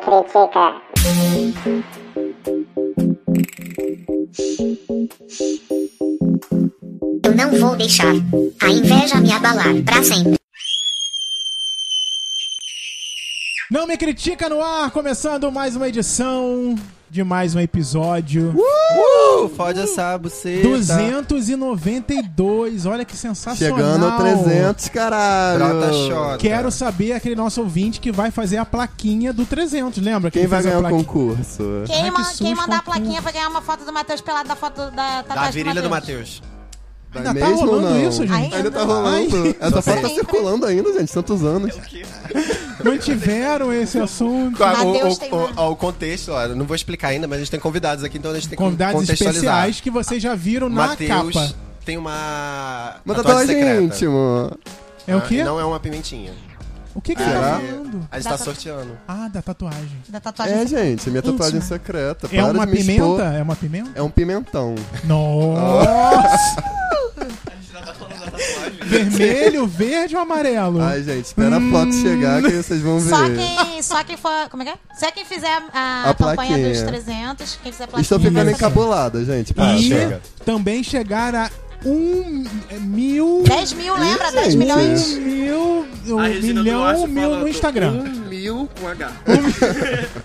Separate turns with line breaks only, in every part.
critica.
Eu não vou deixar a inveja me abalar pra sempre.
Não me critica no ar, começando mais uma edição de mais um episódio.
Uh! Fode essa
tá
buceta.
292, olha que sensacional.
Chegando a 300, caralho.
Brota chota.
Quero saber aquele nosso ouvinte que vai fazer a plaquinha do 300, lembra? que
Quem
ele
vai
fez a
ganhar o
plaquinha?
concurso?
Ai,
Quem,
que
ma-
susto,
quem mandar a
concurso.
plaquinha vai ganhar uma foto do Matheus pelado da foto
Da
da tatuagem
virilha do Matheus.
Vai
Ainda tá
mesmo ou
rolando
não?
isso, gente?
Ainda tá rolando.
Ai.
Essa foto tá
Sempre.
circulando ainda, gente, tantos anos.
Mantiveram esse assunto.
Claro, é o,
Mateus
o-
tem
o-
uma-
ó, o contexto, ó, eu não vou explicar ainda, mas a gente tem convidados aqui, então a gente tem que
Convidados
contextualizar.
especiais que vocês já viram na
Mateus
capa.
tem uma.
Uma tá tatuagem
secreta.
íntima.
É tá o
Ah,
quê?
Não é uma pimentinha.
O que que ele tá
Será?
falando?
A gente tá sorteando.
Ah, da tatuagem.
Da
É,
tatuagem.
gente, minha tatuagem
Íntima.
secreta.
É
Para
uma
de me
pimenta?
expor.
É uma pimenta?
É um pimentão.
Nossa! Vermelho, verde ou amarelo?
Ai, gente, espera a foto
Hum.
chegar que vocês vão ver.
Só quem, só quem for. Como é que é? Só quem fizer a,
A
campanha
plaquinha.
dos 300, quem fizer a plaquinha.
Estou ficando
vai saber.
encabulada, gente. para.
e
chega.
também chegar a um mil.
10 mil, lembra?
Ih,
10
gente.
milhões.
Um mil. Um milhão, um mil no Instagram.
Hum,
mil com H.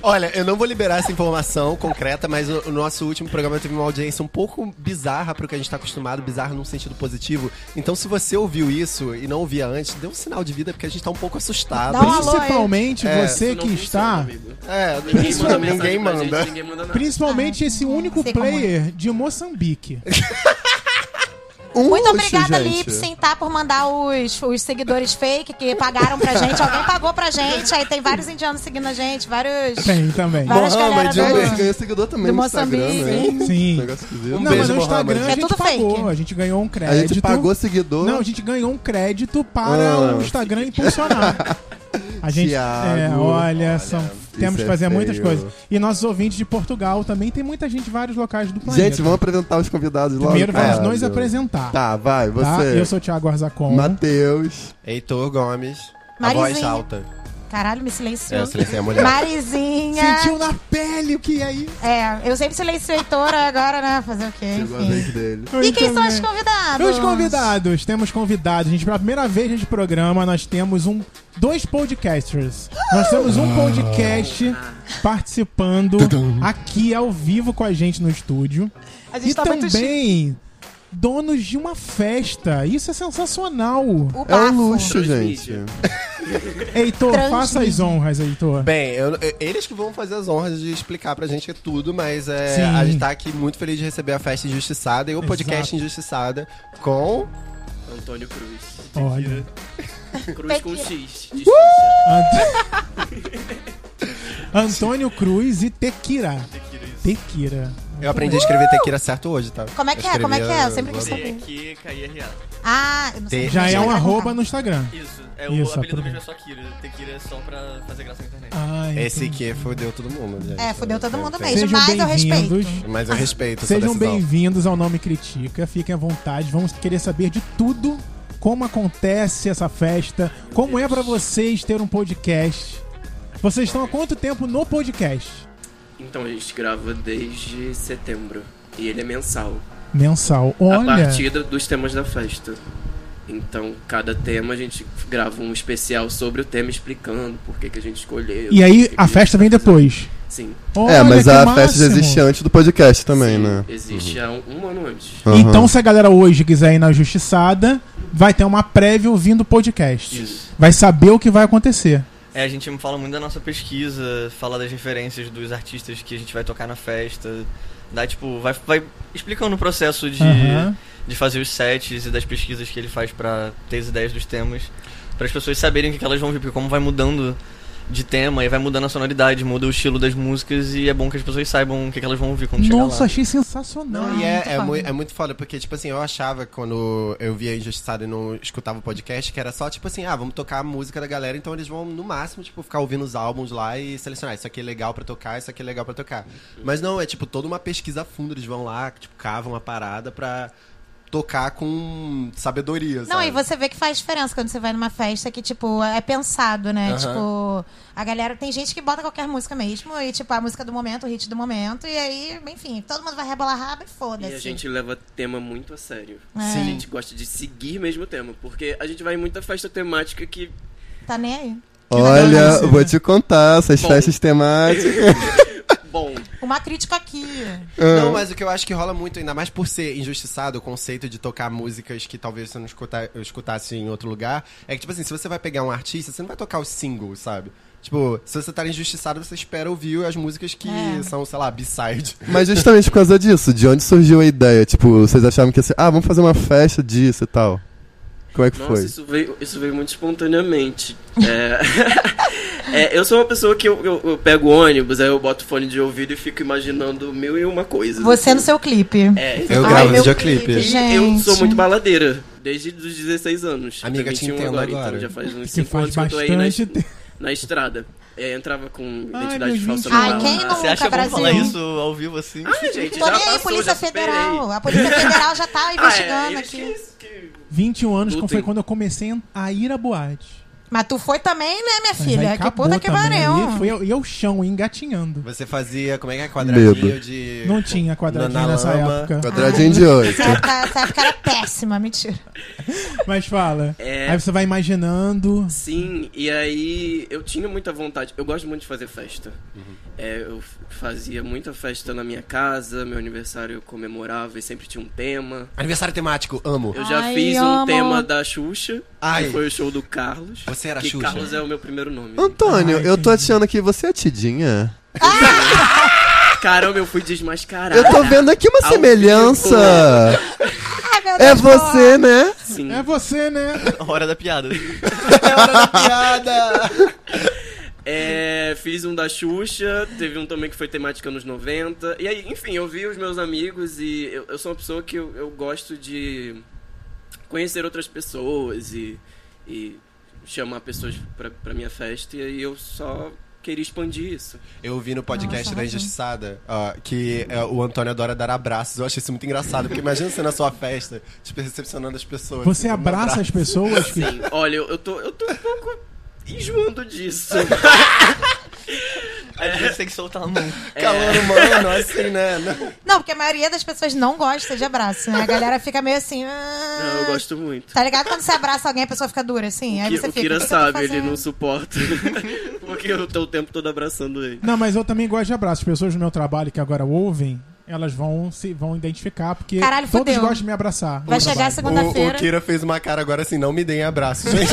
Olha, eu não vou liberar essa informação concreta, mas o, o nosso último programa teve uma audiência um pouco bizarra pro que a gente tá acostumado, bizarra num sentido positivo. Então, se você ouviu isso e não ouvia antes, dê um sinal de vida, porque a gente tá um pouco assustado.
Dá um alô.
Principalmente você que está.
É, ninguém manda. Ninguém manda.
Principalmente esse único
sei como é.
player de Moçambique.
Um
Muito
luxo,
obrigada,
gente.
Lipsin, tá? Por mandar os, os seguidores fake que pagaram pra gente. Alguém pagou pra gente. Aí tem vários indianos seguindo a gente, vários.
Tem também.
Várias
Mohamed,
galera
É,
um
a gente
do...
ganhou seguidor também
Do
no Instagram,
Moçambique.
né?
Sim.
Negócio esquisito.
Não,
Um
mas
beijo,
no Instagram
Mohamed.
a
É
gente
tudo
pagou.
fake.
A gente ganhou um
A
crédito.
gente pagou seguidor.
Não, a gente ganhou um crédito para
Ah.
o Instagram impulsionar. A gente,
Thiago,
é, olha, são, temos
isso
que
é
fazer muitas
feio.
coisas. E nossos ouvintes de Portugal também, tem muita gente de vários locais do planeta.
Gente, vamos apresentar os convidados logo.
Primeiro vamos
caralho.
nos apresentar.
Tá, vai, você.
tá? Eu sou o Thiago Arzacon.
Matheus.
Heitor Gomes. A voz
Marizinha.
alta.
Caralho, me silenciou.
É, eu silenciei a mulher.
Marizinha.
Sentiu na pele o que aí?
É, eu sempre silencio a Heitora agora, né? Fazer o quê?
Chegou a
Enfim.
vez dele.
E quem são os
Muito bem.
convidados?
Os convidados, temos convidados. Gente, pela primeira vez nesse programa, nós temos um dois podcasters. Nós temos um podcast participando aqui ao vivo com a gente no estúdio.
A gente
E
tá muito chique.
também donos de uma festa. Isso é sensacional.
O
É um
bafo.
luxo, gente.
Heitor,
Transmídia.
faça as honras, Heitor.
Bem, eu- eu- eles que vão fazer as honras de explicar pra gente tudo, mas é,
Sim.
a gente tá aqui muito feliz de receber a festa injustiçada e o podcast
Exato.
injustiçada com.
Antônio Cruz.
Olha.
Cruz com X. de
Ant- Antônio Cruz e Tequira. Tequira.
Eu aprendi a escrever tequila certo hoje, tá?
Como é que
Eu
é? Como é que é? Eu
escrevia-
sempre quis saber.
Aqui, KIRA.
Ah, eu não sei.
Já é um
Vai
arroba
contar.
no Instagram.
Isso. É
Isso, Ah.
o apelido
tudo
do mesmo
bem.
é só Kira. Tequila é só pra fazer graça na internet.
Ai, então.
Esse que fudeu todo mundo, gente.
É, fudeu Ah. todo mundo
Tem-
mesmo.
Sejam
mas eu respeito.
bem-vindos.
Mas eu respeito essa
Sejam
decisão.
bem-vindos ao Nome Critica. Fiquem à vontade. Vamos querer saber de tudo. Como acontece essa festa? Como é pra vocês ter um podcast? Vocês estão há quanto tempo no podcast?
Então a gente grava desde setembro. E ele é mensal.
Mensal.
A
Olha.
partir do- dos temas da festa. Então, cada tema a gente grava um especial sobre o tema, explicando por que, que a gente escolheu.
E aí
por que que
a
gente
festa
tá
vem
fazendo.
depois.
Sim.
Olha
É, mas
que
a
máximo.
festa já existe antes do podcast também,
Sim,
né?
Existe há um, um ano antes.
Aham.
Então, se a galera hoje quiser ir na Justiçada, vai ter uma prévia ouvindo o podcast.
Isso.
Vai saber o que vai acontecer.
É, a gente fala muito da nossa pesquisa, eh, fala das referências dos artistas que a gente vai tocar na festa. Dá, tipo, vai, vai explicando o processo de,
Aham.
de fazer os sets e das pesquisas que ele faz pra ter as ideias dos temas. Pra as pessoas saberem o que que elas vão ver, porque como vai mudando de tema e vai mudando a sonoridade, muda o estilo das músicas e é bom que as pessoas saibam o que que elas vão ouvir quando chegar lá.
Nossa, achei sensacional.
Não, e é, é, mui- é muito foda, porque, tipo assim, eu achava que quando eu via Injustiçado e não escutava o podcast, que era só, tipo assim, ah, vamos tocar a música da galera, então eles vão, no máximo, tipo, ficar ouvindo os álbuns lá e selecionar, isso aqui é legal pra tocar, isso aqui é legal pra tocar. Mas não, é, tipo, toda uma pesquisa a fundo, eles vão lá, tipo, cavam a parada pra tocar com sabedoria,
Não,
sabe?
e você vê que faz diferença quando você vai numa festa que, tipo, é pensado, né?
Aham.
Tipo, a galera. Tem gente que bota qualquer música mesmo, e, tipo, a música do momento, o hit do momento, e aí, enfim, todo mundo vai rebolar rabo e
E
foda-se.
a gente leva tema muito a sério.
Assim. É.
A gente gosta de seguir mesmo o tema, porque a gente vai em muita festa temática que
Tá nem aí.
Olha,
isso,
vou
né?
te contar, essas
Bom.
festas temáticas.
Bom,
Uma crítica aqui.
Não, mas o que eu acho que rola muito, ainda mais por ser injustiçado, o conceito de tocar músicas que talvez você não escuta- escutasse em outro lugar, é que, tipo assim, se você vai pegar um artista, você não vai tocar os singles, sabe? Tipo, se você tá injustiçado, você espera ouvir as músicas que
É.
são, sei lá, b-side.
Mas justamente por causa disso, de onde surgiu a ideia? Tipo, vocês achavam que ia ser, ah, vamos fazer uma festa disso e tal. Como é que
nossa,
foi?
isso veio, isso veio muito espontaneamente. É... É, eu sou uma pessoa que eu, eu- eu pego ônibus, aí eu boto fone de ouvido e fico imaginando mil e uma coisas. assim.
Você no seu clipe.
É,
Eu
Ai,
gravo
meu
videoclipe.
clipe,
E eu sou
gente.
muito baladeira, desde os 16 anos.
Amiga,
Eu tenho
te entendo agora.
Então já faz uns
Que
5 anos
faz
que eu tô aí na,
bastante tempo.
na estrada. É, entrava com
Ai,
identidade
meu
falsa
gente.
no
Ai,
carro.
quem não-
Você acha
Brasil.
bom falar isso ao vivo assim?
Ai, gente,
Tô
já
nem aí,
passou,
Polícia
já superei.
Federal. A Polícia Federal já tá
Ah, é,
investigando
eu
aqui.
esqueço que
21 anos
Lutem.
foi quando eu comecei a ir à boate.
Mas tu foi também, né, minha
Mas
filha?
aí
Que
acabou
puta que
também.
pariu.
Aí foi eu, e eu chão, engatinhando.
Você fazia, como é que é, quadradinho
Medo.
de...
Não tinha quadradinho
É. Na- na
nessa
lama.
época. Ah.
Quadradinho de oito.
Essa época, essa época era péssima, mentira.
Mas fala.
É.
Aí você vai imaginando.
Sim, e aí eu tinha muita vontade. Eu gosto muito de fazer festa. É, eu f- fazia muita festa na minha casa, meu aniversário eu comemorava e sempre tinha um tema.
Aniversário temático, amo.
Eu já
Ai,
fiz um
amo.
tema da Xuxa,
Ai.
que foi o show do Carlos.
Você era
que
Xuxa?
Carlos é o meu primeiro nome.
Antônio,
Ai,
eu tô
entendi.
achando que você é Tidinha.
Caramba, eu fui desmascarado.
Eu tô vendo aqui uma
Ah. Ao
semelhança.
Ai, meu
É
Deus,
você, né?
Sim.
É você, né?
Hora da piada.
É, fiz um da Xuxa, teve um também que foi temática nos 90. E aí, enfim, eu vi os meus amigos e eu, eu sou uma pessoa que eu, eu gosto de conhecer outras pessoas e, e chamar pessoas pra, pra minha festa. E aí eu só queria expandir isso.
Eu ouvi no podcast
Nossa,
da
arrasou.
Injustiçada ó, que é, o Antônio adora dar abraços. Eu achei isso muito engraçado, porque imagina você na sua festa, tipo, recepcionando as pessoas.
Você
Um
abraça
abraço.
as pessoas que.
Sim, olha, eu, eu tô, eu tô um pouco enjoando disso.
Ah.
né?
Às vezes tem que soltar a mão.
calor humano, assim, né? Não.
Não, porque a maioria das pessoas não gosta de abraço, né? A galera fica meio assim. "Ah".
Não, eu gosto muito.
Tá ligado quando você abraça alguém, a pessoa fica dura, assim? Aí
Que-
você
o
fica.
Kira
"O que que eu tô
sabe, ele
fazendo?"
não suporta. Porque eu tô o tempo todo abraçando ele.
Não, mas eu também gosto de abraço. As pessoas do meu trabalho que agora ouvem, elas vão se vão identificar, porque
Caralho,
todos
fudeu.
gostam de me abraçar.
Vai
no trabalho.
O,
chegar
o
segunda-feira.
Kira fez uma cara agora assim, não me deem abraço, gente.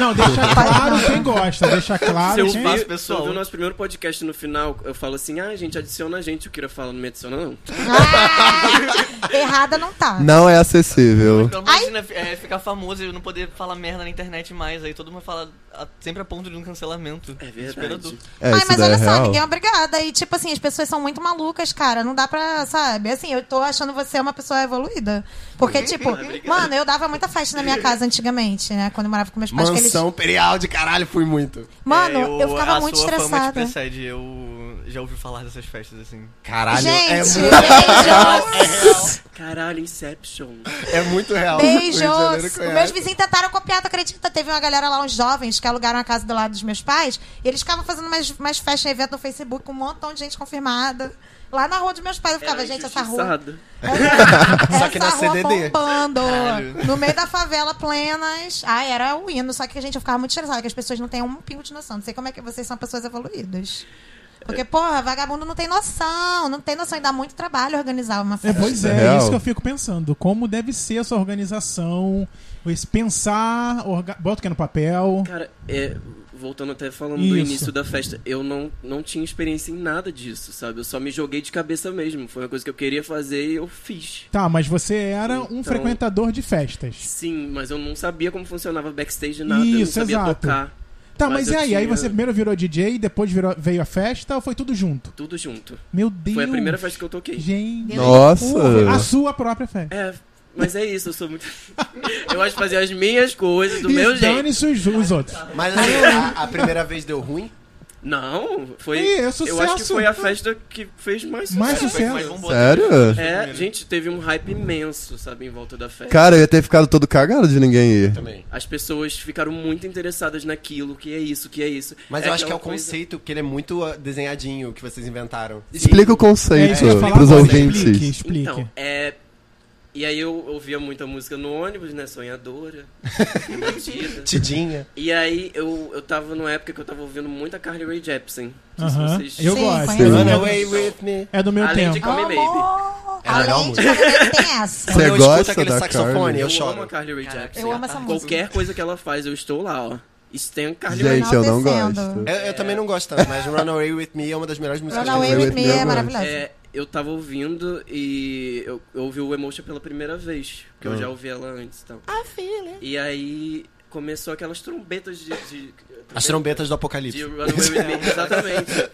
Não, deixa claro
né?
quem gosta, deixa
Se
claro
eu
quem.
faço
vi,
pessoal.
No nosso primeiro podcast no final, eu falo assim: ah, gente, adiciona a gente. O Kira fala, não me adiciona, não.
Ah, errada não tá.
Não é acessível.
Então, Imagina é, ficar famoso e não poder falar merda na internet mais. Aí todo mundo fala a- sempre a ponto de um cancelamento.
É
Desesperador.
verdade.
É,
Ai,
isso
mas
daí
olha
é
só,
real.
ninguém é obrigada. E, tipo assim, as pessoas são muito malucas, cara. Não dá pra, sabe? Assim, eu tô achando você uma pessoa evoluída. Porque, tipo,
é
mano, eu dava muita festa na minha casa antigamente, né? Quando eu morava com meus pais. que eles-
Mansão Imperial de caralho, fui muito.
Mano,
É,
Ah, eu, ficava
a
muito
sua Fama te
estressada.
precede. Eu já ouvi falar dessas festas assim.
Caralho, é,
Gente,
mu-
beijos!
Caralho, Inception.
é muito real. Rio de Janeiro
Beijos! Os
conhece.
meus vizinhos tentaram copiar, tu acredita? Teve uma galera lá, uns jovens, que alugaram a casa do lado dos meus pais, e eles ficavam fazendo mais, mais festa em evento no Facebook com um montão de gente confirmada. Lá na rua dos meus pais, eu ficava,
Era
gente, essa rua.
injustiçado.
Só
que na CDD.
bombando.
Caralho.
No meio da favela, plenas. Ai, era o hino. Só que, gente, eu ficava muito estressada, que as pessoas não têm um pingo de noção. Não sei como é que vocês são pessoas evoluídas. Porque, porra, vagabundo não tem noção. Não tem noção. E dá muito trabalho organizar uma
É,
festa.
pois
É
é, é
real.
isso que eu fico pensando. Como deve ser essa organização, esse pensar, orga... bota o que no papel.
Cara, é, voltando até falando
Isso.
do início da festa, eu não, não tinha experiência em nada disso, sabe? Eu só me joguei de cabeça mesmo. Foi uma coisa que eu queria fazer e eu fiz.
Tá, mas você era um
Então-
frequentador de festas.
Sim, mas eu não sabia como funcionava backstage nada. eu não
Isso,
sabia
exato.
tocar.
Tá,
Mas
mas,
eu
e aí? Aí
tinha-
você primeiro virou DJ, depois virou- veio a festa ou foi tudo junto?
Tudo junto.
Meu Deus!
Foi a primeira festa que eu toquei.
Gente, a
Nossa.
sua própria festa.
É, mas é isso, eu sou muito. eu gosto de fazer as minhas coisas do meu
e
jeito.
dane-se os, os outros.
Mas assim, a, a primeira vez deu ruim?
Não, foi.
Ih, é
eu acho que
sucesso. né?
foi a festa que fez é mais um sucesso.
Mais
Foi mais
sucesso.
bombou.
Sério?
É, gente, teve um hype imenso, sabe, em volta da festa.
Cara, eu ia ter ficado todo cagado de ninguém ir.
Também.
As pessoas ficaram muito interessadas naquilo, que é isso, que é isso.
Mas eu acho que é o
aquela coisa-
conceito, que ele é muito ah, desenhadinho, que vocês inventaram.
Explica
É
o
isso
conceito
que eu ia falar
pros
agora.
ouvintes.
Explique, explique.
Então, é. E aí eu ouvia muita música no ônibus, né? Sonhadora. Iludida.
Tidinha.
e aí eu, eu tava numa época que eu tava ouvindo muita Carly Rae Jepsen. Então, Não sei se
Aham.
vocês-
Eu
Sim,
gosto.
conheço.
Run
É do-
away with me.
É do meu
Além de
tempo.
Come Baby.
Amor!
É legal
Além de Carmen, tem essa.
Você
eu
gosta
escuto aquele
da
saxofone,
Carmen?
eu
Eu, amo
choro.
a Carly Rae Jepsen.
eu amo essa música.
Qualquer coisa que ela faz, eu estou lá, ó. Stan Carly Rae.
Gente, eu não
Enaltecendo.
gosto.
Eu, eu também não gosto, tanto, mas Runaway With Me é uma das melhores músicas que eu
Runaway
With
With
Me
Me
eu
é
gosto.
maravilhosa.
É, eu tava ouvindo e eu, eu ouvi o Emotion pela primeira vez, porque
Ah.
eu já ouvi ela antes e tal.
Ah, né?
E aí começou aquelas trombetas de. de
As trombetas do apocalipse.
De Runaway With Me, exatamente.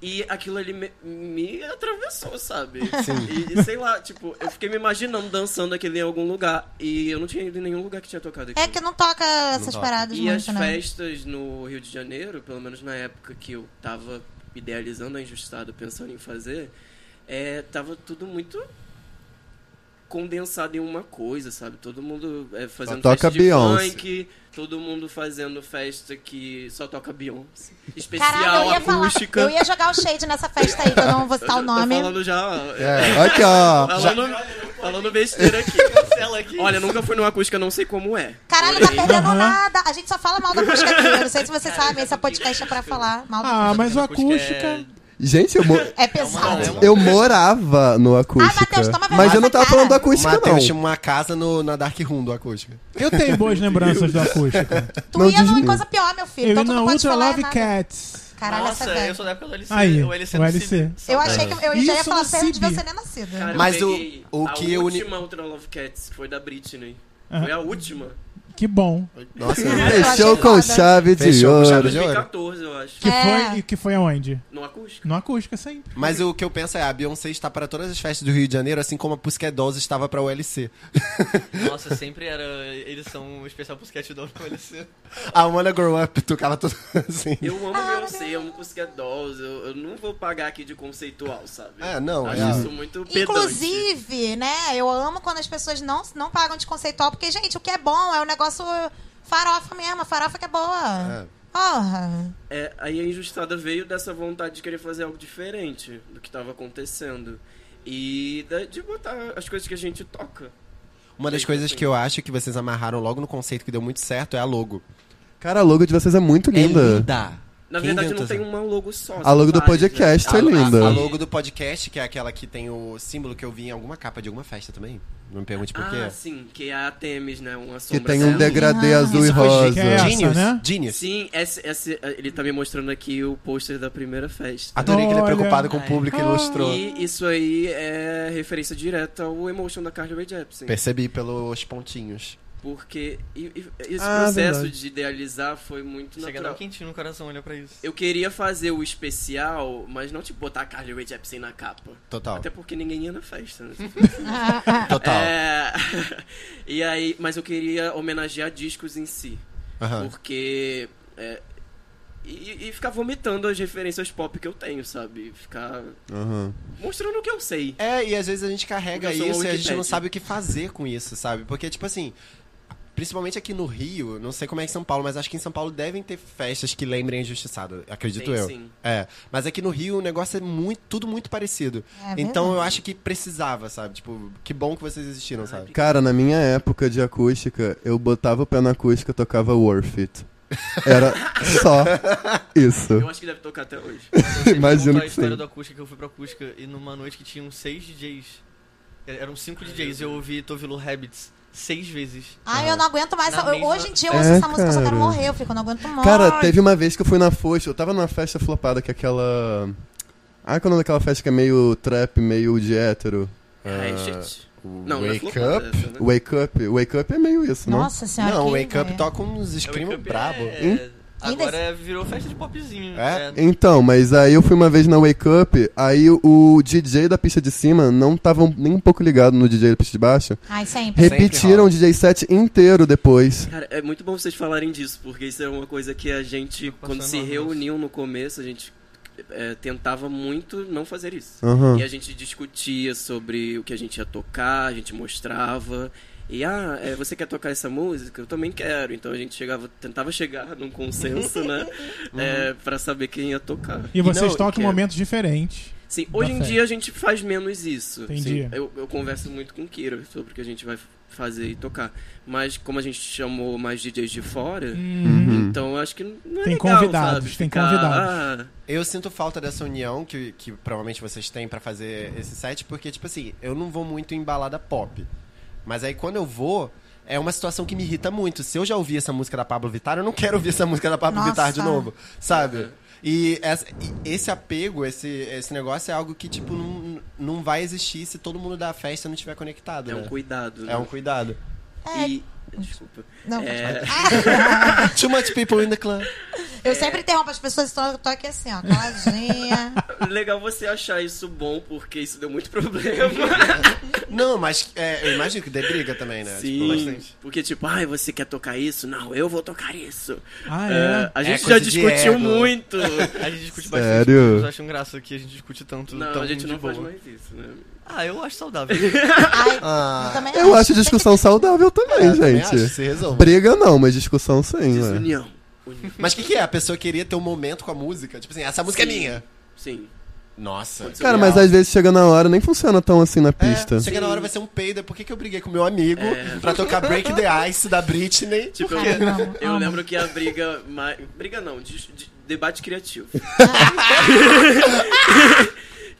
E aquilo ali me, me atravessou, sabe? E, e sei lá, tipo, eu fiquei me imaginando dançando aquilo em algum lugar. E eu não tinha ido em nenhum lugar que tinha tocado
É
aquilo.
que não toca essas
toca.
paradas
E as
muito, né?
festas no Rio de Janeiro, pelo menos na época que eu tava idealizando a Injustada, pensando em fazer, é, tava tudo muito condensado em uma coisa, sabe? Todo mundo é, fazendo
toca
festa de
Beyoncé.
funk, todo mundo fazendo festa que só toca Beyoncé. Especial,
Caraca, eu ia falar.
acústica.
Eu ia jogar o shade nessa festa aí, que eu não vou citar o nome.
Tô falando já...
É, aqui, ó.
Falando, falando besteira aqui. Olha, nunca fui numa acústica, não sei como é.
Caralho, tá perdendo
Aham.
nada. A gente só fala mal da acústica aqui. Eu não sei se vocês sabem, esse podcast é pra falar mal da
Ah, mas o
Acústica
acústica.
Gente, eu, mo-
É pesado.
eu morava no acústica.
Matheus, toma vergonha
mas eu
na
não tava
cara.
falando do
O
acústica,
Matheus
não.
tinha uma casa no, na Dark Room do acústica.
Eu tenho boas lembranças do acústica.
Tu
Não
ia
diz
numa
mesmo.
coisa pior, meu filho.
Eu
Então
ia
tu
na
não pode
Ultra
falar
Love
nada.
Cats.
Caralho,
Nossa,
essa
eu
velho.
sou da época do LC.
Aí,
o LC
o
do
LC.
Cine.
Eu achei que eu já ia
Isso
falar
no
perto de
Cibi.
você nem nascido.
Cara,
Mas
eu peguei
o- o
a
que uni-
última Ultra Love Cats que foi da Britney.
Ah.
Foi a última.
Que bom.
Nossa,
Fechou
achei
com
foda.
chave de
Fechou com chave
ouro.
de ouro.
2014, eu acho.
Que,
É.
foi, e que foi aonde?
No acústico.
No acústica sempre.
Mas o que eu penso é, a Beyoncé está para todas as festas do Rio de Janeiro, assim como a Pussycat Dolls estava para o LC.
Nossa, sempre era edição especial pro sketch do LC.
A Wanna Grow Up tocava tudo assim.
Eu amo Beyoncé, eu amo Pussycat Dolls. Eu, eu não vou pagar aqui de conceitual, sabe?
Ah, não,
Acho
é.
isso muito pedante.
Inclusive, né, eu amo quando as pessoas não, não pagam de conceitual, porque, gente, o que é bom é um negócio farofa mesmo, a farofa que é boa. Porra.
É, aí a Injustada veio dessa vontade de querer fazer algo diferente do que tava acontecendo. E da- de botar as coisas que a gente toca.
Uma das coisas que eu acho que vocês amarraram logo no conceito que deu muito certo é a logo.
Cara, a logo de vocês é muito linda.
Na
Quem
verdade, não
inventou
tem
essa?
uma logo só. né?
A logo do podcast é linda.
A logo do podcast, que é aquela que tem o símbolo que eu vi em alguma capa de alguma festa também. Não me pergunte por quê.
Ah, sim, que é a Temis, né? Uma
Que
sombra
tem um
dela.
degradê azul e
Ah, Isso foi
rosa.
É essa,
Genius,
né?
Genius.
Sim, esse, esse- ele tá me mostrando aqui o pôster da primeira festa.
Adorei que ele é
Olha.
preocupado com o público e ilustrou.
E isso aí é referência direta ao Emotion da Carly Rae Jepsen.
Percebi pelos pontinhos.
Porque e- e- esse
Ah,
processo
verdade.
de idealizar foi muito
Chega a dar um
natural.
quentinho no coração olhar pra isso.
Eu queria fazer o especial, mas não tipo botar a Carly Rae Jepsen na capa.
Total.
Até porque ninguém ia na festa. Né?
Total.
É, e aí, mas eu queria homenagear discos em si.
Aham.
Porque. é, e, e ficar vomitando as referências pop que eu tenho, sabe? Ficar
Aham.
mostrando o que eu sei.
É, e às vezes a gente carrega
Eu sou uma
isso e a gente
Wikipédia.
não sabe o que fazer com isso, sabe? Porque, tipo assim, principalmente aqui no Rio, não sei como é em São Paulo, mas acho que em São Paulo devem ter festas que lembrem injustiçado, acredito
Tem,
eu.
sim.
É, mas aqui no Rio o negócio é muito, tudo muito parecido.
É
então
verdade.
eu acho que precisava, sabe? Tipo, que bom que vocês existiram, sabe?
Cara, na minha época de acústica, eu botava o pé na acústica e tocava Worth It. Era só isso.
Eu acho que deve tocar até hoje.
Imagino
contar a
que
história do
sim.
acústica que eu fui pro acústica e numa noite que tinham seis DJs. E- Eram cinco DJs e eu ouvi Tovilo Habits seis vezes.
Ai, eu não aguento mais.
Na
Eu-
mesma-
Hoje em dia eu ouço
É,
essa música, eu só
cara.
quero morrer, eu fico, eu não aguento mais.
Cara, teve uma vez que eu fui na Foxa, eu tava numa festa flopada que é aquela. Ah, qual é o nome daquela festa que é meio trap, meio de hétero?
Ai, gente. Não, não é
Ah, wake
flopada
up?
essa, né?
Wake Up. Wake Up é meio isso, né?
Nossa senhora.
não,
que
Wake Up
ideia.
É,
toca uns scream
Wake Up
brabo.
É...
Ainda
Agora é- virou festa de popzinho.
É?
é.
Então, mas aí eu fui uma vez na Wake Up, aí o- o DJ da pista de cima não tava nem um pouco ligado no DJ da pista de baixo.
Ai, sempre.
Repetiram o
rola.
DJ set inteiro depois.
Cara, é muito bom vocês falarem disso, porque isso é uma coisa que a gente,
Tô Tá passando
quando se
mal nisso.
reuniu no começo, a gente é, tentava muito não fazer isso.
Ah.
Aham.
E a gente discutia sobre o que a gente ia tocar, a gente mostrava. E, ah, é, você quer tocar essa música? Eu também quero. Então a gente chegava, tentava chegar num consenso, né?
Uhum.
É, pra saber quem ia tocar.
E vocês
Não,
tocam em
que-
momentos diferentes.
Sim, hoje em
festa.
dia a gente faz menos isso.
Entendi.
Sim, eu, eu converso muito com o Kira sobre o que a gente vai fazer e tocar. Mas como a gente chamou mais DJs de fora,
Uhum.
então acho que não é
Uhum. Tem
legal,
convidados,
sabe?
tem
Ficar,
convidados.
ah,
Eu sinto falta dessa união que, que provavelmente vocês têm pra fazer esse set, porque, tipo assim, eu não vou muito em balada pop. Mas aí quando eu vou, é uma situação que me irrita muito. Se eu já ouvi essa música da Pablo Vittar, eu não quero ouvir essa música da Pablo
Nossa.
Vittar de novo, sabe?
Uhum.
E, essa- e esse apego, esse, esse negócio é algo que, tipo, não, não vai existir se todo mundo da festa não estiver conectado.
é um
né?
cuidado, né?
É um cuidado.
E... Desculpa.
É. Não, pode
É,
Too much people in the club.
Eu sempre interrompo as pessoas, então eu tô aqui assim, ó, caladinha.
legal você achar isso bom, porque isso deu muito problema.
Não, mas é, eu imagino que dê briga também, né?
Sim,
Tipo, bastante.
porque tipo, ai, você quer tocar isso? Não, eu vou tocar isso.
Ah,
É,
é.
a
É
gente já
coisa de
discutiu
ego.
muito.
A gente discute bastante.
Sério?
Mas eu acho um graça que a gente discute tanto.
não,
Então,
tão
a gente
de
não
boa.
faz mais isso, né?
Ah, eu acho saudável.
Ai,
Ah,
eu também
Eu acho discussão saudável também,
É, eu também acho que
gente.
se resolve.
Briga não, mas discussão sim,
é.
né?
Desunião.
Mas o que, que é? A pessoa queria ter um momento com a música? Tipo assim, essa música é
Sim.
minha.
Sim.
Nossa.
Cara, mas às vezes chega na hora, nem funciona tão assim na
É,
pista.
chega na hora, vai ser um peido. Por que, que eu briguei com meu amigo
É.
pra tocar Break the Ice da Britney?
Tipo,
Ai,
eu,
amo,
eu
amo.
lembro que a briga. mais- Briga não, de- de- debate criativo.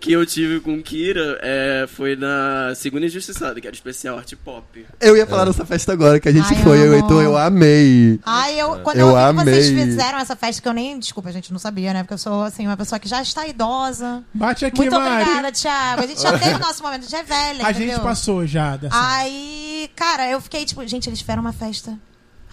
que eu tive com o Kira é, foi na Segunda Injustiçada, que era o especial arte pop.
Eu ia
É.
falar dessa festa agora que a gente
Ai,
foi, eu e o
amor.
Heitor, eu amei.
Ai, eu, quando
Eu
eu, ouvi que vocês
amei.
fizeram essa festa, que eu nem. Desculpa, gente, não sabia, né? Porque eu sou, assim, uma pessoa que já está idosa.
Bate aqui,
Muito
Mari.
obrigada, Thiago. A gente já teve o nosso momento, a gente é velha,
A
entendeu? Ah,
gente passou já dessa.
Aí, cara, eu fiquei tipo, gente, eles fizeram uma festa.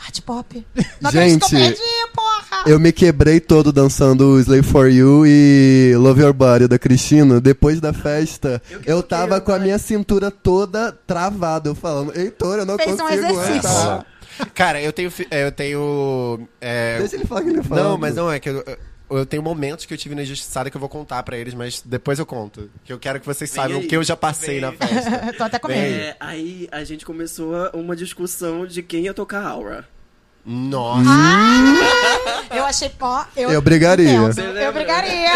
Art pop. Não
Gente,
acredito que eu perdi, porra!
Eu me quebrei todo dançando o Slay For You e Love Your Body da Cristina. Depois da festa, eu, tava com a minha cintura toda travada. Eu falando, Heitor, eu não
Fez um
consigo
exercício.
andar."
Cara, eu tenho. fi- é, Eu tenho. é,
Deixa ele falar que ele fala.
Não, mas não, é que eu. Eu tenho momentos que eu tive na injustiçada que eu vou contar pra eles, mas depois eu conto. Que eu quero que vocês
Vem
saibam
aí.
o que eu já passei na festa.
Tô até com medo.
É, aí a gente começou a- uma discussão de quem ia tocar Aura.
Nossa.
Ah!
Eu achei, ó, eu.
Eu brigaria.
entendo. Eu brigaria.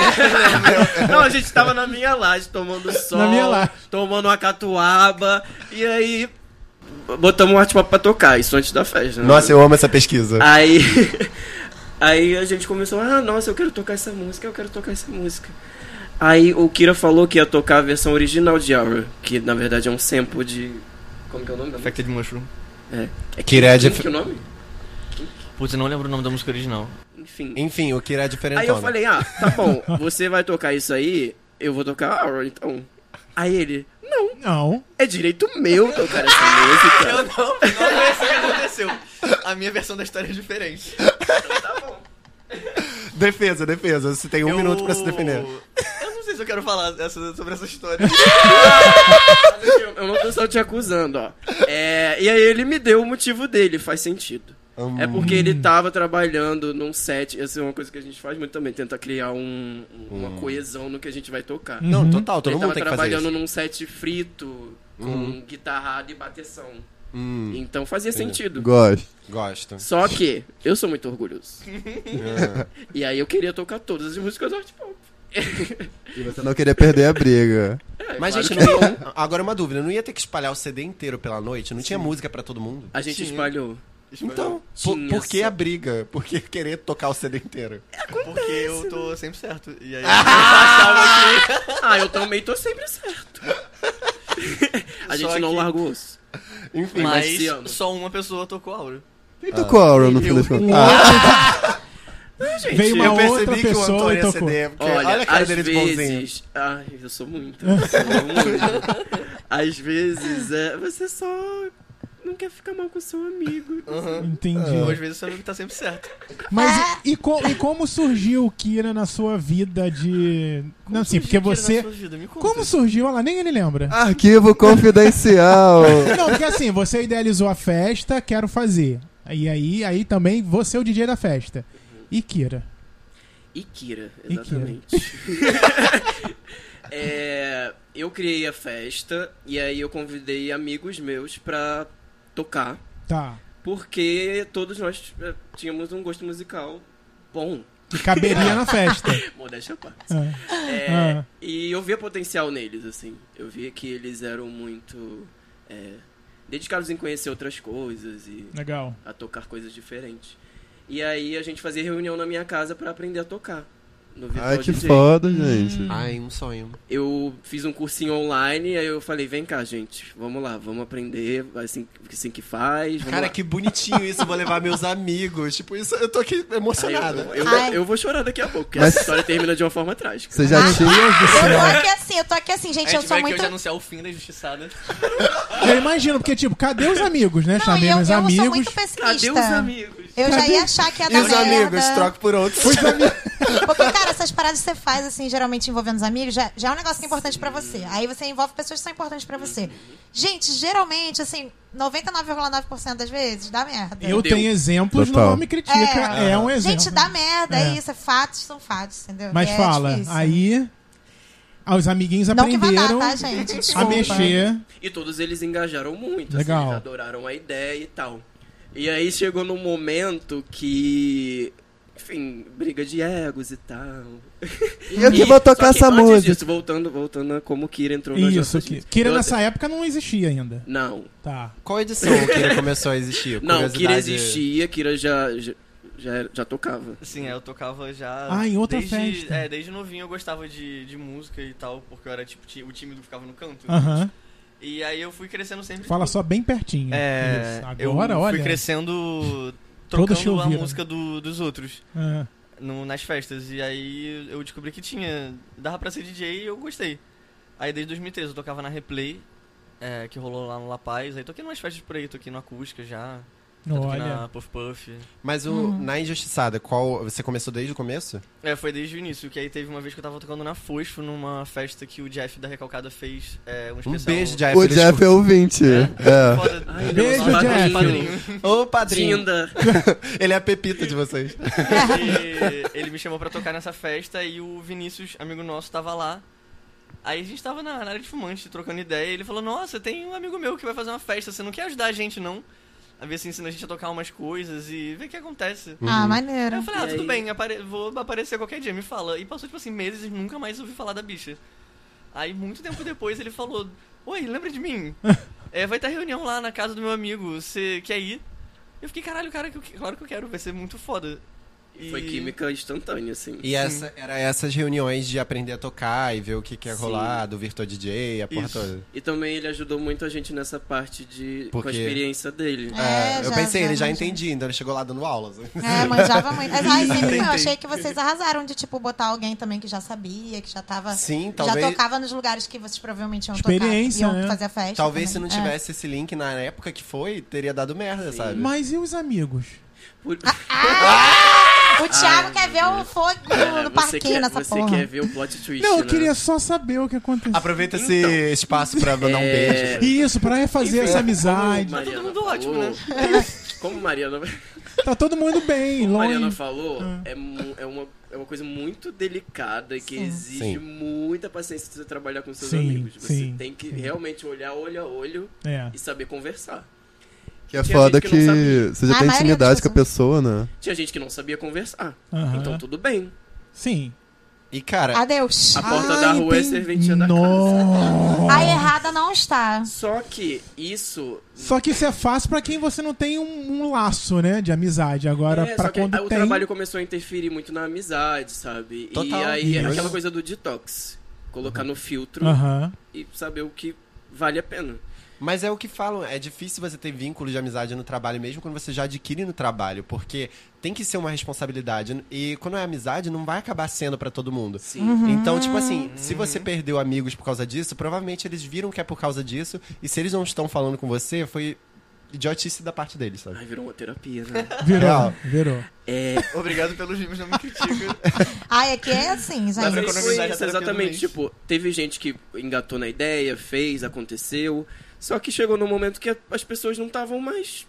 Não, a gente tava na minha laje tomando sol,
Na minha laje.
tomando uma catuaba, e aí botamos o arte pop pra tocar, isso antes da festa. né?
Nossa, eu amo essa pesquisa.
Aí, aí a gente começou, ah, nossa, eu quero tocar essa música, eu quero tocar essa música. Aí o Kira falou que ia tocar a versão original de Aura, que na verdade é um sample de. Como que é o nome? da música?
Infected Mushroom.
É
Kira é
Kink
dif-
que é o nome?
Putz, eu não lembro o nome da música original.
Enfim.
Enfim, o é que era diferente.
Aí eu falei, ah, tá bom, você vai tocar isso aí, eu vou tocar Aura, então. Aí ele, não,
Não.
é direito meu tocar essa música.
não, não foi isso que aconteceu. A minha versão da história é diferente.
Defesa, defesa. Você tem um minuto pra se defender.
Eu não sei se eu quero falar essa- sobre essa história.
Eu- Eu não tô só te acusando, ó. É, e aí ele me deu o motivo dele, faz sentido. É porque ele tava trabalhando num set, essa é uma coisa que a gente faz muito também, tenta criar um- um- uma coesão no que a gente vai tocar.
Uhum.
Não, total, todo
ele
mundo
tava
tem que fazer
trabalhando
isso.
num set frito, com guitarrada e bateção. Então fazia sentido.
Gosto.
Gosto.
Só que eu sou muito orgulhoso. e aí eu queria tocar todas as músicas do Art Pop.
Você não queria perder a briga.
Mas,
É, claro
gente,
que
não ia- agora uma dúvida. Não ia ter que espalhar o CD inteiro pela noite? Não tinha música pra todo mundo?
A gente
Tinha.
espalhou.
Então, por,
Tinha
por que
só-
a briga? Por que querer tocar o CD inteiro?
É Porque eu tô sempre certo. E aí eu achava que.
Ah, eu também tô sempre certo. a gente
Só
não
que-
larga o osso.
Enfim, mas...
esse ano.
Mas só uma pessoa tocou aura.
Quem tocou a Aura no fim das contas? Ah,
Veio uma
eu
outra
percebi que o
pessoa
Antônio
e
ia
tocou.
ceder. Porque
Olha,
olha, a cara
às
dele de bonzinho.
vezes... Ai, eu sou muito. Eu sou muito. às vezes, é, você só não quer ficar mal com seu amigo.
Entendi.
É,
Ou Às vezes seu amigo tá sempre certo.
Mas
É.
e, e co- e como surgiu o Kira na sua vida de. não, assim, porque você. Como surgiu? Olha lá, nem ele lembra.
Ah,
Ah.
Arquivo confidencial.
Não, porque assim, você idealizou a festa, quero fazer. E aí, aí também você é o DJ da festa. E Kira.
Ikira,
Ikira.
exatamente. É, eu criei a festa e aí eu convidei amigos meus pra tocar,
Tá.
porque todos nós é, tínhamos um gosto musical bom,
Que caberia na festa.
modéstia à parte.
Ah,
É,
Ah.
E eu via potencial neles, assim. Eu via que eles eram muito é, dedicados em conhecer outras coisas e
legal.
a tocar coisas diferentes. E aí a gente fazia reunião na minha casa pra aprender a tocar. No virtual
Ai, Ah, que
DJ.
foda, gente.
Ai, um sonho.
eu fiz um cursinho online, aí eu falei, vem cá, gente, vamos lá, vamos aprender assim, assim que faz. Vamos
Cara,
lá.
que bonitinho isso, vou levar meus amigos. Tipo, isso, eu tô aqui
Aí
emocionado.
eu, eu,
Ai.
eu vou chorar daqui a pouco, porque
Mas-
essa história termina de uma forma trágica.
Você já tinha.
Eu tô aqui assim, eu tô aqui assim,
A
gente,
gente
eu sou
vai aqui
tá
muito.
hoje anunciar o fim da injustiçada.
Eu imagino, porque, tipo, cadê os amigos, né?
Não, e eu,
Chamei os
eu sou
amigos.
muito pessimista.
Cadê os amigos?
Eu já ia achar que ia
E
dar
os
merda.
amigos, troca por outros.
Porque, cara, essas paradas que você faz, assim, geralmente envolvendo os amigos, já, já é um negócio que é importante pra você. Aí você envolve pessoas que são importantes pra você. Gente, geralmente, assim, 99,9% das vezes dá merda.
Eu
Deu.
tenho exemplos,
Total.
não me critica. É, um exemplo.
Gente, dá merda, é.
É.
isso. É fatos, são fatos, entendeu?
Mas
É
fala,
difícil.
aí. ah, Os amiguinhos
Não que vá dar,
aprenderam
tá, gente? Desculpa.
a mexer.
E todos eles engajaram muito,
Legal.
assim, eles adoraram a ideia e tal. E aí chegou num momento que. Enfim, briga de egos e tal.
E eu que
E-
vou
só
tocar
que
essa
antes
música.
disso, voltando, voltando a como Kira entrou nas
Isso,
nossas
que,
vidas.
Kira
Eu-
nessa época não existia ainda.
Não,
Tá.
Qual edição o Kira começou a existir?
Não,
Curiosidade.
Kira existia, Kira já, já, já, já tocava.
Sim, é, eu tocava já.
Ah, em outra
desde,
festa.
É, desde novinho eu gostava de, de música e tal, porque eu era tipo ti- o tímido que ficava no canto.
Aham.
E aí eu fui crescendo sempre.
Fala
tipo,
só bem pertinho.
É,
Isso.
eu
Agora,
fui
olha.
crescendo
Todos te
trocando a
ouviram.
música do- dos outros
Ah,
no- nas festas. E aí eu descobri que tinha. Dava pra ser DJ e eu gostei. Aí desde 2013 eu tocava na Replay, é, que rolou lá no La Paz. Aí toquei em umas festas por aí, toquei no Acústica já. já toquei
olha.
na Puff Puff.
Mas o,
Hum.
na Injustiçada, qual. Você começou desde o começo?
É, foi desde o início, que aí teve uma vez que eu tava tocando na Fosfo, numa festa que o Jeff da Recalcada fez é, um
Um
especial.
beijo, Jeff.
O
eles
Jeff é ouvinte. É.
Foda.
Beijo,
Nossa,
Jeff.
padrinho.
Ô, padrinho.
Tinda.
Ele é a pepita de vocês.
E ele me chamou pra tocar nessa festa e o Vinícius, amigo nosso, tava lá. Aí a gente tava na na área de fumante, trocando ideia, e ele falou, nossa, tem um amigo meu que vai fazer uma festa, você não quer ajudar a gente, não? A ver se assim, ensina a gente a tocar umas coisas e ver o que acontece.
Ah,
Aí eu
maneiro.
falei, ah,
E
tudo
aí?
bem, apare- vou aparecer qualquer dia, me fala. E passou, tipo assim, meses e nunca mais ouvi falar da bicha. Aí, muito tempo depois, ele falou, oi, lembra de mim? É, vai ter reunião lá na casa do meu amigo, você quer ir? Eu fiquei, caralho, cara, que eu que- claro que eu quero, vai ser muito foda. E
Foi química instantânea, assim.
E essa, era essas reuniões de aprender a tocar e ver o que, que ia
Sim.
rolar, do Virtua DJ, a porra
Isso.
toda.
E também ele ajudou muito a gente nessa parte de... Com
Por
a
quê?
experiência dele.
É,
eu
já-
pensei, ele já
manjava.
entendia, então ele chegou lá dando aulas.
É, manjava muito. Mas ai, sempre não, eu achei que vocês arrasaram de, tipo, botar alguém também que já sabia, que já tava.
Sim,
já
talvez.
tocava nos lugares que vocês provavelmente iam
Experiência,
tocar. Iam
né?
fazer a festa.
Talvez se não
também. É.
tivesse esse link na época que foi, teria dado merda, sabe?
Mas e os amigos?
Por-
Ah,
O Thiago
Ai,
quer ver o fogo no,
Cara, É, você
parquinho
quer,
nessa
você
porra.
quer ver o plot twist,
Não, eu
né?
queria só saber o que aconteceu.
Aproveita esse espaço pra mandar um
É.
beijo.
Isso, pra refazer essa amizade.
todo
Como Mariana
mundo ótimo,
falou-
né?
Como Mariana,
Tá todo mundo bem,
como Mariana
longe. Ah.
falou, é, mu- é, uma, é uma coisa muito delicada e que
Sim.
exige
Sim.
muita paciência de você trabalhar com seus
Sim,
amigos. Você
sim,
tem que
sim.
realmente olhar olho a olho
É.
e saber conversar.
Que é
Tinha
foda
gente que não
que você já
A
tem
maioria
intimidade
das
com a pessoa, né?
Tinha gente que não sabia conversar.
Aham.
Então tudo bem.
Sim.
E cara,
Adeus.
A porta da rua é serventia da casa.
Nossa.
A errada não está.
Só que isso.
Só que isso é fácil pra quem você não tem um, um laço, né, de amizade. Agora,
é,
pra
só que
quando
o
tem...
trabalho começou a interferir muito na amizade, sabe?
Total.
E aí é
Isso.
aquela coisa do detox. Colocar no filtro
Aham.
e saber o que vale a pena.
Mas é o que falam, é difícil você ter vínculo de amizade no trabalho, mesmo quando você já adquire no trabalho, porque tem que ser uma responsabilidade. E quando é amizade, não vai acabar sendo pra todo mundo.
Sim.
Então, tipo assim, se você perdeu amigos por causa disso, provavelmente eles viram que é por causa disso, e se eles não estão falando com você, foi idiotice da parte deles, sabe?
Ai, virou uma terapia, né?
Virou,
Real.
virou.
É,
Obrigado pelos memes, não me critica.
Ai, aqui é assim, gente.
Dá pra
Mas
economizar
foi
já
isso,
terapia do
exatamente.
mês.
Tipo, teve gente que engatou na ideia, fez, aconteceu. Só que chegou num momento que a- as pessoas não estavam mais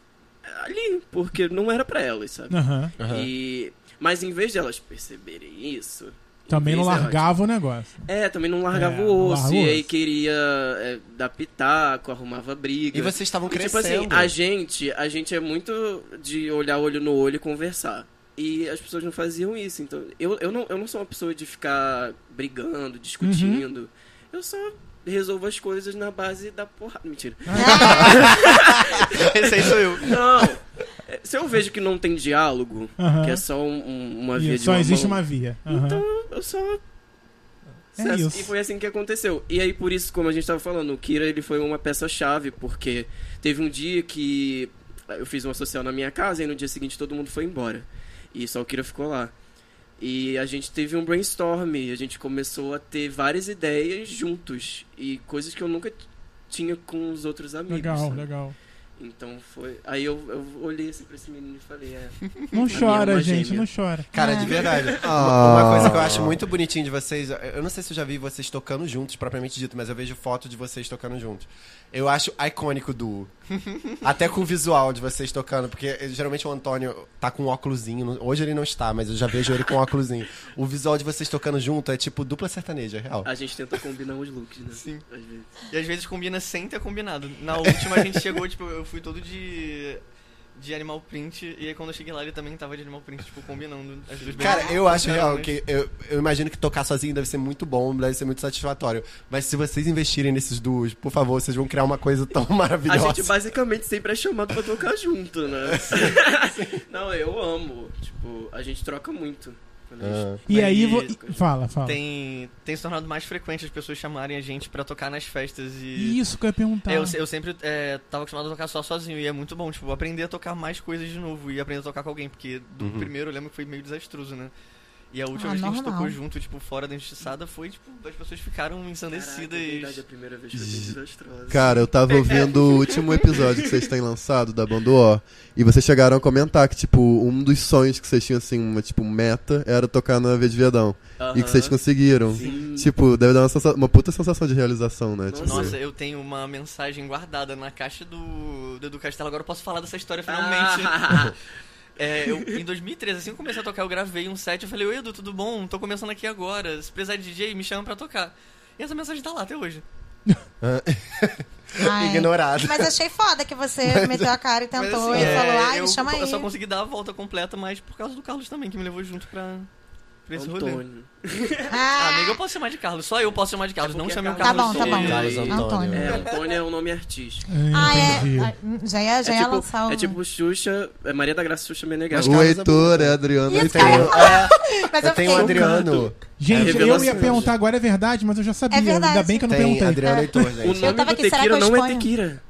ali, porque não era pra elas, sabe?
Aham.
E mas em vez de elas perceberem isso, é em
Também não
vez delas-
largava o negócio.
É, também não largava
É, não
o osso.
largava o
E
osso.
aí queria é, dar pitaco, arrumava briga.
E vocês estavam
E,
crescendo.
Tipo assim, a gente, a gente é muito de olhar olho no olho e conversar. E as pessoas não faziam isso. Então, eu, eu, não, eu não sou uma pessoa de ficar brigando, discutindo.
Uhum.
Eu só resolvo as coisas na base da porrada. Mentira.
Esse aí sou eu.
Não! É, Se eu vejo que não tem diálogo,
Aham.
que é só um- um- uma via
E
de
só
uma
existe
mão,
uma via. Aham.
então eu só.
É isso.
E foi assim que aconteceu. E aí, por isso, como a gente tava falando, o Kira ele foi uma peça-chave, porque teve um dia que eu fiz uma social na minha casa e no dia seguinte todo mundo foi embora. E só o Kira ficou lá. E a gente teve um brainstorm, a gente começou a ter várias ideias juntos. E coisas que eu nunca t- tinha com os outros amigos.
legal,
sabe?
legal.
Então foi. Aí eu, eu olhei assim pra esse menino e falei, é.
Não
minha
chora,
alma
gente,
gêmea.
não chora.
Cara, de verdade. Uma uma coisa que eu
Ah.
acho muito bonitinho de vocês, eu não sei se eu já vi vocês tocando juntos, propriamente dito, mas eu vejo foto de vocês tocando juntos. Eu acho icônico o duo. Até com o visual de vocês tocando, porque eh, geralmente o Antônio tá com um óculosinho. no- Hoje ele não está, mas eu já vejo ele com um óculosinho. O visual de vocês tocando junto é tipo dupla sertaneja, é real.
A gente tenta combinar os looks, né?
Sim.
Às vezes.
E às vezes combina sem ter combinado. Na última a gente chegou, tipo, eu fui todo de. de animal print, e aí quando eu cheguei lá ele também tava de animal print, tipo, combinando as duas
Cara,
bem-
eu acho
É.
Não,
real
mas-
que eu, eu imagino que tocar sozinho deve ser muito bom, deve ser muito satisfatório. Mas se vocês investirem nesses duos, por favor, vocês vão criar uma coisa tão
A
maravilhosa.
gente basicamente sempre é chamado pra tocar junto, né? Não, eu amo. Tipo, a gente troca muito. Quando a
Ah.
Ah.
gente-
E
Mas-
aí, vo... e- fala, fala.
Tem, tem se tornado mais frequente as pessoas chamarem a gente pra tocar nas festas e.
Isso que eu ia perguntar.
É, eu, eu sempre é, tava acostumado a tocar só sozinho e é muito bom, tipo, aprender a tocar mais coisas de novo e aprender a tocar com alguém, porque do primeiro eu lembro que foi meio desastroso, né? E a última
Ah,
vez que a gente
normal.
tocou junto, tipo, fora da injustiçada, foi, tipo, as pessoas ficaram
Caraca, é verdade, é a
ensandecidas.
primeira vez que eu fiz desastrosa.
Cara, eu tava ouvindo o último episódio que vocês têm lançado da Bando O, e vocês chegaram a comentar que, tipo, um dos sonhos que vocês tinham, assim, uma, tipo, meta era tocar na Vez de Viadão. E que vocês conseguiram.
Sim.
Tipo, deve dar uma, sensa- uma puta sensação de realização, né? Tipo,
Nossa, eu tenho uma mensagem guardada na caixa do do Edu Castelo, agora eu posso falar dessa história finalmente.
Ah,
É, eu, em 2013, assim que eu comecei a tocar, eu gravei um set. Eu falei, oi Edu, tudo bom? Tô começando aqui agora. Se precisar de DJ, me chama pra tocar. E essa mensagem tá lá até hoje.
É, Ai.
Ignorado.
Mas achei foda que você meteu a cara e
Mas,
tentou
assim,
e
é,
falou, ai,
eu,
me chama aí.
eu só consegui dar a volta completa, mas por causa do Carlos também, que me levou junto pra, pra
É um
esse rolê.
Antônio.
Ah,
Ah, amigo, eu posso chamar de Carlos. Só eu posso chamar de Carlos.
É
não
porque
chame o
é
tá
Carlos.
bom, tá
de-
bom.
Carlos Antônio.
É, Antônio é um nome artístico.
Ah,
Entendi.
é. ah, Já ia, já ia lançar um. o...
tipo, é tipo Xuxa, é Maria da Graça Xuxa Meneghel.
Mas
o Heitor é Adriano.
Eu tenho, é,
Mas
eu
eu
tenho o
fiquei...
Adriano.
Gente, eu
revelação,
ia perguntar agora, é verdade, mas eu já sabia.
É verdade.
Ainda bem que eu não
Tem
perguntei.
Adriano Heitor,
O
gente.
nome
tava
do
aqui, será que
Tequira
eu
não é
exponho?
Tequira.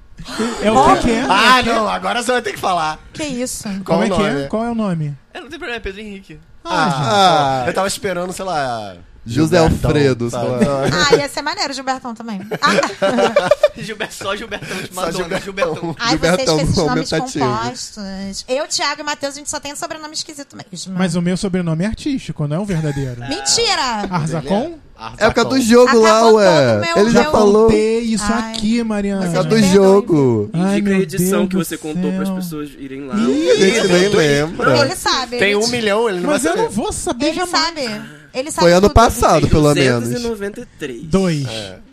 É o que que é?
Ah, não, agora você vai ter que falar.
Que isso?
Como
Qual o
é que é?
nome?
Qual é o nome?
É, não tem problema, é Pedro Henrique.
Ah,
Ah, eu tava esperando, sei lá.
José
Gilbertão,
Alfredo, Tá, sei
sabe?
lá.
Ah, ia ser maneiro, Gilbertão também. Ah,
Gilberto, só Gilbertão de
Só
Madonna.
Gilbertão.
Gilbertão.
ai, vocês
Gilbertão
com esses nomes
aumentativo.
compostos. Eu, Thiago e Matheus, a gente só tem sobrenome esquisito mesmo.
mas o meu sobrenome é artístico, não é um verdadeiro. Ah,
Mentira!
Arzacon?
Ah,
É por causa do
dos.
jogo lá,
Acabou
ué.
todo meu-
Ele já
meu-
falou. É
Contei isso
Ai.
aqui, Mariana.
por
Mas
é
causa
eu
do
tenho-
jogo.
Ai,
Indica
meu
a edição
Deus
que você
do
contou para as
céu.
pessoas irem lá.
A gente nem lembra.
Ele sabe.
Tem
ele-
um milhão, ele não
Mas
vai
eu
saber.
não vou saber
Ele
jamais.
sabe. Ele sabe
Foi ano
tudo.
passado, pelo menos.
293.
Dois.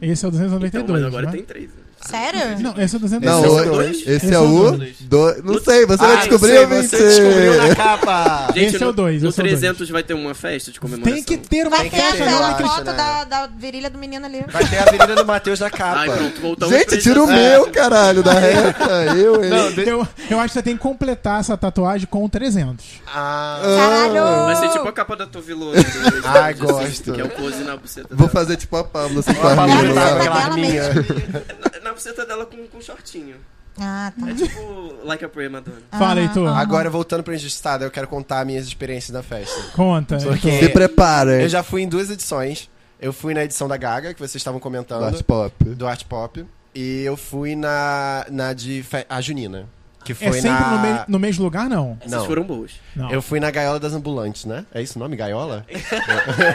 Esse é o
Então,
292.
mas agora
né?
tem três. né?
Sério?
Não, esse é o
Não,
292.
esse,
Esse é o dois?
esse
Esse
é
é
o
o
dois.
dois. Não sei, você
Ah,
vai
eu
descobrir,
sei,
ouvinte.
Você descobriu né? na capa.
Gente,
Esse é o
no-
dois,
No
esse é o dois.
300 vai ter uma festa de comemoração.
Tem que ter uma
Vai ter
festa
eu
aquela
acho,
foto
né?
da, da virilha do menino ali.
Vai ter a Avenida do Matheus na
Ai,
Ah,
capa.
pronto, voltamos
Gente,
pra
tira o
isso.
meu, caralho, da reta. Eu, ele.
Eu, eu acho que você tem que completar essa tatuagem com o 300.
Ah,
Caralho!
Vai ser tipo a capa da Tovilona. do-
Ai,
do- do-
gosto.
Que é o pose na buceta
Vou
dela.
fazer tipo a Pablo, assim, com
a
a
Pablo
arminha
Vai
lá.
ser
tava com a
dela
arminha.
mesmo.
Na, na buceta dela com, com shortinho.
Ah, tá.
É tipo Like a Prayer Madonna.
Fala,
Ah,
Heitor.
Agora, voltando pra Injustiçada, eu quero contar minhas experiências da festa.
Conta.
Porque-
Se prepara,
Eu
hein?
já fui em duas edições. Eu fui na edição da Gaga, que vocês estavam comentando.
Art Pop.
do Art Pop. E eu fui na, na de fe- a Junina. Que foi
É sempre
na...
no, me- no mesmo lugar, não?
Essas
Não.
foram boas.
Não.
Eu fui na Gaiola das Ambulantes, né? É isso o nome? Gaiola?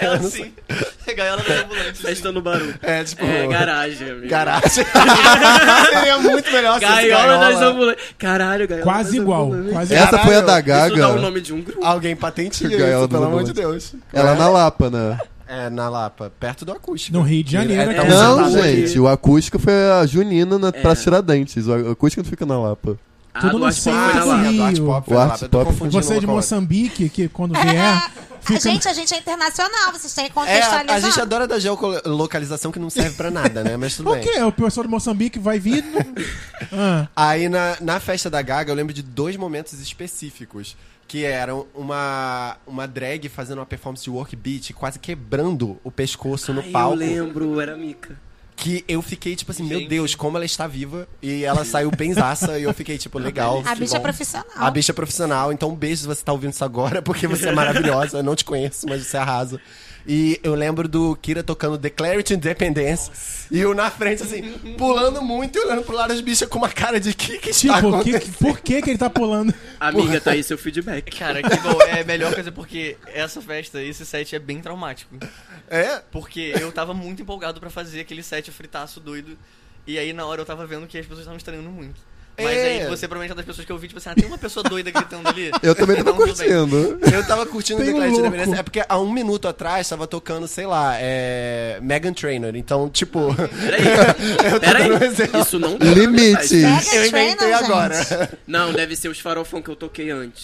Ela sim. Gaiola da ambulante.
Festa no barulho.
É, tipo...
É, garagem, amigo.
Garagem. Seria muito melhor se fosse
Gaiola das
Gaiola.
ambulantes. Caralho, gaiola das
Quase igual.
ambulantes.
Quase igual.
Essa foi a da
Isso dá o
Gaga.
nome de um grupo.
Alguém patenteia isso,
Gaiola
pelo
das
amor de
Ambulantes.
Deus.
Ela
é?
na Lapa, né?
É, na Lapa, perto do acústico.
No Rio de Janeiro. um
É,
aqui.
tá
não,
sentado
aqui.
gente, o acústico foi a Junina na, pra tirar dentes. O acústico não fica na Lapa.
Ah,
Tudo
do
no
Aspop foi
centro.
na Lapa.
sim, a do Art Pop foi
O
na
Art
Lapa, eu tô
Pop foi-
confundindo
Você é
uma
de
com a outra.
Moçambique, que quando vier,
A
É. fica...
gente, É, a gente é internacional, vocês têm que
É, a,
contextualizar.
a gente adora da geolocalização que não serve pra nada, né? Mas tudo
O
bem.
quê? O pessoal de Moçambique vai vir... não- Ah,
Aí na, na festa da Gaga eu lembro de dois momentos específicos. Que eram uma, uma drag fazendo uma performance de work beat, quase quebrando o pescoço no
Ai,
palco.
Eu lembro, era a Mica.
Que eu fiquei tipo assim, meu
Gente.
Deus, como ela está viva. E ela saiu benzaça e eu fiquei tipo, legal.
A
que
bicha é
bom.
profissional.
A bicha é profissional, então um beijo se você tá ouvindo isso agora, porque você é maravilhosa. Eu não te conheço, mas você arrasa. E eu lembro do Kira tocando Declare It Independence e eu na frente, assim, pulando muito e olhando pro lado das bichas com uma cara de que que está
tipo, que-
acontecendo?
por que que ele tá pulando?
Amiga, tá aí seu feedback.
Cara, que bom. É a melhor coisa porque essa festa, esse set é bem traumático.
É?
Porque eu tava muito empolgado pra fazer aquele set fritaço doido. E aí na hora eu tava vendo que as pessoas estavam estranhando muito. Mas
É.
aí você provavelmente é uma das pessoas que eu vi, tipo assim, ah, tem uma pessoa doida gritando ali.
Eu também tava
Então, tudo bem.
curtindo.
Eu tava curtindo
Tem um
Declare It
louco.
Independence. É porque há um minuto atrás tava tocando, sei lá, é... Megan Trainor. Então, tipo,
Peraí.
dando um
Peraí.
exemplo.
Isso não
Limites.
Pega
eu
a trainer,
inventei
gente.
agora.
Não, deve ser os farofão que eu toquei antes.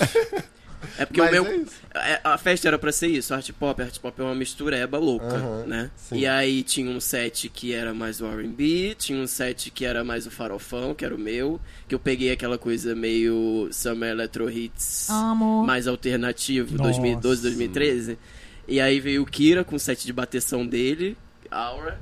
É porque
Mas
o meu.
é isso.
é, a festa era pra ser isso, art pop. Art pop é uma mistureba louca, né? E aí tinha um set que era mais o RB, tinha um set que era mais o farofão, que era o meu. Que eu peguei aquela coisa meio Summer Electro Hits
Amo.
mais alternativo,
Nossa.
2012, 2013. E aí veio o Kira com o set de bateção dele, Aura.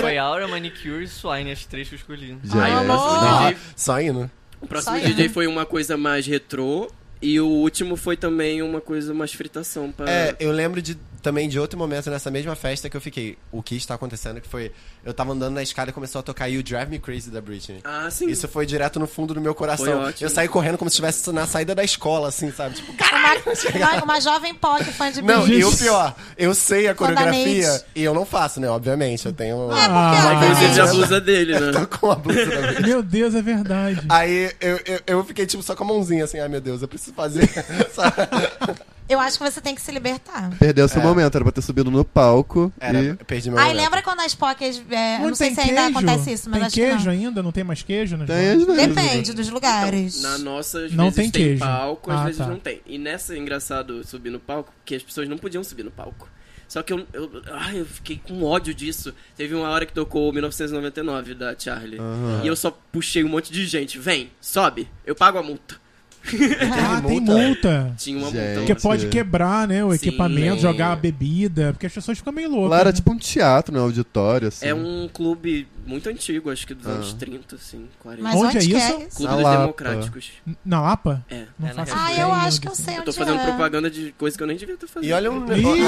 Foi Aura, Manicure e Swine, as três que eu escolhi.
Já
Aí o
é.
próximo
Ah,
DJ
só indo.
O próximo
Só
DJ
erra.
foi uma coisa mais retrô e o último foi também uma coisa mais fritação para
É, eu lembro de também de outro momento nessa mesma festa que eu fiquei. O que está acontecendo? Que foi. Eu tava andando na escada e começou a tocar You Drive Me Crazy da Britney.
Ah, sim.
Isso foi direto no fundo do meu
Foi
coração.
ótimo.
Eu saí correndo como se estivesse na saída da escola, assim, sabe? Tipo,
Uma, uma, uma jovem POC fã de
não,
Britney.
e o pior, eu sei a
Toda
coreografia
noite.
e eu não faço, né? Obviamente, eu tenho.
É, porque
Ah,
ela também-
Inclusive a blusa dele, né?
Tô com a blusa da Britney.
Meu Deus, é verdade.
Aí eu, eu, eu fiquei, tipo, só com a mãozinha, assim, ai meu Deus, eu preciso fazer. sabe?
Eu acho que você tem que se libertar.
Perdeu seu momento, era pra ter subido no palco
Era,
e...
perdi meu
Ai,
momento.
lembra quando as POCs. É,
Onde
não sei
tem
se ainda
queijo?
acontece isso, mas
tem
acho
queijo
que não.
ainda? Não tem mais queijo? Nas
Tem
bandas?
as né? vezes.
Depende
Então,
dos lugares.
Na nossa, às
Não
vezes
tem
tem,
queijo.
palco, às
Ah,
vezes
tá.
não tem. E nessa, é engraçado, subir no palco, que as pessoas não podiam subir no palco. Só que eu, eu, ai, eu fiquei com ódio disso. Teve uma hora que tocou o 1999 da Charlie. E eu só puxei um monte de gente. Vem, sobe, eu pago a multa.
Ah, tem multa.
Tinha uma
Gente.
multa.
Porque pode quebrar, né, o
Sim.
equipamento, jogar a bebida, porque as pessoas ficam meio loucas.
Lá era
né?
tipo um teatro, né? Auditório, assim.
É um clube muito antigo, acho que dos anos 30, assim, 40.
Mas
Onde
onde,
é
que
isso?
é isso?
Clube
Na
dos
Lapa.
Democráticos.
Na Lapa?
É.
Não
É, na
faço
região.
Ah,
ideia
eu
do
acho que eu sei
Eu
onde
tô fazendo
é.
propaganda de coisa que eu nem devia estar fazendo. Então,
E olha um
Ih,
negócio.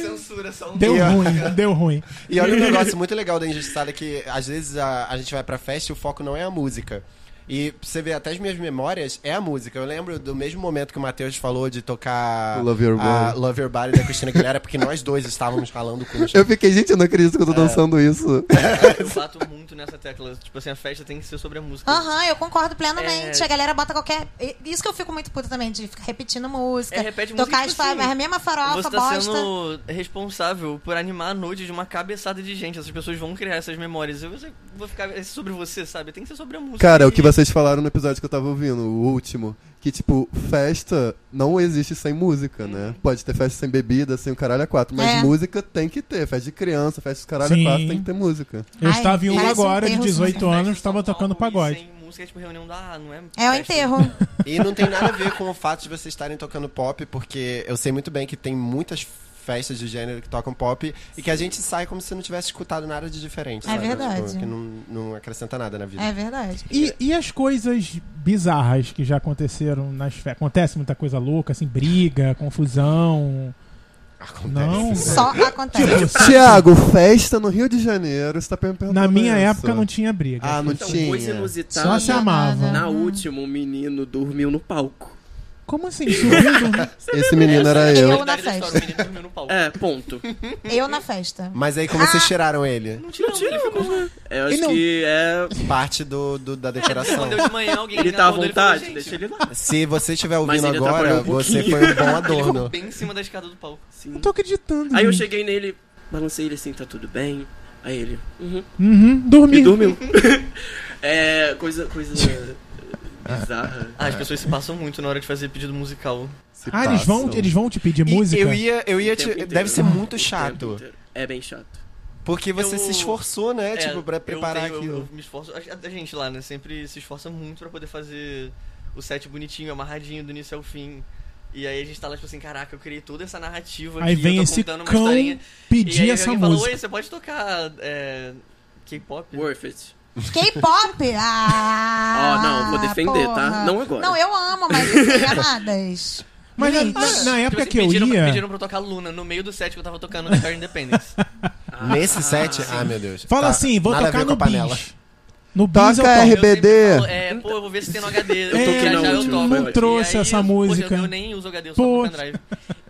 Censura, só um
Deu
E, ó.
ruim, deu ruim.
E olha um negócio muito legal da Injustiçada que às vezes a, a gente vai pra festa e o foco não é a música. E pra você vê até as minhas memórias, é a música. Eu lembro do mesmo momento que o Matheus falou de tocar
Love Your
a
Body.
Love Your Body da Cristina Aguilera, porque nós dois estávamos ralando com
Eu fiquei, gente, eu não acredito que eu tô dançando isso.
Eu bato muito nessa tecla. Tipo assim, a festa tem que ser sobre a música.
Aham, eu concordo plenamente.
É.
A galera bota qualquer. Isso que eu fico muito puta também, de ficar repetindo música.
É, repete música,
tocar as
tipo
fa-
assim,
a mesma farofa,
Você tá
bosta.
sendo responsável por animar a noite de uma cabeçada de gente. Essas pessoas vão criar essas memórias. Eu vou ficar é sobre você, sabe? Tem que ser sobre a música.
Cara, é o que
vai
vocês falaram no episódio que eu tava ouvindo, o último, que, tipo, festa não existe sem música, né? Pode ter festa sem bebida, sem o caralho a quatro, mas
É.
música tem que ter. Festa de criança, festa de caralho
Sim.
a quatro, tem que ter música.
Eu
Ai,
estava em um
parece um
agora, de
enterro,
18
sim.
anos, tava tocando pagode.
Sem música é tipo reunião da ah, não é?
É o
festa.
enterro.
E não tem nada a ver com o fato de vocês estarem tocando pop, porque eu sei muito bem que tem muitas festas de gênero que tocam pop e que a gente sai como se não tivesse escutado nada de diferente.
É
sabe?
verdade.
Tipo, que não, não acrescenta nada na vida.
É verdade.
E, e as coisas bizarras que já aconteceram nas festas? Acontece muita coisa louca, assim, briga, confusão. Tipo,
Acontece.
Não.
Só acontece.
Tiago, festa no Rio de Janeiro, você tá perguntando
Na minha
isso.
época não tinha briga.
Ah, não
Então,
tinha.
coisa
Só
tá,
inusitada.
se amava.
Na última, um menino dormiu no palco.
Como assim? Subindo?
Esse menino era
Eu
eu.
na festa.
É, ponto.
Eu na festa.
Mas aí como vocês
Ah!
tiraram ele?
É, eu
E
acho
não-
que é.
Parte do, do- da decoração.
Deu de manhã, alguém
Ele
na
tá à
rua dele falou,
vontade,
"Gente, tá
deixa ele lá.
Se você estiver ouvindo
ele
agora,
atrapalhou um
você
pouquinho.
foi um bom
Ele ficou
adorno.
bem em cima da escada do palco.
Não tô acreditando.
Aí eu
gente.
cheguei nele, balancei ele assim, tá tudo bem. Aí ele, uhum,
Uhum,
e
dormi.
dormiu. é, coisa, coisa bizarra.
Ah, as pessoas se passam muito na hora de fazer pedido musical.
Se
Ah, eles vão,
passam.
eles vão te pedir
E
música?
eu ia, eu ia
O tempo
te,
inteiro.
deve ser
O
muito
tempo
chato,
inteiro. É bem chato.
porque você
Eu-
se esforçou, né, tipo pra
eu
preparar
tenho- eu-
aquilo.
Eu, me esforço, a, a gente lá, né, sempre se esforça muito pra poder fazer o set bonitinho, amarradinho, do início ao fim. E aí a gente tá lá, tipo assim, caraca, eu criei toda essa narrativa
Aí
aqui,
vem
eu tô
esse
contando uma
cão
historinha. e
pedir
aí
essa
alguém fala,
música.
oi, você pode tocar é,
É.
K-pop? Tipo
Worth it.
K-pop? Ah!
Ó, não, vou defender,
porra.
tá? Não agora.
Não, eu amo, mas assim, amadas.
Mas na, na- na época que eu
tá." assim, Tipo pediram,
ia.
pediram pra eu tocar Luna no meio do set que eu tava tocando Guitar Independence.
Nesse set, ah, meu Deus.
Fala
Tá,
assim, vou
nada a
tocar
ver com
no
a panela.
bis. No bis eu
Toca
toco.
Eu sempre
RBD.
falo, é, pô, eu vou ver se tem no HD. Eu
É,
toquei
não,
já, eu
não
toco. E aí,
trouxe essa
poxa,
música.
Eu, eu nem uso HD, eu só
Pô.
uso pendrive.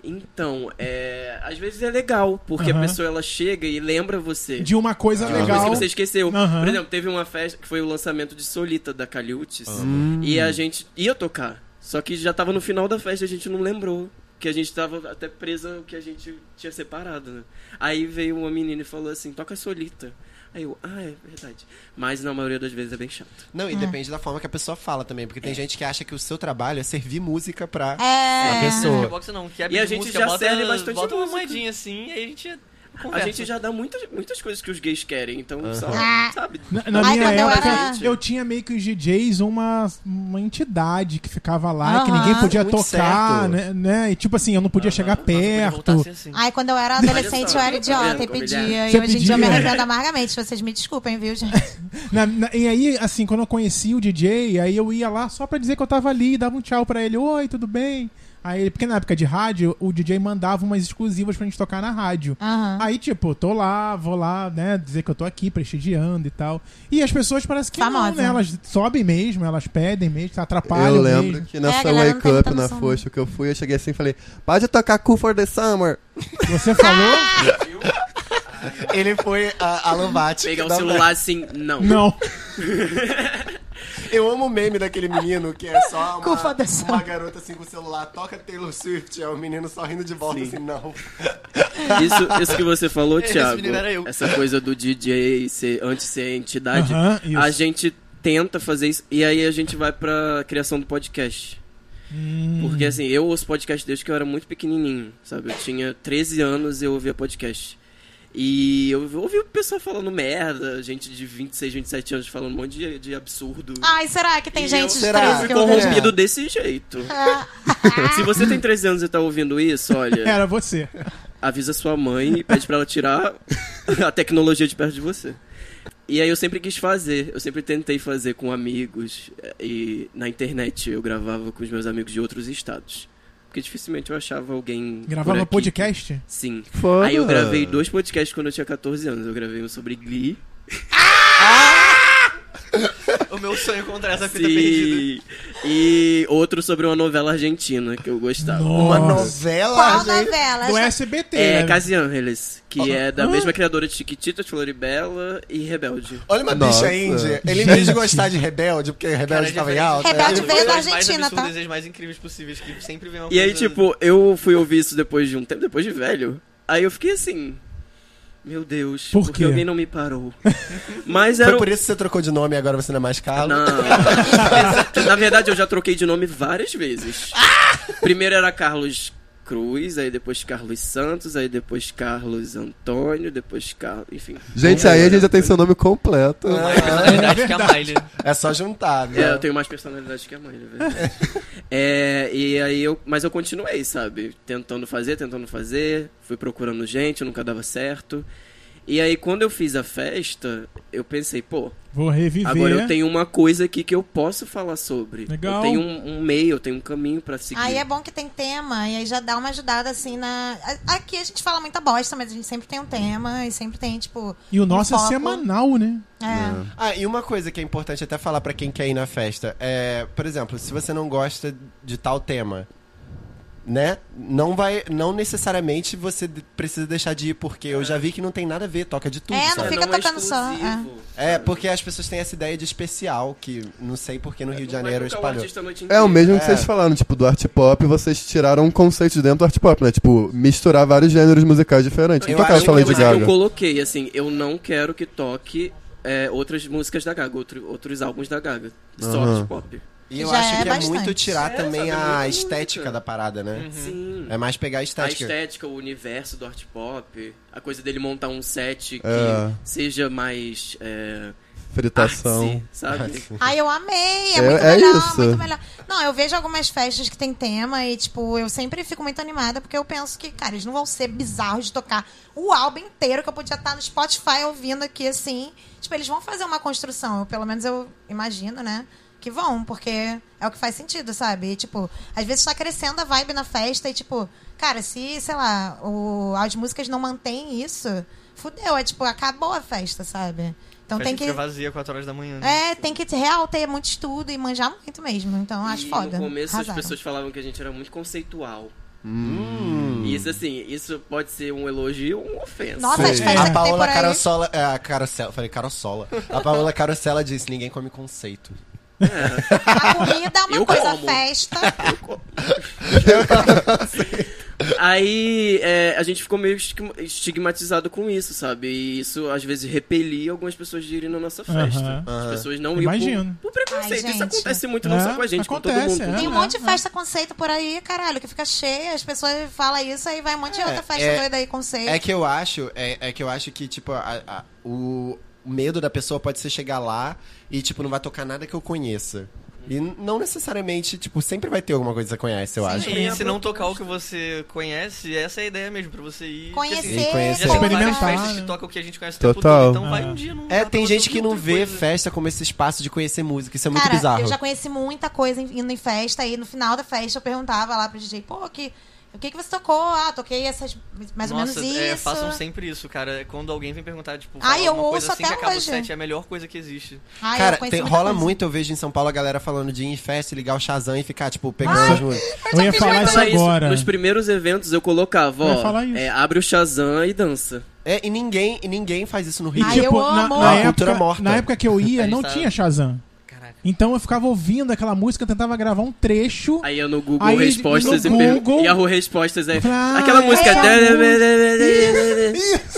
Então, é, às vezes é legal, porque
Aham.
a pessoa ela chega e lembra você.
De uma coisa
Uma coisa
legal.
Ah, que você esqueceu.
Aham.
Por exemplo, teve uma festa que foi o lançamento de Solita da Caliutes. E a gente ia tocar. Só que já tava no final da festa e a gente não lembrou. Que a gente tava até presa o que a gente tinha separado, né? Aí veio uma menina e falou assim: toca Solita. Aí eu, ah, é verdade. Mas na maioria das vezes é bem chato.
Não, e depende da forma que a pessoa fala também, porque tem gente que acha que o seu trabalho é servir música pra
É.
a pessoa.
Box não, que abre
E a
de
gente
música,
já
bota,
serve bastante
bota uma
música.
moedinha assim, e aí a gente
A
conversa.
gente já dá muitas, muitas coisas que os gays querem, então só,
Ah.
sabe?
Na, na
Ai,
minha
quando eu
época,
era-
eu tinha meio que os DJs uma, uma entidade que ficava lá, que
Aham.
ninguém podia
Muito
tocar,
certo.
né, né? E tipo assim, eu não podia chegar
Podia voltar a
perto.
ser assim.
Ai, quando eu era adolescente, eu era
Olha só,
idiota e
tá vendo,
pedia.
familiar?
E
Você
hoje em dia eu me
pedia?
arrependo amargamente. Vocês me desculpem, viu, gente?
Na- na- e aí, assim, quando eu conheci o DJ, aí eu ia lá só pra dizer que eu tava ali, dava um tchau pra ele, oi, tudo bem? Aí, porque na época de rádio, o DJ mandava umas exclusivas pra gente tocar na rádio.
Aham.
Aí, tipo, tô lá, vou lá, né, dizer que eu tô aqui, prestigiando e tal. E as pessoas parecem que não,
Famosa.
né? Elas sobem mesmo, elas pedem mesmo, atrapalham
Eu lembro
mesmo.
que
É, a
nessa
galera não
Wake
tem
Up
muita
na
noção,
Foxa que eu fui, eu cheguei assim e falei: pode tocar Cool for the Summer.
Você falou?
Ah!
Ele foi a, a Lambate.
Pegar o celular assim, não.
não.
Eu amo o meme daquele menino que é só uma,
Culpa dessa.
uma garota assim com o celular, toca Taylor Swift, é o menino só rindo de volta assim, não.
Isso, isso que você falou,
Esse
Thiago.
menino era eu.
Essa coisa do DJ ser, antes ser entidade.
Aham, isso.
a gente tenta fazer isso e aí a gente vai pra criação do podcast.
Hum.
Porque assim, eu ouço podcast desde que eu era muito pequenininho, sabe? Eu tinha 13 anos e eu ouvia podcast. E eu ouvi o pessoal falando merda, gente de 26, 27 anos falando um monte de, de absurdo.
Ah,
Ai, será que tem
E
gente Ah,
eu-
de
será?
13
Fui
que
eu vejo.
corrompido desse jeito. Se você tem 13 anos e tá ouvindo isso, olha.
Era você.
avisa sua mãe e pede pra ela tirar a tecnologia de perto de você. E aí eu sempre quis fazer, eu sempre tentei fazer com amigos eh, e na internet eu gravava com os meus amigos de outros estados. Porque dificilmente eu achava alguém. por
Gravava
aqui.
podcast?
Sim.
Foda.
Aí eu gravei dois podcasts quando eu tinha 14 anos. Eu gravei um sobre Glee.
O meu sonho é encontrar essa fita perdida.
E, e outro sobre uma novela argentina que eu gostava.
Uma
Nossa.
novela,
Qual
gente.
novela?
Do
Já-
SBT.
É,
né?
Casi Ángeles, que é da
Ah.
mesma criadora de Chiquititas, Floribela e Rebelde.
Olha uma
Nossa.
bicha índia. Ele, em vez de
Gente.
gostar de Rebelde, porque
é
Rebelde tava em alta.
Rebelde
ele-
veio da
As coisas mais
Argentina, tá?
absurdas e as mais incríveis possíveis, que sempre vem uma
E aí,
coisa-
tipo, eu fui ouvir isso depois de um tempo, depois de velho. Aí eu fiquei assim. Meu Deus,
Por
porque
quê?
alguém não me parou. Mas era.
Foi
o-
por isso que você trocou de nome e agora você não é mais Carlos.
Não. Na verdade, eu já troquei de nome várias vezes. Primeiro era Carlos Cruz, aí depois Carlos Santos, aí depois Carlos Antônio, depois Carlos. Enfim.
É.
Gente, aí a gente já tem seu nome completo.
Mais personalidade que a Miley.
É só juntar, né?
É, eu tenho mais personalidade que a mãe, né, velho? É, e aí eu. Mas eu continuei, sabe? Tentando fazer, tentando fazer. Fui procurando gente, nunca dava certo. E aí, quando eu fiz a festa, eu pensei, pô,
Vou reviver.
agora eu tenho uma coisa aqui que eu posso falar sobre.
Legal.
Eu tenho um, um meio, eu tenho um caminho pra seguir.
Aí é bom que tem tema, e aí já dá uma ajudada assim na. a- Aqui a gente fala muita bosta, mas a gente sempre tem um tema e sempre tem, tipo.
E o nosso
um
é
foco.
semanal, né?
É.
Ah, e uma coisa que é importante até falar pra quem quer ir na festa é, por exemplo, se você não gosta de tal tema, né? Não vai, não necessariamente você de- precisa deixar de ir porque eu já vi que não tem nada a ver, toca de tudo,
É, não
sabe?
fica tocando só,
exclusivo.
É, porque as pessoas têm essa ideia de especial que não sei porque no Rio de
É, Não vai
Janeiro
tocar o
espalhou.
artista a noite
É o
inteira.
mesmo que
É.
vocês falaram, tipo, do art pop, vocês tiraram um conceito de dentro do art pop, né? Tipo, misturar vários gêneros musicais diferentes. Não
Eu
tocava
acho
só
que
Lady
Mas eu
Gaga.
coloquei, assim, eu não quero que toque é, outras músicas da Gaga, outro- outros álbuns da Gaga. Só
Aham.
art pop.
E eu
Já
acho
é
que é
bastante.
muito tirar
É,
também
sabe,
a
muita
estética
música.
da parada, né?
Sim.
É mais pegar a
A
estética.
estética, o universo do art pop, a coisa dele montar um set que
É.
seja mais é,
Fritação.
um
artsy, sabe?
Ai, eu amei, é,
É-
muito
é
melhor,
isso.
muito melhor. Não, eu vejo algumas festas que tem tema e, tipo, eu sempre fico muito animada porque eu penso que, cara, eles não vão ser bizarros de tocar o álbum inteiro que eu podia estar no Spotify ouvindo aqui, assim. Tipo, eles vão fazer uma construção, eu, pelo menos eu imagino, né? Que vão, porque é o que faz sentido, sabe? E, tipo, às vezes tá crescendo a vibe na festa e, tipo, cara, se, sei lá, o, as músicas não mantêm isso, fudeu, é tipo, acabou a festa, sabe? Então
Festa
tem que.
fica vazia 4 horas da manhã. né?
É, tem que ter real, ter muito estudo e manjar muito mesmo. Então acho
e
foda.
No começo
Arrasaram.
as pessoas falavam que a gente era muito conceitual. E isso assim, isso pode ser um elogio ou uma ofensa.
Nossa, as
Sim.
festas
A
que tem
Paola
por aí.
Carossola. É, a Carossola. Falei, Carossola. A Paola Carossola disse: ninguém come conceito.
A comida é uma
Eu
coisa, a
como.
festa.
Aí é, a gente ficou meio estigma- estigmatizado com isso, sabe? E isso às vezes repelia algumas pessoas de irem na nossa festa.
Aham.
As pessoas não iam
Imagino.
por, por preconceito.
Ai,
isso
gente.
acontece muito, não
É,
só com a gente, com
acontece,
todo mundo.
é.
Tem um
É,
monte de
é.
festa conceito por aí, caralho, que fica cheia, as pessoas falam isso, aí vai um monte de outra festa
é-
doida aí, conceito.
É que eu acho, é, é que eu acho que, tipo, a- a- o medo da pessoa pode ser chegar lá e, tipo, não vai tocar nada que eu conheça. E n- não necessariamente, tipo, sempre vai ter alguma coisa que você conhece, eu
Sim.
acho.
E se não tocar o que você conhece, essa é a ideia mesmo, pra você ir. porque, assim,
Conhecer,
Já
E conhecer.
tem várias
Experimentar,
festas que
né?
tocam o que a gente conhece o tempo
Total.
todo, então vai
Ah.
um dia não
É, tem gente
um
que não vê festa como esse espaço de conhecer música. Isso é muito
Cara,
bizarro.
eu já conheci muita coisa em- indo em festa, e no final da festa eu perguntava lá pro DJ, pô, que, o que, que você tocou? Ah, toquei essas, mais ou menos
Nossa,
isso.
é,
um
façam sempre isso, cara. É Quando alguém vem perguntar, tipo,
Ai,
fala
eu
alguma coisa
ouço
assim
até
que acaba
hoje.
o set, é a melhor coisa que existe.
Ai, eu
Cara,
conheci
tem-
muita
rola
coisa.
muito eu vejo em São Paulo a galera falando de ir em festa, e ligar o Shazam e ficar, tipo, pegando
Ah.
as músicas.
é
Eu ia falar
Mas
isso
isso,
agora.
nos primeiros eventos eu colocava,
Eu ia
ó,
falar isso.
é, abre o Shazam e dança.
É, e ninguém, e ninguém faz isso no
E
Rio.
Ai,
de
eu
tipo, na,
amo.
na
Ah, cultura
é
época,
morta.
na época que eu ia,
Aí
não
tá.
tinha Shazam.
Caraca.
Então eu ficava ouvindo aquela música, tentava gravar um trecho.
Aí eu no Google
Aí,
Respostas
no
e per-
Google-
Yahoo Respostas é.
Pra-
Aquela música.
Essa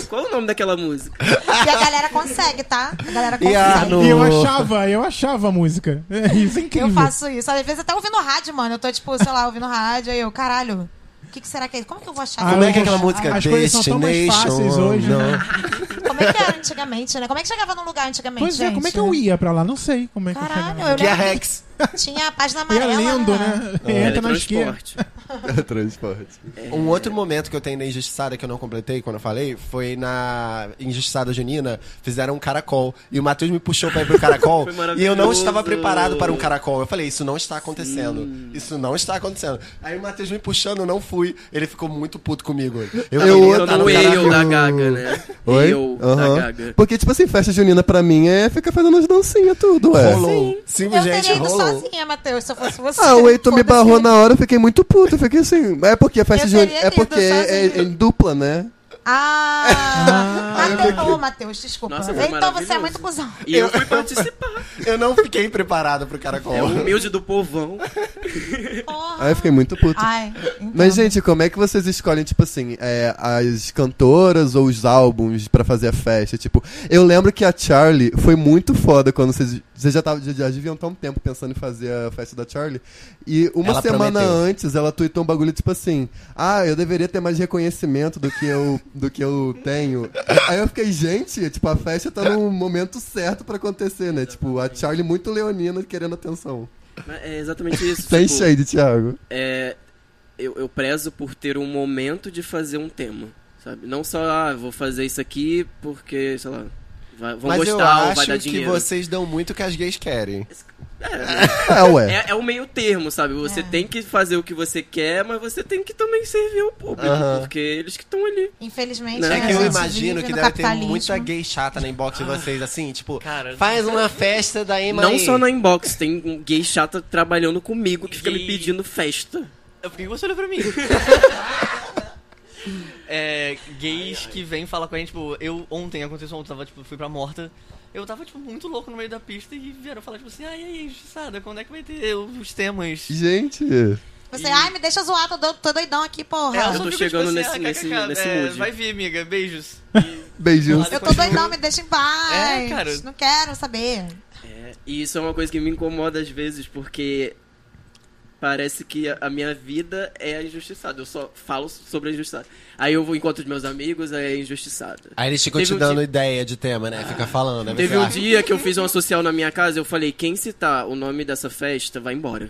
Qual o nome daquela música?
E a galera consegue, tá? A galera
E
consegue.
a no-
E eu achava, eu achava a música. É isso é incrível.
Eu faço isso. Às vezes até ouvindo rádio, mano. Eu tô, tipo, sei lá, ouvindo rádio, aí eu, caralho, o que, que será que é? Como que eu vou achar?
Ah,
Como é que é
eu-
aquela música?
as coisas são tão mais fáceis hoje, né?
não.
Como é que era antigamente, né? Como é que chegava num lugar antigamente,
Pois é,
gente?
como é que eu ia pra lá? Não sei como é que eu
Caralho,
chegava.
eu
Que é a
lembro
Rex.
que tinha a página
Ia
amarela.
lendo,
É,
né? Entra na esquerda.
Teletransporte.
É, Transporte.
É.
Um outro momento que eu tenho da Injustiçada que eu não completei quando eu falei foi na Injustiçada Junina. Fizeram um caracol. E o Matheus me puxou pra ir pro caracol.
Foi
e
maravilhoso.
eu não estava preparado para um caracol. Eu falei, isso não está acontecendo. Isso não está acontecendo. Aí o Matheus me puxando, eu não fui. Ele ficou muito puto comigo. Eu,
Eu
falei,
amo
Eu
tá
no
no caracol.
eu da Gaga, né?
Oi?
Eu
Aham.
da Gaga.
Porque, tipo assim, festa junina pra mim é ficar fazendo as dancinhas tudo,
É.
é. ué.
Rolou. Sim,
Eu
Tipo, gente,
teria ido
rolou.
sozinha, Matheus, se eu fosse você.
Ah, o Heitor me
Foda-se. né?
barrou na hora, eu fiquei muito puto. Eu fiquei assim. É porque a festa
Eu assim.
junina.
teria
É
ido
porque é,
sozinha.
é em dupla, né?
Ah! Matheus, ô, Matheus, desculpa.
Nossa, foi
então você é
maravilhoso.
muito cuzão.
E eu fui participar.
Eu não fiquei preparado pro caracol.
É o humilde do povão.
Porra.
Aí eu fiquei muito puto.
Ai, então.
Mas, gente, como é que vocês escolhem, tipo assim, é, as cantoras ou os álbuns pra fazer a festa? Tipo, eu lembro que a Charlie foi muito foda quando vocês. Vocês já, tavam, já, já deviam estar um tempo pensando em fazer a festa da Charlie. E uma
Ela
semana
prometeu.
antes ela tweetou um bagulho tipo assim: Ah, eu deveria ter mais reconhecimento do que eu, do que eu tenho. Aí eu fiquei, gente, tipo, a festa tá no momento certo pra acontecer, né? Tipo, a Charlie muito leonina querendo atenção.
É exatamente isso.
Sem
tipo,
shade, Thiago.
é, eu, eu prezo por ter um momento de fazer um tema. Sabe? Não só, ah, vou fazer isso aqui porque, sei lá, vai- vão
Mas eu
gostar ou vai dar
acho que
dinheiro.
vocês dão muito o que as gays querem.
É, ué.
É, é o meio termo, sabe? Você tem que fazer o que você quer, mas você tem que também servir o público,
Aham.
porque eles que estão ali.
Infelizmente,
Não,
né,
É que
a
eu
gente
imagino
vive
que
no
deve ter
capitalismo.
muita gay chata na inbox de vocês, assim, tipo,
Cara,
faz uma festa da Emma
Ah, Não
aí.
só na inbox, tem um gay chata trabalhando comigo que fica me pedindo festa.
Por que você olhou pra mim? é, gays que vêm falar com a gente, tipo, eu ontem aconteceu ontem, eu tava, tipo, fui pra morta. Eu tava, tipo, muito louco no meio da pista e vieram falar, tipo assim, ai, ai, injustiçada, quando é que vai ter os temas?
Gente.
Você, ai, me deixa zoar, tô, do- tô doidão aqui, porra.
É, eu
só
tô
fico,
chegando nesse-
ah,
nesse-
kkk,
nesse
é,
mood.
Vai vir, amiga, beijos.
Beijinhos.
Olha,
Eu tô doidão, me deixa em paz.
É, cara.
Não quero saber.
É, e isso é uma coisa que me incomoda às vezes, porque parece que a, a minha vida é a injustiçada. Eu só falo sobre a injustiçada. Aí eu vou encontro os meus amigos, aí é injustiçada.
Aí eles ficam
Teve
te
um
dando
dia-
ideia de tema, né? Fica falando. aí
Teve
você
um
acha-
dia que eu fiz uma social na minha casa, eu falei, quem citar o nome dessa festa, vai embora.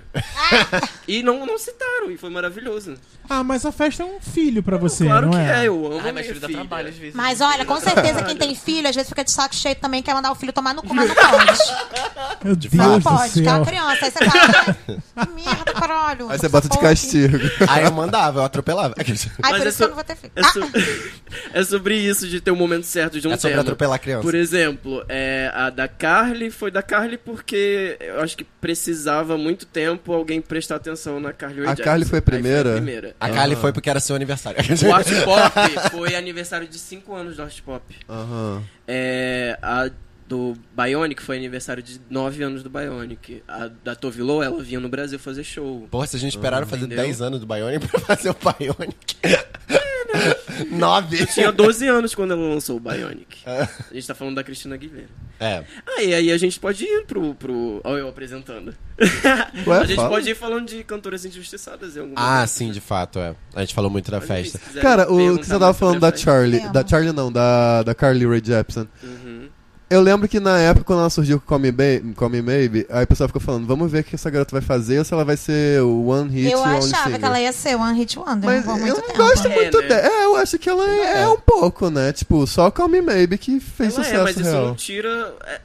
e não, não citaram, e foi maravilhoso.
Ah, mas a festa é um filho pra você,
claro
não
que é?
é?
eu amo
Ai,
minha
mas filho dá
filha.
trabalho às
é
vezes.
Mas olha, com certeza quem tem filho, às vezes fica de saco cheio também, quer mandar o filho tomar no cu, mas não pode.
Meu
Não
Deus do
pode, fica
céu.
uma criança. Aí você fala, ai, que merda, caralho.
Aí você bota de
Porra.
castigo.
Aí eu mandava, eu atropelava.
Ai,
Mas
por isso que
é
eu
so-
não vou ter filho. Ah,
É, so- é sobre isso de ter o momento certo de um
É sobre
tema.
atropelar a criança.
Por exemplo, é, a da Carly foi da Carly porque eu acho que precisava muito tempo alguém prestar atenção na Carly Rae
A
Jepsen.
Carly foi a
Aí
primeira?
primeira.
A Kali foi porque era seu aniversário.
Ah. O Art Pop foi aniversário de 5 anos do Art Pop.
Aham.
É, a do Bionic foi aniversário de 9 anos do Bionic. A da Tovilô, ela vinha no Brasil fazer show.
Porra, se a gente esperaram fazer
Ah, Entendeu? É,
10 anos do Bionic pra fazer o Bionic.
né?
9.
Tinha 12 anos quando ela lançou o Bionic.
É.
A gente tá falando da Cristina Aguilera.
É.
Ah, e aí a gente pode ir pro. pro... Olha eu apresentando.
Ué,
a gente
fala.
pode ir falando de cantoras injustiçadas em algum
Ah,
momento.
sim, de fato, é. A gente falou muito da
Mas, enfim,
festa.
se quiser
Cara, o
perguntar
que você tava
mais
falando
sobre a
da
festa.
Charlie.
Tema.
Da Charlie não, da, da Carly Rae Jepsen.
Uhum.
Eu lembro que na época, quando ela surgiu com Call Me, ba Call Me Maybe, aí o pessoal ficou falando, vamos ver o que essa garota vai fazer ou se ela vai ser o One Hit
Eu
Only
achava
Singer.
que ela ia ser One Hit Wonder
Mas
por
eu
muito
não
tempo.
gosto
É,
muito
né?
dela. É, eu acho que ela é, é um pouco, né? Tipo, só Call Me Maybe que fez
Ela
sucesso
é, mas isso
real.
não tira é,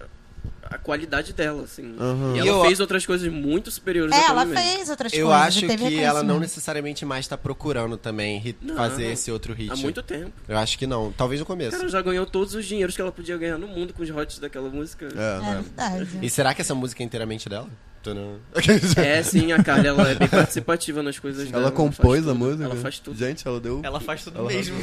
a qualidade dela, assim.
Aham.
E
E
eu-
ela fez outras coisas muito superiores
É,
a
ela
Carmen.
fez outras
Eu
coisas.
acho
e teve
que ela não
reconhecimento. É
necessariamente mais tá procurando também hit-
Não.
fazer esse outro hit.
Há muito tempo.
Eu acho que não. Talvez no começo.
Cara, ela já ganhou todos os dinheiros que ela podia ganhar no mundo com os hots daquela música.
É,
É
né?
E
verdade.
será que essa música é inteiramente dela? Tô não-
É, sim, a Carly, ela é bem participativa nas coisas dela.
Ela compôs
faz
a
tudo,
música?
Ela faz tudo.
Gente, ela deu...
Ela faz tudo
Ela
mesmo.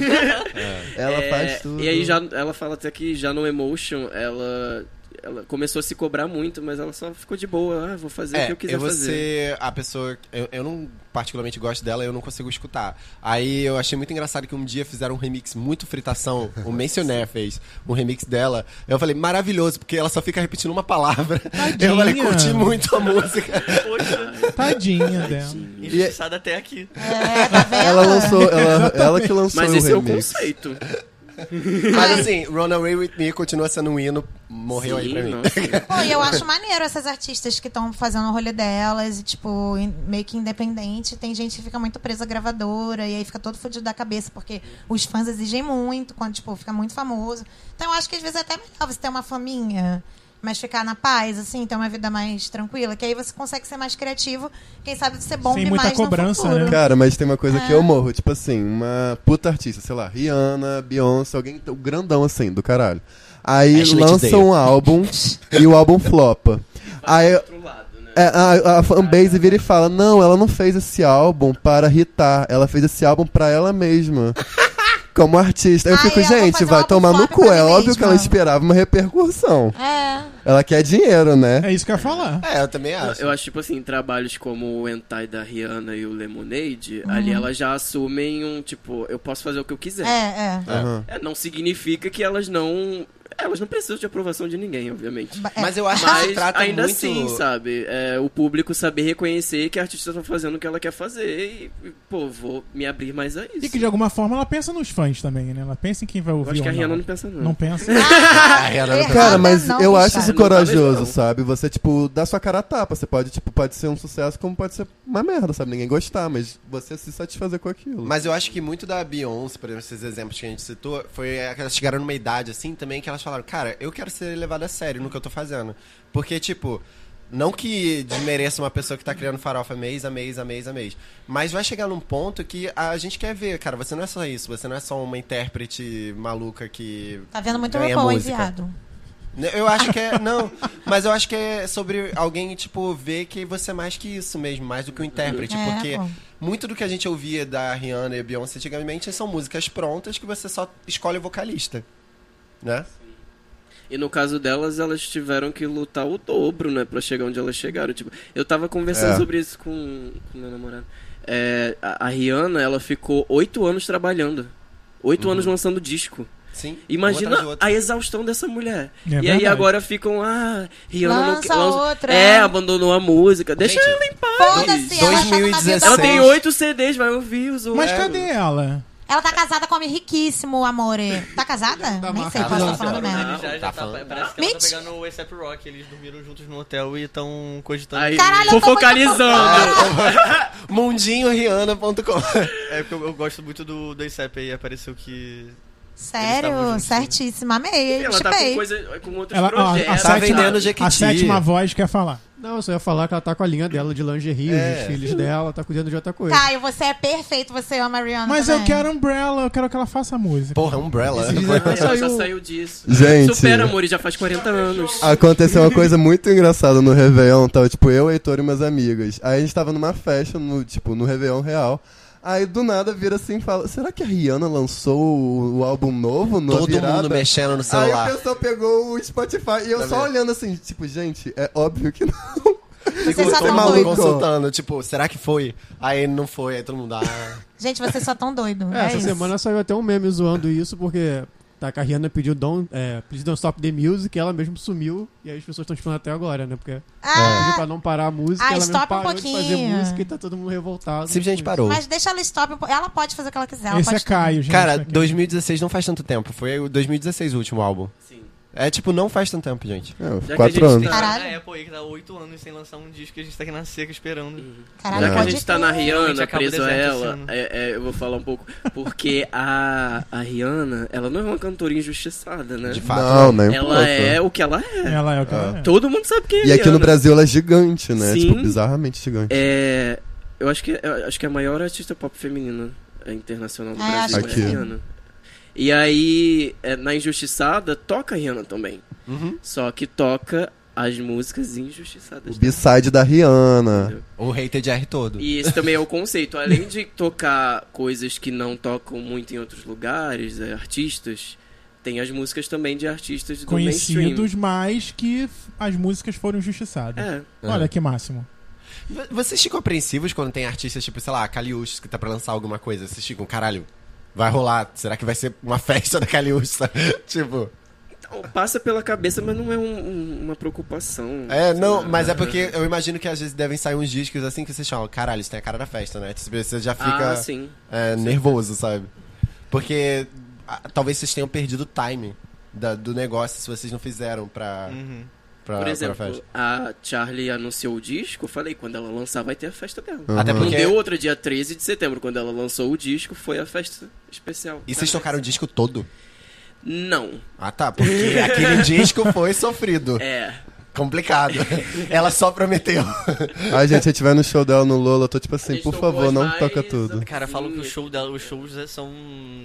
Ela
É,
faz tudo.
E aí já, ela fala até que já no Emotion, ela, ela começou a se cobrar muito, mas ela só ficou de boa. Ah, vou fazer
É,
o que eu quiser fazer.
você, a pessoa. Eu, eu não particularmente gosto dela, eu não consigo escutar. Aí eu achei muito engraçado que um dia fizeram um remix muito fritação. O Mencioné fez um remix dela. Eu falei, maravilhoso, porque ela só fica repetindo uma palavra. Eu falei, curti muito a música.
Poxa,
Tadinha dela.
injustiçada até aqui.
É, tá vendo?
Ela lançou, ela, ela que lançou
Mas
o
esse é o
remix.
conceito.
Mas assim, Runaway With Me continua sendo um hino. Morreu aí
Sim,
pra mim.
nossa.
Pô, e eu acho maneiro essas artistas que estão fazendo o rolê delas e, tipo, in- meio que independente. Tem gente que fica muito presa à gravadora e aí fica todo fudido da cabeça, porque os fãs exigem muito quando, tipo, fica muito famoso. Então eu acho que às vezes é até melhor você ter uma faminha, mas ficar na paz, assim, ter uma vida mais tranquila, que aí você consegue ser mais criativo. Quem sabe você bombe
Sem muita
mais
cobrança,
no futuro.
né?
Cara, mas tem uma coisa
É.
que eu morro, tipo assim, uma puta artista, sei lá, Rihanna, Beyoncé, alguém t- grandão assim, do caralho. Aí
Ashley
lança
Tisdale.
um álbum e o álbum flopa. Aí
Outro lado, né?
é, a, a fanbase vira e fala: Não, ela não fez esse álbum para hitar, ela fez esse álbum pra ela mesma. Como artista. Eu
Ah,
fico,
e ela vai
gente,
fazer um
vai
álbum
tomar no
flop
cu.
pra
É
mim
óbvio que ela
mesma.
esperava uma repercussão.
É.
Ela quer dinheiro, né?
É isso que eu ia falar.
É, eu também acho.
Eu acho, tipo assim, trabalhos como o Entai da Rihanna e o Lemonade, ali elas já assumem um, tipo, eu posso fazer o que eu quiser.
É, é.
Aham.
É, não significa que elas não. Elas não precisam de aprovação de ninguém, obviamente.
Ba- é.
Mas eu acho que se
Mas
trata
ainda
muito...
assim, sabe? É, o público saber reconhecer que a artista tá fazendo o que ela quer fazer e, e, pô, vou me abrir mais a isso.
E que de alguma forma ela pensa nos fãs também, né? Ela pensa em quem vai
Eu
ouvir.
acho que a
ou
Rihanna
não.
não pensa, não.
né? Não pensa.
Ah, Rihanna não
Errado.
tá-
Cara, mas
não,
eu
não
acho
sabe.
isso
Não, talvez
corajoso,
não.
sabe? Você, tipo, dá sua cara a tapa. Você pode, tipo, pode ser um sucesso como pode ser uma merda, sabe? Ninguém gostar, mas você se satisfazer com aquilo.
Mas eu acho que muito da Beyoncé, por exemplo, esses exemplos que a gente citou, foi é, que elas chegaram numa idade assim também que elas falaram, cara, eu quero ser levada a sério no que eu tô fazendo. Porque, tipo, não que desmereça uma pessoa que tá criando farofa mês a mês, a mês, a mês. Mas vai chegar num ponto que a gente quer ver, cara, você não é só isso, você não é só uma intérprete maluca que.
Tá vendo muito
ganha
RuPaul, hein,
música.
viado?
Eu acho que é. Não, mas eu acho que é sobre alguém, tipo, ver que você é mais que isso mesmo, mais do que um intérprete.
É,
porque
pô.
muito do que a gente ouvia da Rihanna e Beyoncé antigamente são músicas prontas que você só escolhe o vocalista. Né?
E no caso delas, elas tiveram que lutar o dobro, né? Pra chegar onde elas chegaram. Tipo, eu tava conversando
É.
sobre isso com, com meu namorado. É, a, a Rihanna, ela ficou oito anos trabalhando. Oito
Uhum.
anos lançando disco.
Sim. um
Imagina
atrás do outro.
a exaustão dessa mulher.
É
e aí
verdade.
agora ficam, ah, Rihanna não
Lança
quer.
outra.
É, abandonou a música. Deixa
Gente,
ela em paz.
Foda-se, ela tá numa vida...
2016.
Ela tem
Seis.
oito CDs, vai ouvir os
Mas
outros.
cadê ela?
Ela tá casada com um homem riquíssimo, amore. Tá casada?
Tá
Nem sei,
marcado.
posso
Não,
estar falando merda.
Eles já,
tá
já tá- parece
falando.
que ela tá
Mentira.
pegando o ASAP Rock, eles dormiram juntos no hotel e estão cogitando.
Aí,
Caralho, eu tô
tô
muito
focalizando.
Mundinhorihanna.com
É porque eu, eu gosto muito do, do ASAP aí, apareceu que. Eles
Sério,
estavam
certíssima, amei.
Ela tá com,
Chipei.
coisa, com outros
Ela- ó,
projetos.
a
Tá
sétima-
vendendo
sabe?
Jequiti.
A sétima voz quer falar.
Não, eu só ia falar que ela tá com a linha dela de lingerie,
É.
os desfiles dela, tá cuidando de outra coisa.
Caio, você é perfeito, você ama a Rihanna
Mas eu
também.
quero Umbrella, eu quero que ela faça música.
Porra, Umbrella.
Ela já
Saiu-
saiu disso.
Gente. Ah,
Supera, amor, e já faz 40 anos.
Aconteceu uma coisa muito engraçada no Réveillon, tava, tipo, eu, Heitor e umas amigas. Aí a gente tava numa festa, no, tipo, no Réveillon real. Aí do nada vira assim e fala: será que a Rihanna lançou o, o álbum novo? na
Todo
virada?
mundo mexendo no celular.
Aí o pessoal pegou o Spotify e eu
Tá
só
vendo?
olhando assim, tipo, gente, é óbvio que não.
Vocês só tá
todo
tão
mundo
doido.
consultando, tipo, será que foi? Aí não foi, aí todo mundo. Ah.
Gente, vocês só tão doido.
É,
É,
essa
isso.
semana saiu até um meme zoando isso, porque tá, que a Rihanna pediu Don't, é, Please Don't Stop the Music, ela mesmo sumiu, e aí as pessoas estão esperando até agora, né? Porque
É,
pediu pra
Ah,
não parar a música,
Ah,
ela
stop
mesmo
um
parou de fazer
pouquinho.
música e tá todo mundo revoltado.
Simplesmente parou.
mas deixa ela stop. um po- Ela pode fazer o que ela quiser. Ela
Esse é
pode tudo.
Caio, gente.
Cara,
pra quem-
2016 não faz tanto tempo. Foi o 2016 o último álbum.
Sim.
É tipo, não faz tanto tempo, gente.
Já que a gente
quatro anos.
tem-
Caralho.
Na Apple aí que tá 8 anos sem lançar um disco e a gente tá aqui na seca esperando.
Caralho,
Já que a
pode
gente tá
tudo.
na
Gente,
Rihanna,
acaba o
preso a
deserto
ela,
esse ano.
é- é, eu vou falar um pouco. Porque a, a Rihanna, ela não é uma cantora injustiçada, né?
De fato.
Não, nem um
Ela
pouco.
é o que ela é.
Ela é o que ela é.
Todo mundo sabe quem é
E aqui
Rihanna.
no Brasil ela é gigante, né?
Sim.
Tipo, bizarramente gigante.
É, eu acho que, eu acho que é a maior artista pop feminina é, internacional do
Ah, eu
Brasil
acho
é a
que-
Rihanna. E aí, é, na Injustiçada, toca a Rihanna também.
Uhum.
Só que toca as músicas injustiçadas.
O B-side da Rihanna.
entendeu?
O hater de R todo.
E esse também é o conceito. Além de tocar coisas que não tocam muito em outros lugares, é, artistas, tem as músicas também de artistas do
Conhecidos, mas que f- as músicas foram injustiçadas.
mainstream. É.
Olha que máximo.
V- Vocês ficam apreensivos quando tem artistas, tipo, sei lá, Caliuxos que tá pra lançar alguma coisa. Vocês ficam, caralho, vai rolar. Será que vai ser uma festa da Caliuxa? tipo,
Então, passa pela cabeça, mas não é um- um- uma preocupação.
é,
sei
não,
lá.
mas é porque eu imagino que às vezes devem sair uns discos assim que vocês falam, caralho, isso tem a cara da festa, né? Você já
Ah,
fica
sim.
é, nervoso, sabe? Porque ah, talvez vocês tenham perdido o time da- do negócio se vocês não fizeram pra,
Uhum.
pra,
Por
pra
exemplo,
festa.
a Charlie anunciou o disco, eu falei, quando ela lançar vai ter a festa dela.
Até
Não
porque.
deu outra dia 13 de setembro, quando ela lançou o disco, foi a festa especial.
E vocês tocaram o disco todo?
Não,
Ah tá, porque aquele disco foi sofrido.
é...
Complicado. Ela só prometeu.
Ai, gente, a gente vai no show dela no Lola, eu tô tipo assim,
Eles
por
tocam
favor,
as
não
mais- assim,
toca tudo.
Cara, falam que o
Sim.
show dela, os shows é, são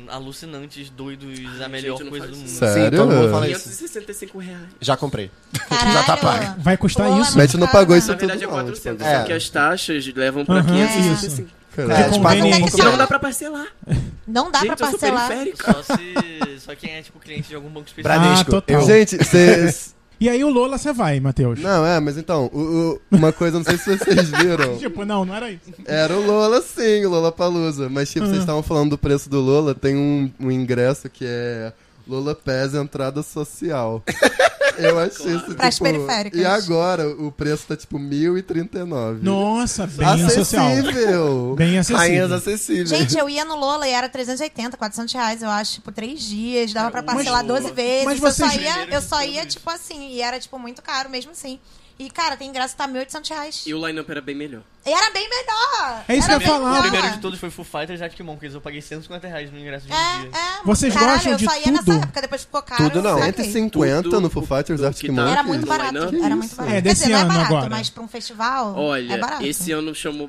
alucinantes, doidos, a melhor
gente, não
coisa
faz
do mundo.
isso.
Sério?
todo mundo fala
é
isso.
565 reais.
Já comprei.
Caralho.
Já tá pago.
Vai custar
Pô,
isso?
Mas tu não
cara.
pagou
Na
isso tudo,
verdade é
não. tipo,
400,
é.
só que as taxas levam pra
Aham,
565.
cara,
Que
É, tipo, pagam um
conveniente.
pouco.
Não Então dá pra parcelar.
Não dá
Gente,
pra
eu sou
parcelar.
periférico.
Só, se, só quem é, tipo, cliente de algum banco específico.
Ah,
Bradesco.
tipo,
total.
Eu-
Gente, vocês.
E aí o Lola você vai, Matheus.
Não, é, mas então, o- o- uma coisa, não sei se vocês viram.
Tipo, não, não era isso.
Era o Lola,
Hum.
sim, o Lola Palusa. Mas, tipo, vocês estavam falando do preço do Lola, tem um, um ingresso que é Lola Pés entrada social. Eu achei isso, tipo...
Pras periféricas.
E agora o preço tá, tipo, 1.039.
Nossa, bem social.
Acessível!
Bem
Rainhas
acessível.
acessíveis.
Gente, eu ia no Lola e era 380, 400 reais, eu acho, por três dias. Dava pra parcelar
Lola.
12 vezes.
Mas
eu
vocês-
só ia, eu só ia,
Primeiros
tipo assim, e era, tipo, muito caro mesmo assim. E, cara, tem ingresso que tá 1.800 reais.
E o line-up era bem melhor.
E era bem melhor!
É isso
era
que eu ia
bem
falar.
O
melhor.
primeiro de todos foi Full Fighters e Arctic Monkeys. Eu paguei 150 reais no ingresso de um dia.
É, é.
Vocês
Caralho,
gostam
eu
de
só ia
tudo?
nessa época, depois ficou caro.
Tudo não,
eu saquei.
150
Tudo,
no Full Fighters
tudo
Arctic
que tá-
Monkeys.
Era muito
Não,
barato,
não.
era
Que
muito
isso?
barato.
É,
Quer dizer,
desse
não é
ano
barato,
agora.
mas pra um festival é
Olha,
barato.
esse ano chamou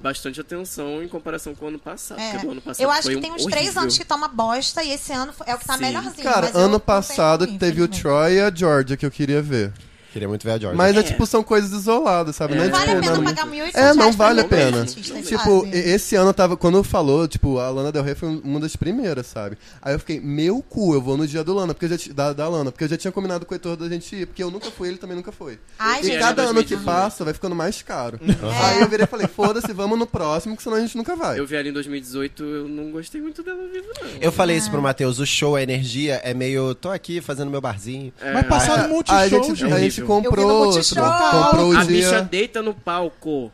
bastante atenção em comparação com o ano passado.
É.
Porque o ano passado
eu acho
foi
um
que tem uns
horrível.
três anos que tá uma bosta e esse ano é o que tá
Sim.
melhorzinho.
Cara,
mas eu não
ano
tenho
passado
ruim,
teve o
infelizmente.
Troy e a Georgia que eu queria ver.
Queria muito ver a Georgia.
Mas é
É.
tipo, são coisas isoladas, sabe? Não é,
Não vale a
tipo,
pena
não-
pagar 1.800
É, não
reais pra
vale a
ver um
pena.
artista, sabe?
Tipo, e- esse ano eu tava. Quando falou, tipo, a Lana Del Rey foi uma das primeiras, sabe? Aí eu fiquei, meu cu, eu vou no dia do Lana, porque eu já ti- da, da Lana, porque eu já tinha combinado com o Heitor da gente ir, porque eu nunca fui, ele também nunca foi.
Ai,
e
gente, Uhum.
cada
é
ano que
2018.
passa vai ficando mais caro.
É.
Aí eu virei e falei, foda-se, vamos no próximo, que senão a gente nunca vai.
Eu vi ela em 2018, eu não gostei muito dela viva, não.
Eu falei isso pro Matheus, o show, a energia é meio. tô aqui fazendo meu barzinho.
Mas passar no
É, Aí a
Ah,
multishow,
gente,
gente.
a gente
horrível.
comprou
Eu vi no
outro,
Multishow.
comprou o
A bicha
dia.
deita no palco.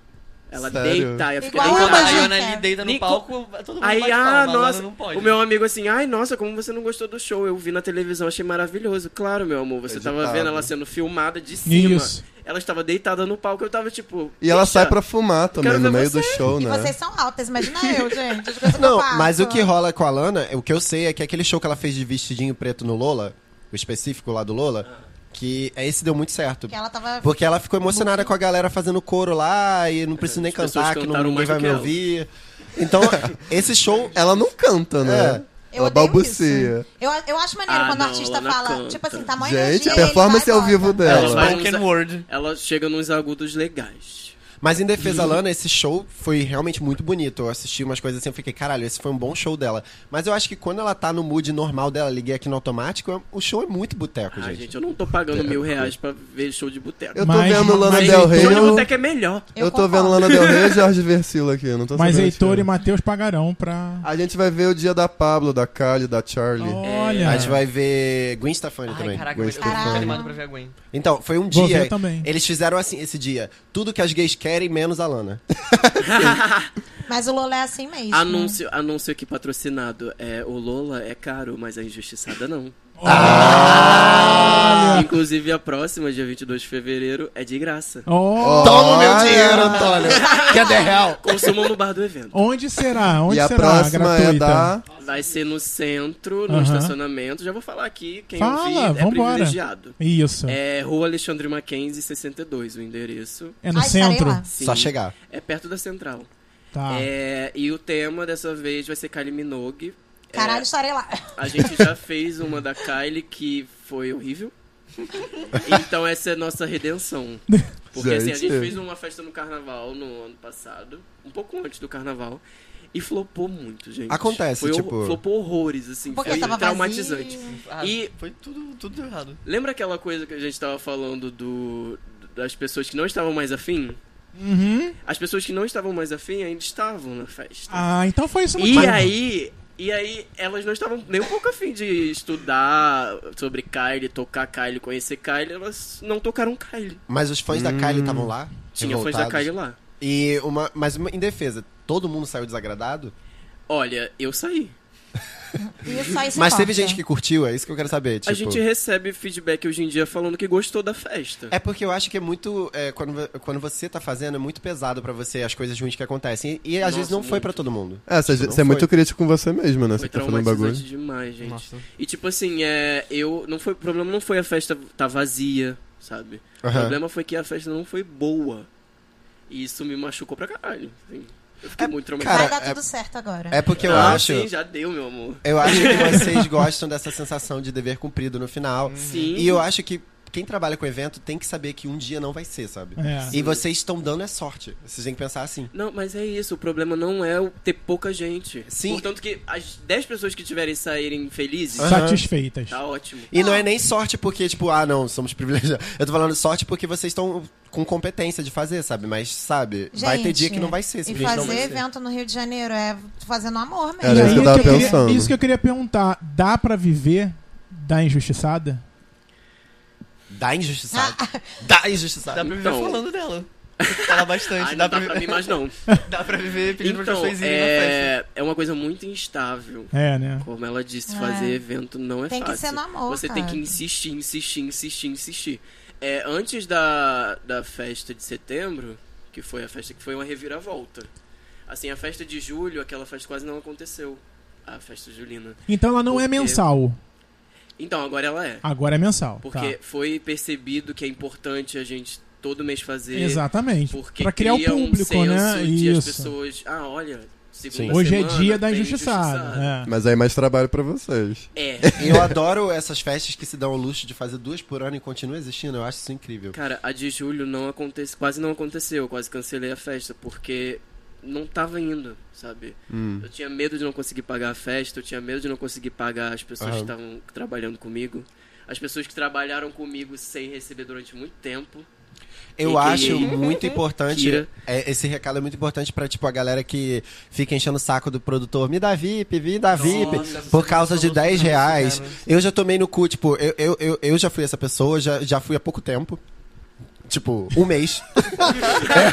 Ela
Sério?
deita, eu fiquei
Igual
deitada.
uma
a
gente-
Iona ali deita no
Nico-
palco, todo mundo
Aí,
bate
ah,
palma, a Lana
nossa.
não pode.
O meu amigo assim, ai, nossa, como você não gostou do show? Eu vi na televisão, achei maravilhoso. Claro, meu amor, você tava
Editado.
vendo ela sendo filmada de cima.
Isso.
Ela estava deitada no palco, eu tava tipo.
E ela
"Bicha,
sai pra fumar também,
quero
no
ver
meio
você.
do show,
E
né?
vocês são altas, imagina eu, gente. as coisas que eu
Não,
faço.
mas o que rola com a Lana, o que eu sei é que aquele show que ela fez de vestidinho preto no Lola, o específico lá do Lola, que é esse deu muito certo.
Que ela tava.
Porque ela ficou emocionada com a galera fazendo coro lá e não precisa nem
É, As pessoas
cantar, que não-
cantaram
ninguém
mais do
vai
que
me
ela.
ouvir. Então, esse show.
Ela não canta, né?
É.
Eu
ela
odeio
balbucia.
isso. Eu, eu acho maneiro
Ah,
quando o
não,
artista
ela não
fala,
canta.
tipo assim, tamanho
Gente,
energia, ele
performance
vai e
ao vivo
volta.
dela.
Ela vai-
Spoken Word.
Ela chega nos agudos legais.
Mas em defesa da Lana, esse show foi realmente muito bonito. Eu assisti umas coisas assim, eu fiquei, caralho, esse foi um bom show dela. Mas eu acho que quando ela tá no mood normal dela, liguei aqui no automático, eu- o show é muito boteco,
Ah,
gente.
gente, eu não tô pagando mil reais pra ver show de boteco.
Eu tô
Mas-
vendo Lana
mas-
Del
Show
Rey.
de
eu-
boteco é melhor.
Eu,
Eu
tô
concordo.
vendo Lana Del Rey e Jorge Versilo aqui, eu não tô
Mas
sabendo
Heitor
de
e Matheus pagarão pra.
quem. A gente vai ver o dia da Pablo, da Kylie, da Charlie.
Olha.
É.
A gente vai ver Gwen Stefani
Ai,
também.
caraca,
Gwen
mas eu tô
Caralho.
animado pra ver a Gwen.
Então, foi um
Vou
dia.
ver também.
Eles fizeram assim esse dia. Tudo que as gays querem, menos a Lana.
Mas o Lola é assim mesmo.
Anúncio, anúncio aqui patrocinado. É, o Lola é caro, mas a injustiçada não. Inclusive a próxima, dia 22 de fevereiro, é de graça.
Ó,
Toma o meu dinheiro, Antônio. Que é the hell?
Consumam no bar do evento.
Onde será? Onde
e a
será a
próxima é
gratuita?
da.
Vai ser no centro, no
Aham.
estacionamento. Já vou falar aqui, quem
Fala,
ouvir é
vambora.
privilegiado.
Isso. É,
É Rua Alexandre Mackenzie, 62, o endereço.
no
Ai, estarei
centro.
lá.
Sim,
Só chegar.
É perto da central.
Tá.
É, e o tema dessa vez vai ser Kylie Minogue. É,
Caralho, estarei lá.
a gente já fez uma da Kylie que foi horrível. Então essa é nossa redenção. Porque assim, a gente
Gente.
fez uma festa no carnaval no ano passado, um pouco antes do carnaval, e flopou muito, gente.
Acontece,
Foi hor-
tipo-
Flopou horrores, assim,
Porque
foi
tava
traumatizante.
vazio.
Ah,
E-
foi tudo, tudo errado.
Lembra aquela coisa que a gente tava falando do das pessoas que não estavam mais afim?
Uhum.
As pessoas que não estavam mais afim ainda estavam na festa.
Ah, então foi isso no
E
carro.
aí, e aí, elas não estavam nem um pouco afim de estudar sobre Kylie, tocar Kylie, conhecer Kylie, elas não tocaram Kylie.
Mas os fãs da Kylie estavam lá.
Hum. Tinha fãs da
revoltados.
Kylie lá.
E uma. Mas uma, em defesa, todo mundo saiu desagradado.
Olha, eu saí.
Isso aí se
mas teve
importa.
gente que curtiu, é isso que eu quero saber. Tipo,
é A gente recebe feedback hoje em dia falando que gostou da festa.
É porque eu acho que é muito. é, quando, vo- quando você tá fazendo, é muito pesado pra você as coisas ruins que acontecem. E, e às
Nossa,
vezes não foi
muito.
pra todo mundo.
É, você,
Tipo, não
você é
foi.
muito crítico com você mesmo, né? Você
Foi
tá falando
traumatizante
bagulho.
demais, gente.
Nossa.
E tipo assim, é, eu não foi, o problema não foi a festa tá vazia, sabe? O
Aham.
problema foi que a festa não foi boa. E isso me machucou pra caralho. assim. Eu fiquei muito
Vai
traumatizado.
Cara,
dar
é-
tudo certo agora.
É porque eu
Ah,
acho.
sim, já deu, meu amor.
Eu acho que vocês gostam dessa sensação de dever cumprido no
Uhum.
final.
Sim.
E eu acho que quem trabalha com evento tem que saber que um dia não vai ser, sabe?
É.
E vocês estão dando é sorte. Vocês têm que pensar assim.
Não, mas é isso. O problema não é o ter pouca gente.
Sim.
Portanto, que as 10 pessoas que tiverem saírem felizes,
Uhum.
Satisfeitas.
tá ótimo.
E não
Ah.
é nem sorte porque, tipo, ah, não, somos privilegiados. Eu tô falando sorte porque vocês estão com competência de fazer, sabe? Mas, sabe, vai ter
Gente,
dia que não vai ser.
E
simplesmente não
fazer
vai ser.
evento no Rio de Janeiro é fazendo amor mesmo.
Era
E aí,
isso que eu
o
tava
queria-
pensando.
isso que eu queria perguntar. Dá pra viver da injustiçada?
Dá injustiçado. Dá
Dá pra
injustiçado.
viver
Então-
falando dela. Fala bastante.
Ai,
dá,
Ah, não dá pra mim mais não.
dá pra viver pedindo pra
Então,
pessoas irem na festa.
é... é uma coisa muito instável.
É, né?
Como ela disse,
É.
fazer evento não é
Tem que
fácil.
ser no amor,
Você tem
cara.
que insistir, insistir, insistir, insistir. É, antes da, da festa de setembro, que foi a festa que foi uma reviravolta. Assim, a festa de julho, aquela festa quase não aconteceu. A festa julina.
Então ela não é
Porque-
mensal.
Então, agora ela é.
Agora é mensal.
Porque
tá.
foi percebido que é importante a gente todo mês fazer.
Exatamente.
Porque
Pra criar o
cria um
público,
senso
né?
de as
Isso.
pessoas. Ah, olha, segunda
Sim.
Hoje é
semana tá
dia da
tem
injustiçada. é.
Mas aí mais trabalho pra vocês.
É.
E eu adoro essas festas que se dão ao luxo de fazer duas por ano e continua existindo. Eu acho isso incrível.
Cara, a de julho não acontece, quase não aconteceu, eu quase cancelei a festa, porque não tava indo, sabe? Eu tinha medo de não conseguir pagar a festa, eu tinha medo de não conseguir pagar as pessoas que
Aham.
estavam trabalhando comigo, as pessoas que trabalharam comigo sem receber durante muito tempo.
Eu
E que-
acho muito importante.
Kira.
é, esse recado é muito importante pra, tipo, a galera que fica enchendo o saco do produtor. Me dá VIP, me dá VIP. por causa de 10 reais. Eu já tomei no cu, tipo, eu, eu, eu, eu já fui essa pessoa, já, já fui há pouco tempo. Tipo, um mês.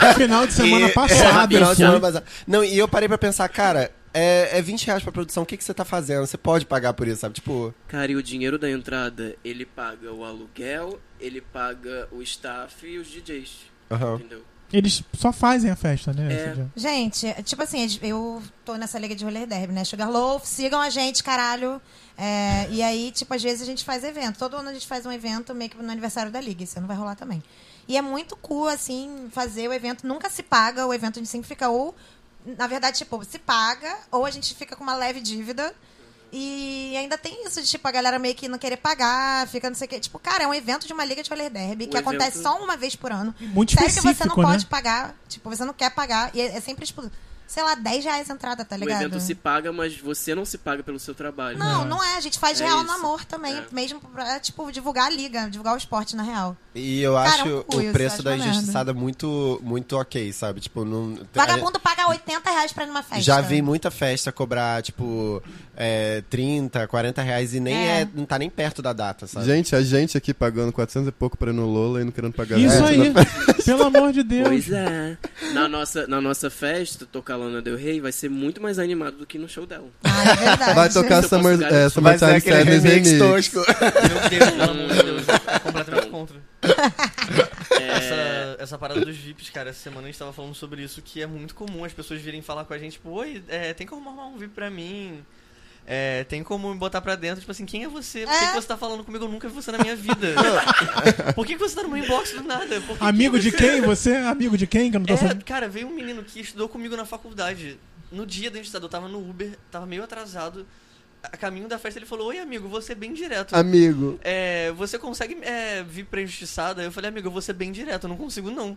É. Final de semana
E-
passada.
É, final de
eu
semana
fui.
passada. Não, e eu parei pra pensar, cara, é, é 20 reais pra produção, o que, que você tá fazendo? Você pode pagar por isso, sabe? Tipo,
Cara, e o dinheiro da entrada, ele paga o aluguel, ele paga o staff e os DJs,
aham.
entendeu?
Eles só fazem a festa, né?
É.
esse dia.
Gente, tipo assim, eu tô nessa liga de roller derby, né? Sugarloaf, sigam a gente, caralho. É, e aí, tipo, às vezes a gente faz evento. Todo ano a gente faz um evento meio que no aniversário da liga. Isso não vai rolar também. E é muito cool, assim, fazer o evento. Nunca se paga, o evento a gente sempre fica ou... Na verdade, tipo, se paga ou a gente fica com uma leve dívida. E ainda tem isso de, tipo, a galera meio que não querer pagar, fica não sei o quê. Tipo, cara, é um evento de uma liga de roller derby que
Um
acontece
evento-
só uma vez por ano.
Muito
Sério que você não
específico, né?
pode pagar, tipo, você não quer pagar. E é é sempre, tipo, sei lá, 10 reais a entrada, tá ligado?
O Um evento se paga, mas você não se paga pelo seu trabalho.
Não, não é. A gente faz
É
real
isso.
no amor também.
É.
Mesmo pra, tipo, divulgar a liga, divulgar o esporte, na real.
E eu
Cara,
acho
é um cu
o
isso,
preço
acho
da
uma merda.
injustiçada muito, muito ok, sabe? Tipo, não.
Vagabundo paga 80 reais pra ir numa festa.
Já vi muita festa cobrar, tipo, é, 30, 40 reais e nem
É.
é. não tá nem perto da data, sabe?
Gente, a gente aqui pagando 400 e pouco pra ir no Lola e não querendo pagar
Isso
nada.
aí. tá- Pelo amor de Deus.
Pois é. Na nossa, na nossa festa, tocar Lana Del Rey vai ser muito mais animado do que no show dela.
Ah, é verdade.
Vai tocar
Eu posso
Summer,
ligar
é,
isso.
Summertime Sadness Remix.
Meu Deus, pelo amor de Deus. Completamente
Então.
contra.
É,
É.
Essa, essa parada dos VIPs, cara, essa semana a gente tava falando sobre isso, que é muito comum as pessoas virem falar com a gente, tipo, oi, é, tem como arrumar um VIP pra mim? É, tem como me botar pra dentro, tipo assim, quem é você? Por que,
É.
que você tá falando comigo? Eu nunca vi você na minha vida. Por que, que você tá no meu inbox do nada? Por que que
Amigo de
você-
quem? Você é amigo de quem? Que eu não tô
é,
sabendo.
cara, veio um menino que estudou comigo na faculdade. No dia da entrevista, eu tava no Uber, tava meio atrasado. A caminho da festa, ele falou: Oi, amigo, você é bem direto.
Amigo.
É, você consegue é, vir pra injustiçada? Eu falei, amigo, eu vou ser bem direto, eu não consigo não.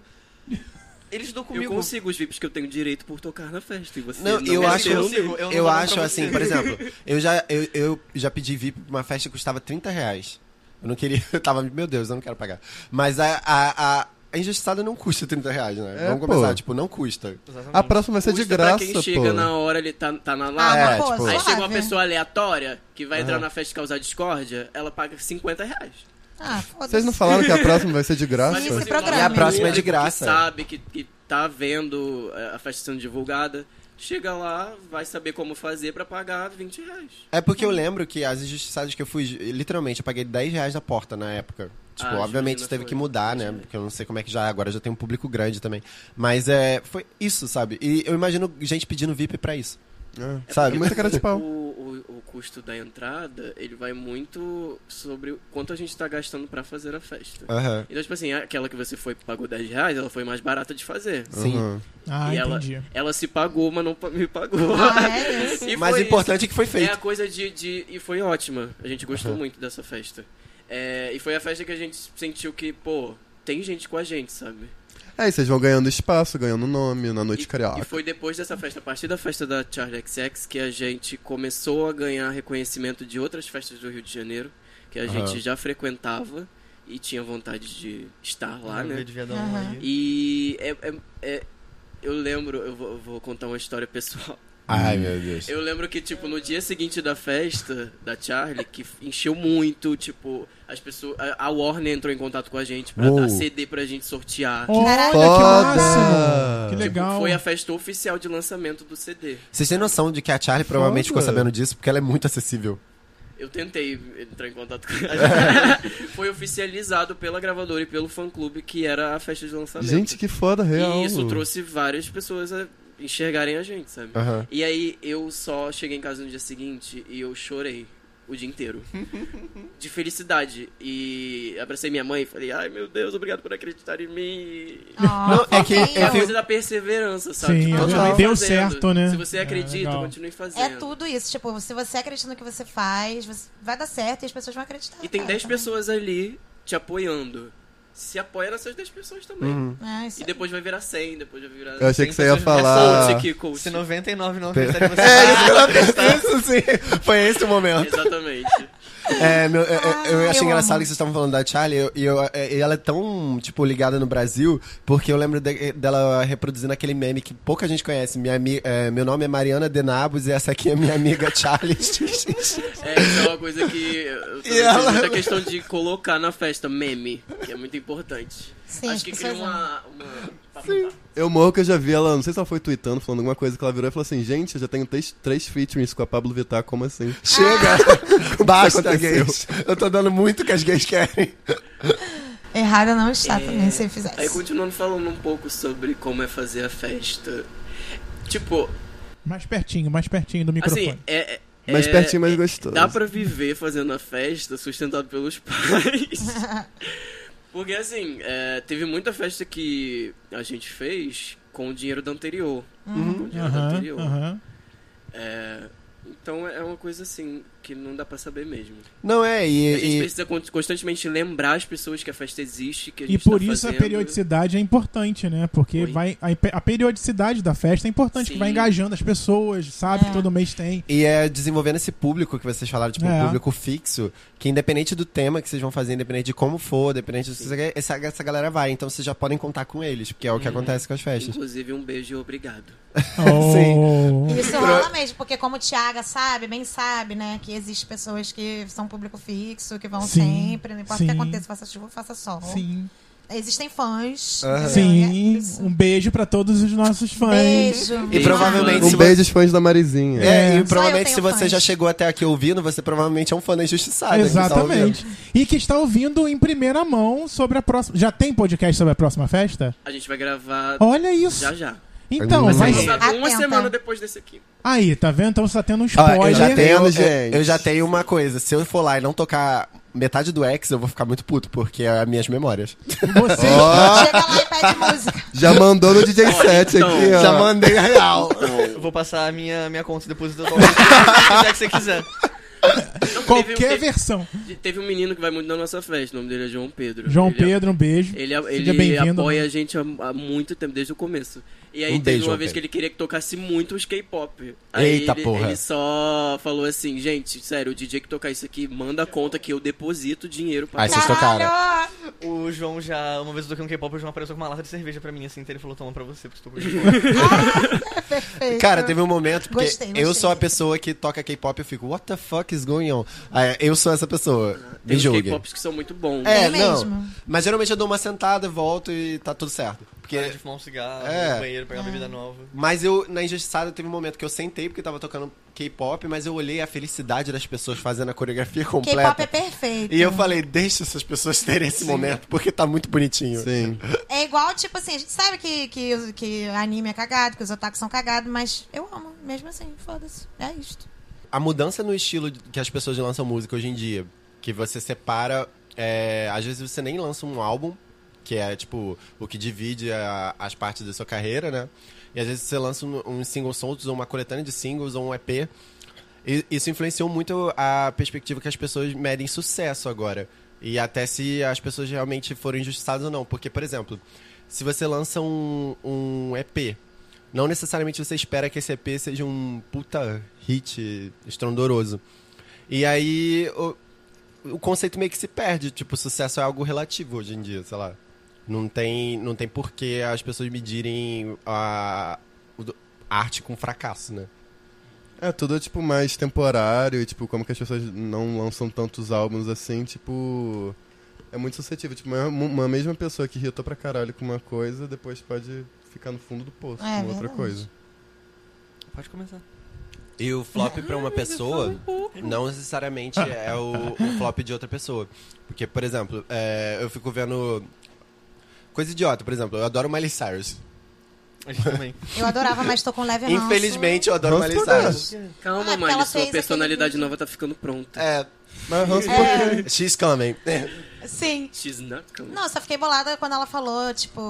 Ele estudou
Eu
comigo.
consigo os VIPs que eu tenho direito por tocar na festa. E você
Não,
não,
eu
é
acho, assim,
seu.
eu,
consigo, eu não vou dar
acho
pra
assim,
você.
por exemplo, eu já, eu, eu já pedi VIP pra uma festa que custava 30 reais. Eu não queria, eu tava, meu Deus, eu não quero pagar. Mas a, a, a, a injustiçada não custa 30 reais, né?
É,
Vamos começar,
pô.
tipo, não custa.
A próxima vai ser de
Custa
graça,
pra quem
pô.
chega na hora, ele tá, tá na
Ah,
live.
é,
mas né? pô,
tipo-
Aí
suave.
chega uma pessoa aleatória que vai entrar na festa e causar discórdia, ela paga 50 reais.
Ah, foda-se.
Vocês não falaram que a próxima vai ser de graça?
Sim, esse
você
programa.
fala
E a
com
próxima é de
alguém
graça.
Que sabe que, que tá vendo é, a festa sendo divulgada. Chega lá, vai saber como fazer pra pagar 20 reais.
É porque eu lembro que as injustiçadas que eu fui, literalmente, eu paguei 10 reais na porta na época. Tipo,
Ah,
obviamente isso
Juliana
teve
foi.
que mudar, né? Porque eu não sei como é que já é, agora já tem um público grande também. Mas é, foi isso, sabe? E eu imagino gente pedindo VIP pra isso.
É.
Sabe?
É muita cara de pau.
O, o, o custo da entrada, ele vai muito sobre o quanto a gente tá gastando pra fazer a festa.
Aham.
Então, tipo assim, aquela que você foi pagou 10 reais, ela foi mais barata de fazer.
Sim.
Uhum.
Ah,
e ela,
entendi.
ela se pagou, mas não pa- me pagou.
Ah, é isso.
E
Mas o
foi
importante é que foi
isso. É
feito.
a coisa de, de- E foi ótima. A gente gostou muito dessa festa. É, e foi a festa que a gente sentiu que, pô, tem gente com a gente, sabe?
Aí vocês vão ganhando espaço, ganhando nome na noite
E
carioca.
foi depois dessa festa, a partir da festa da Charlie XX, que a gente começou a ganhar reconhecimento de outras festas do Rio de Janeiro, que a gente já frequentava e tinha vontade de estar lá,
Eu
né?
devia dar uma
Aham.
aí.
E é- é- é- eu lembro, eu vou, eu vou contar uma história pessoal.
Ai, meu Deus.
Eu lembro que, tipo, no dia seguinte da festa da Charlie, que encheu muito, tipo, as pessoas. a- A Warner entrou em contato com a gente pra
Uou.
dar CD pra gente sortear.
Olha, que
Foda!
máximo! Que legal.
Foi a festa oficial de lançamento do CD.
Vocês têm noção de que a Charlie provavelmente
Foda.
ficou sabendo disso porque ela é muito acessível.
Eu tentei entrar em contato com a gente. Foi oficializado pela gravadora e pelo fã clube que era a festa de lançamento.
Gente, que foda, real.
E isso trouxe várias pessoas a enxergarem a gente, sabe?
Aham.
E aí eu só cheguei em casa no dia seguinte e eu chorei o dia inteiro. de felicidade. E abracei minha mãe e falei, ai meu Deus, obrigado por acreditar em mim.
Ó,
é que-
É a
fofinho.
coisa da perseverança, sabe?
Sim,
Tipo, continue
total. Deu
fazendo.
certo, né?
Se você
É,
acredita,
legal.
continue fazendo.
É tudo isso. Tipo, se você acredita no que você faz, você- vai dar certo e as pessoas vão acreditar.
E tem
cara,
10
também.
pessoas ali te apoiando. Se apoia nessas 10 pessoas também.
É, isso
E depois vai virar 100, depois vai virar...
Hum. Uhum. Eu achei que você ia
É coach
falar.
aqui, coach.
Se 99 não acreditar que você
É,
Isso sim, foi esse o momento.
Exatamente.
É, meu, é, é, eu
Ah,
achei
eu
engraçado
amo.
que vocês estavam falando da Charlie eu- e eu, é, e ela é tão, tipo, ligada no Brasil, porque eu lembro de- dela reproduzindo aquele meme que pouca gente conhece. Minha, ami- é, meu nome é Mariana Denabos e essa aqui é minha amiga Charlie.
É, isso é uma coisa que eu também
ela-
tenho muita questão de colocar na festa meme, que é muito importante.
Sim, as
Acho que cria
pessoas
uma. uma...
Eu morro que eu já vi ela, não sei se ela foi tweetando, falando alguma coisa que ela virou e falou assim: gente, eu já tenho três, três featurings com a Pablo Vittar, como assim?
Chega!
Ah.
Basta,
aconteceu?
gays. Eu tô dando muito o que as gays querem.
Errada não está também, se
É,
eu fizesse.
Aí continuando falando um pouco sobre como é fazer a festa. Tipo,
Mais pertinho, mais pertinho do microfone.
assim, é. é-
Mais
é-
pertinho, mais
é-
gostoso.
Dá pra viver fazendo a festa sustentado pelos pais. Porque assim, é, teve muita festa que a gente fez com o dinheiro do anterior. Com é o dinheiro do
Aham,
anterior.
aham.
É, então é uma coisa assim que não dá pra saber mesmo.
Não é,
a gente
e- e,
precisa con- constantemente lembrar as pessoas que a festa existe, que a
E
gente
por
tá
isso a
fazendo.
periodicidade é importante, né? Porque
Oi.
vai, a, pe- a periodicidade da festa é importante, que
Sim.
vai engajando as pessoas,
É.
sabe? Que todo mês tem.
E é desenvolvendo esse público que vocês falaram, tipo,
É.
um público fixo, que independente do tema que vocês vão fazer, independente de como for, independente do que você quer, essa, essa galera vai. Então vocês já podem contar com eles, porque é
Uhum.
o que acontece com as festas.
Inclusive, um beijo e obrigado.
Oh.
Isso rola mesmo, porque como o Tiaga sabe, bem sabe, né? Que existem pessoas que são público fixo, que vão
Sim,
sempre, não importa o que
sim.
aconteça, faça chuva, faça sol.
Sim.
Existem fãs. entendeu?
Sim.
É isso.
Um beijo pra todos os nossos fãs.
Beijo.
E provavelmente.
Um
se
beijo aos fãs da Marizinha.
É,
É.
e
Só
provavelmente
eu
se
tenho
você
fãs.
já chegou até aqui ouvindo, você provavelmente é um fã injustiçado. né, que tá ouvindo.
Exatamente. E que está ouvindo em primeira mão sobre a próxima. Já tem podcast sobre a próxima festa?
A gente vai gravar
Olha isso.
já já.
Então,
Mas
vai.
aí-
Lançado uma
Atenta.
semana depois desse aqui.
Aí, tá vendo? Então você tá tendo um
Ó,
spoiler.
Ah, eu, já tenho,
gente.
eu- eu já tenho uma coisa. Se eu for lá e não tocar metade do X, eu vou ficar muito puto, porque é as minhas memórias.
Você
Chega lá e pede música.
Já mandou no DJ 7
então,
aqui, ó.
Já mandei a real.
Eu vou passar a minha, minha conta de depósito do Talvez se quiser que você quiser.
Não,
qualquer
teve, um
versão.
teve, teve um menino que vai muito na nossa festa, o nome dele é João Pedro.
João
Ele-
Pedro, um beijo.
Ele,
Seja
ele
bem-vindo. né?
apoia a gente há, há muito tempo, desde o começo. E aí
Um
teve
beijo,
uma
Pedro.
vez que ele queria que tocasse muito os K-pop. Aí
Eita
ele,
porra.
ele só falou assim, gente, sério, o DJ que tocar isso aqui, manda a conta que eu deposito dinheiro pra
Aí vocês tocaram.
Caralho!
O João já, uma vez eu toquei um K-pop, o João apareceu com uma lata de cerveja pra mim, assim, então ele falou, toma pra você, porque tu tocou
é Perfeito.
Cara, teve um momento porque
Gostei,
eu
gostei.
sou a pessoa que toca K-pop e eu fico, what the fuck is going on? Ah, eu sou essa pessoa.
Tem
Me
uns
julgue.
K-pops que são muito bons.
É,
É
não.
mesmo.
Mas geralmente eu dou uma sentada, volto e tá tudo certo.
Parar de
Porque...
fumar um cigarro,
É.
ir no banheiro, pegar uma bebida nova.
Mas eu, na Injustiçada, teve um momento que eu sentei porque tava tocando K-pop, mas eu olhei a felicidade das pessoas fazendo a coreografia
K-pop é
completa.
perfeito.
E eu falei, deixa essas pessoas terem esse momento, porque tá muito bonitinho.
Sim.
É igual, tipo assim, a gente sabe que, que, que anime é cagado, que os otakus são cagados, mas eu amo, mesmo assim, foda-se. É isto.
A mudança no estilo de- que as pessoas lançam música hoje em dia, que você separa. é, às vezes você nem lança um álbum, que é tipo o que divide a- as partes da sua carreira, né? E às vezes você lança um, um single soltos, ou uma coletânea de singles, ou um EP. E isso influenciou muito a perspectiva que as pessoas medem sucesso agora. E até se as pessoas realmente foram injustiçadas ou não. Porque, por exemplo, se você lança um, um EP, não necessariamente você espera que esse EP seja um puta hit estrondoroso. E aí o, o conceito meio que se perde. Tipo, sucesso é algo relativo hoje em dia, sei lá. Não tem, não tem por que as pessoas medirem a, o do- a arte com fracasso, né?
É, tudo é, tipo, mais temporário e, tipo, como que as pessoas não lançam tantos álbuns assim, tipo... É muito suscetível. Tipo, uma, uma mesma pessoa que irritou pra caralho com uma coisa, depois pode ficar no fundo do poço
É,
com outra
verdade.
coisa.
Pode começar.
E o flop pra uma pessoa não necessariamente é o, o flop de outra pessoa. Porque, por exemplo, é, eu fico vendo. Coisa idiota, por exemplo, eu adoro Miley Cyrus.
A gente também.
Eu adorava, mas tô com leve ranço.
Infelizmente, eu adoro
Ranço
Miley
por quê?
Cyrus.
Calma,
Ah, porque
Miley,
ela
sua
fez
personalidade
aquele
nova tá ficando pronta.
É,
Mas ranço por quê?
she's É. coming.
É. Sim.
She's not coming.
Não, eu só fiquei bolada quando ela falou, tipo,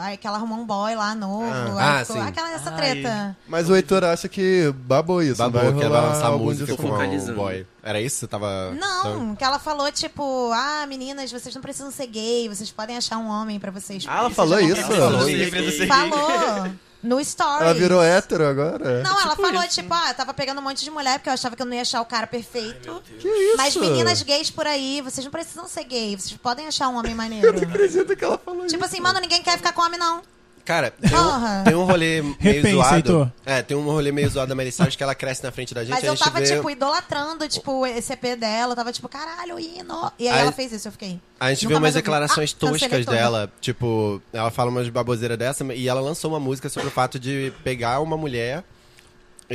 aí que ela arrumou um boy lá novo.
Ah,
aí ficou-
sim.
Aquela essa
Ai.
treta.
Mas o Heitor acha que babou isso. vai
Babou que
rolar
ela lançar
álbum
música
disso
com
não.
focalizando.
o boy. Era isso? Você
tá.
tava.
Não, que ela falou, tipo, ah, meninas, vocês não precisam ser gay, vocês podem achar um homem pra vocês.
Ah, ela falou isso?
falou
Sim,
isso.
precisa ser gay.
Falou no story.
Ela virou hétero agora?
Não, ela falou, tipo, ah, eu tava pegando um monte de mulher porque eu achava que eu não ia achar o cara perfeito.
Que isso?
Mas meninas gays por aí, vocês não precisam ser gay, vocês podem achar um homem maneiro.
Acredito que ela falou
tipo assim, mano, ninguém quer ficar com homem, não.
Cara, tem
Porra.
um, tem um rolê meio
Repensa,
zoado.
Heitor.
É, tem um rolê meio zoado da Miley Cyrus que ela cresce na frente da gente.
Mas
a
eu
gente
tava,
vê...
tipo, idolatrando, tipo, esse EP dela. Eu tava, tipo, caralho, hino. E aí,
Aí-
ela fez isso, eu fiquei.
A gente
Nunca
vê umas
mais ouvi.
declarações
Ah, cancelei
toscas
toda.
dela, tipo, ela fala umas baboseiras dessa e ela lançou uma música sobre o fato de pegar uma mulher e,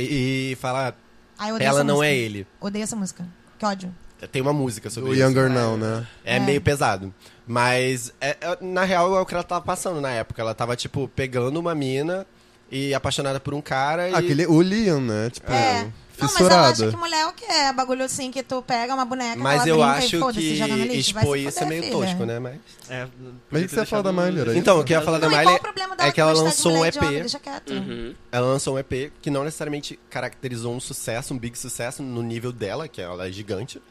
e falar,
Aí eu odeio
ela
essa
não
música.
é ele.
Odeio essa música. Que ódio.
Tem uma música sobre
Do
isso.
Younger Now, né?
É,
É.
meio pesado. Mas, é- é- na real, é o que ela tava passando na época. Ela tava, tipo, pegando uma mina e apaixonada por um cara e...
Aquele, o Liam, né? Tipo,
É. Não, mas ela
fissurada.
acha que mulher é o quê? É bagulho assim que tu pega uma boneca,
Mas
ela
eu
brinca e
acho
foda-se,
que
joga no lixo. Vai se
expor isso é
fuder,
meio
filha.
tosco, né? Mas...
É,
Mas o que você ia falar da Miley, né? era isso?
Então, o que eu ia falar da
Não, e qual
Miley
o problema dela
é que ela
gostar de
lançou um
mulher
EP.
idiota? Deixa quieto.
Uhum.
Ela lançou um EP que não necessariamente caracterizou um sucesso, um big sucesso no nível dela, que ela é gigante.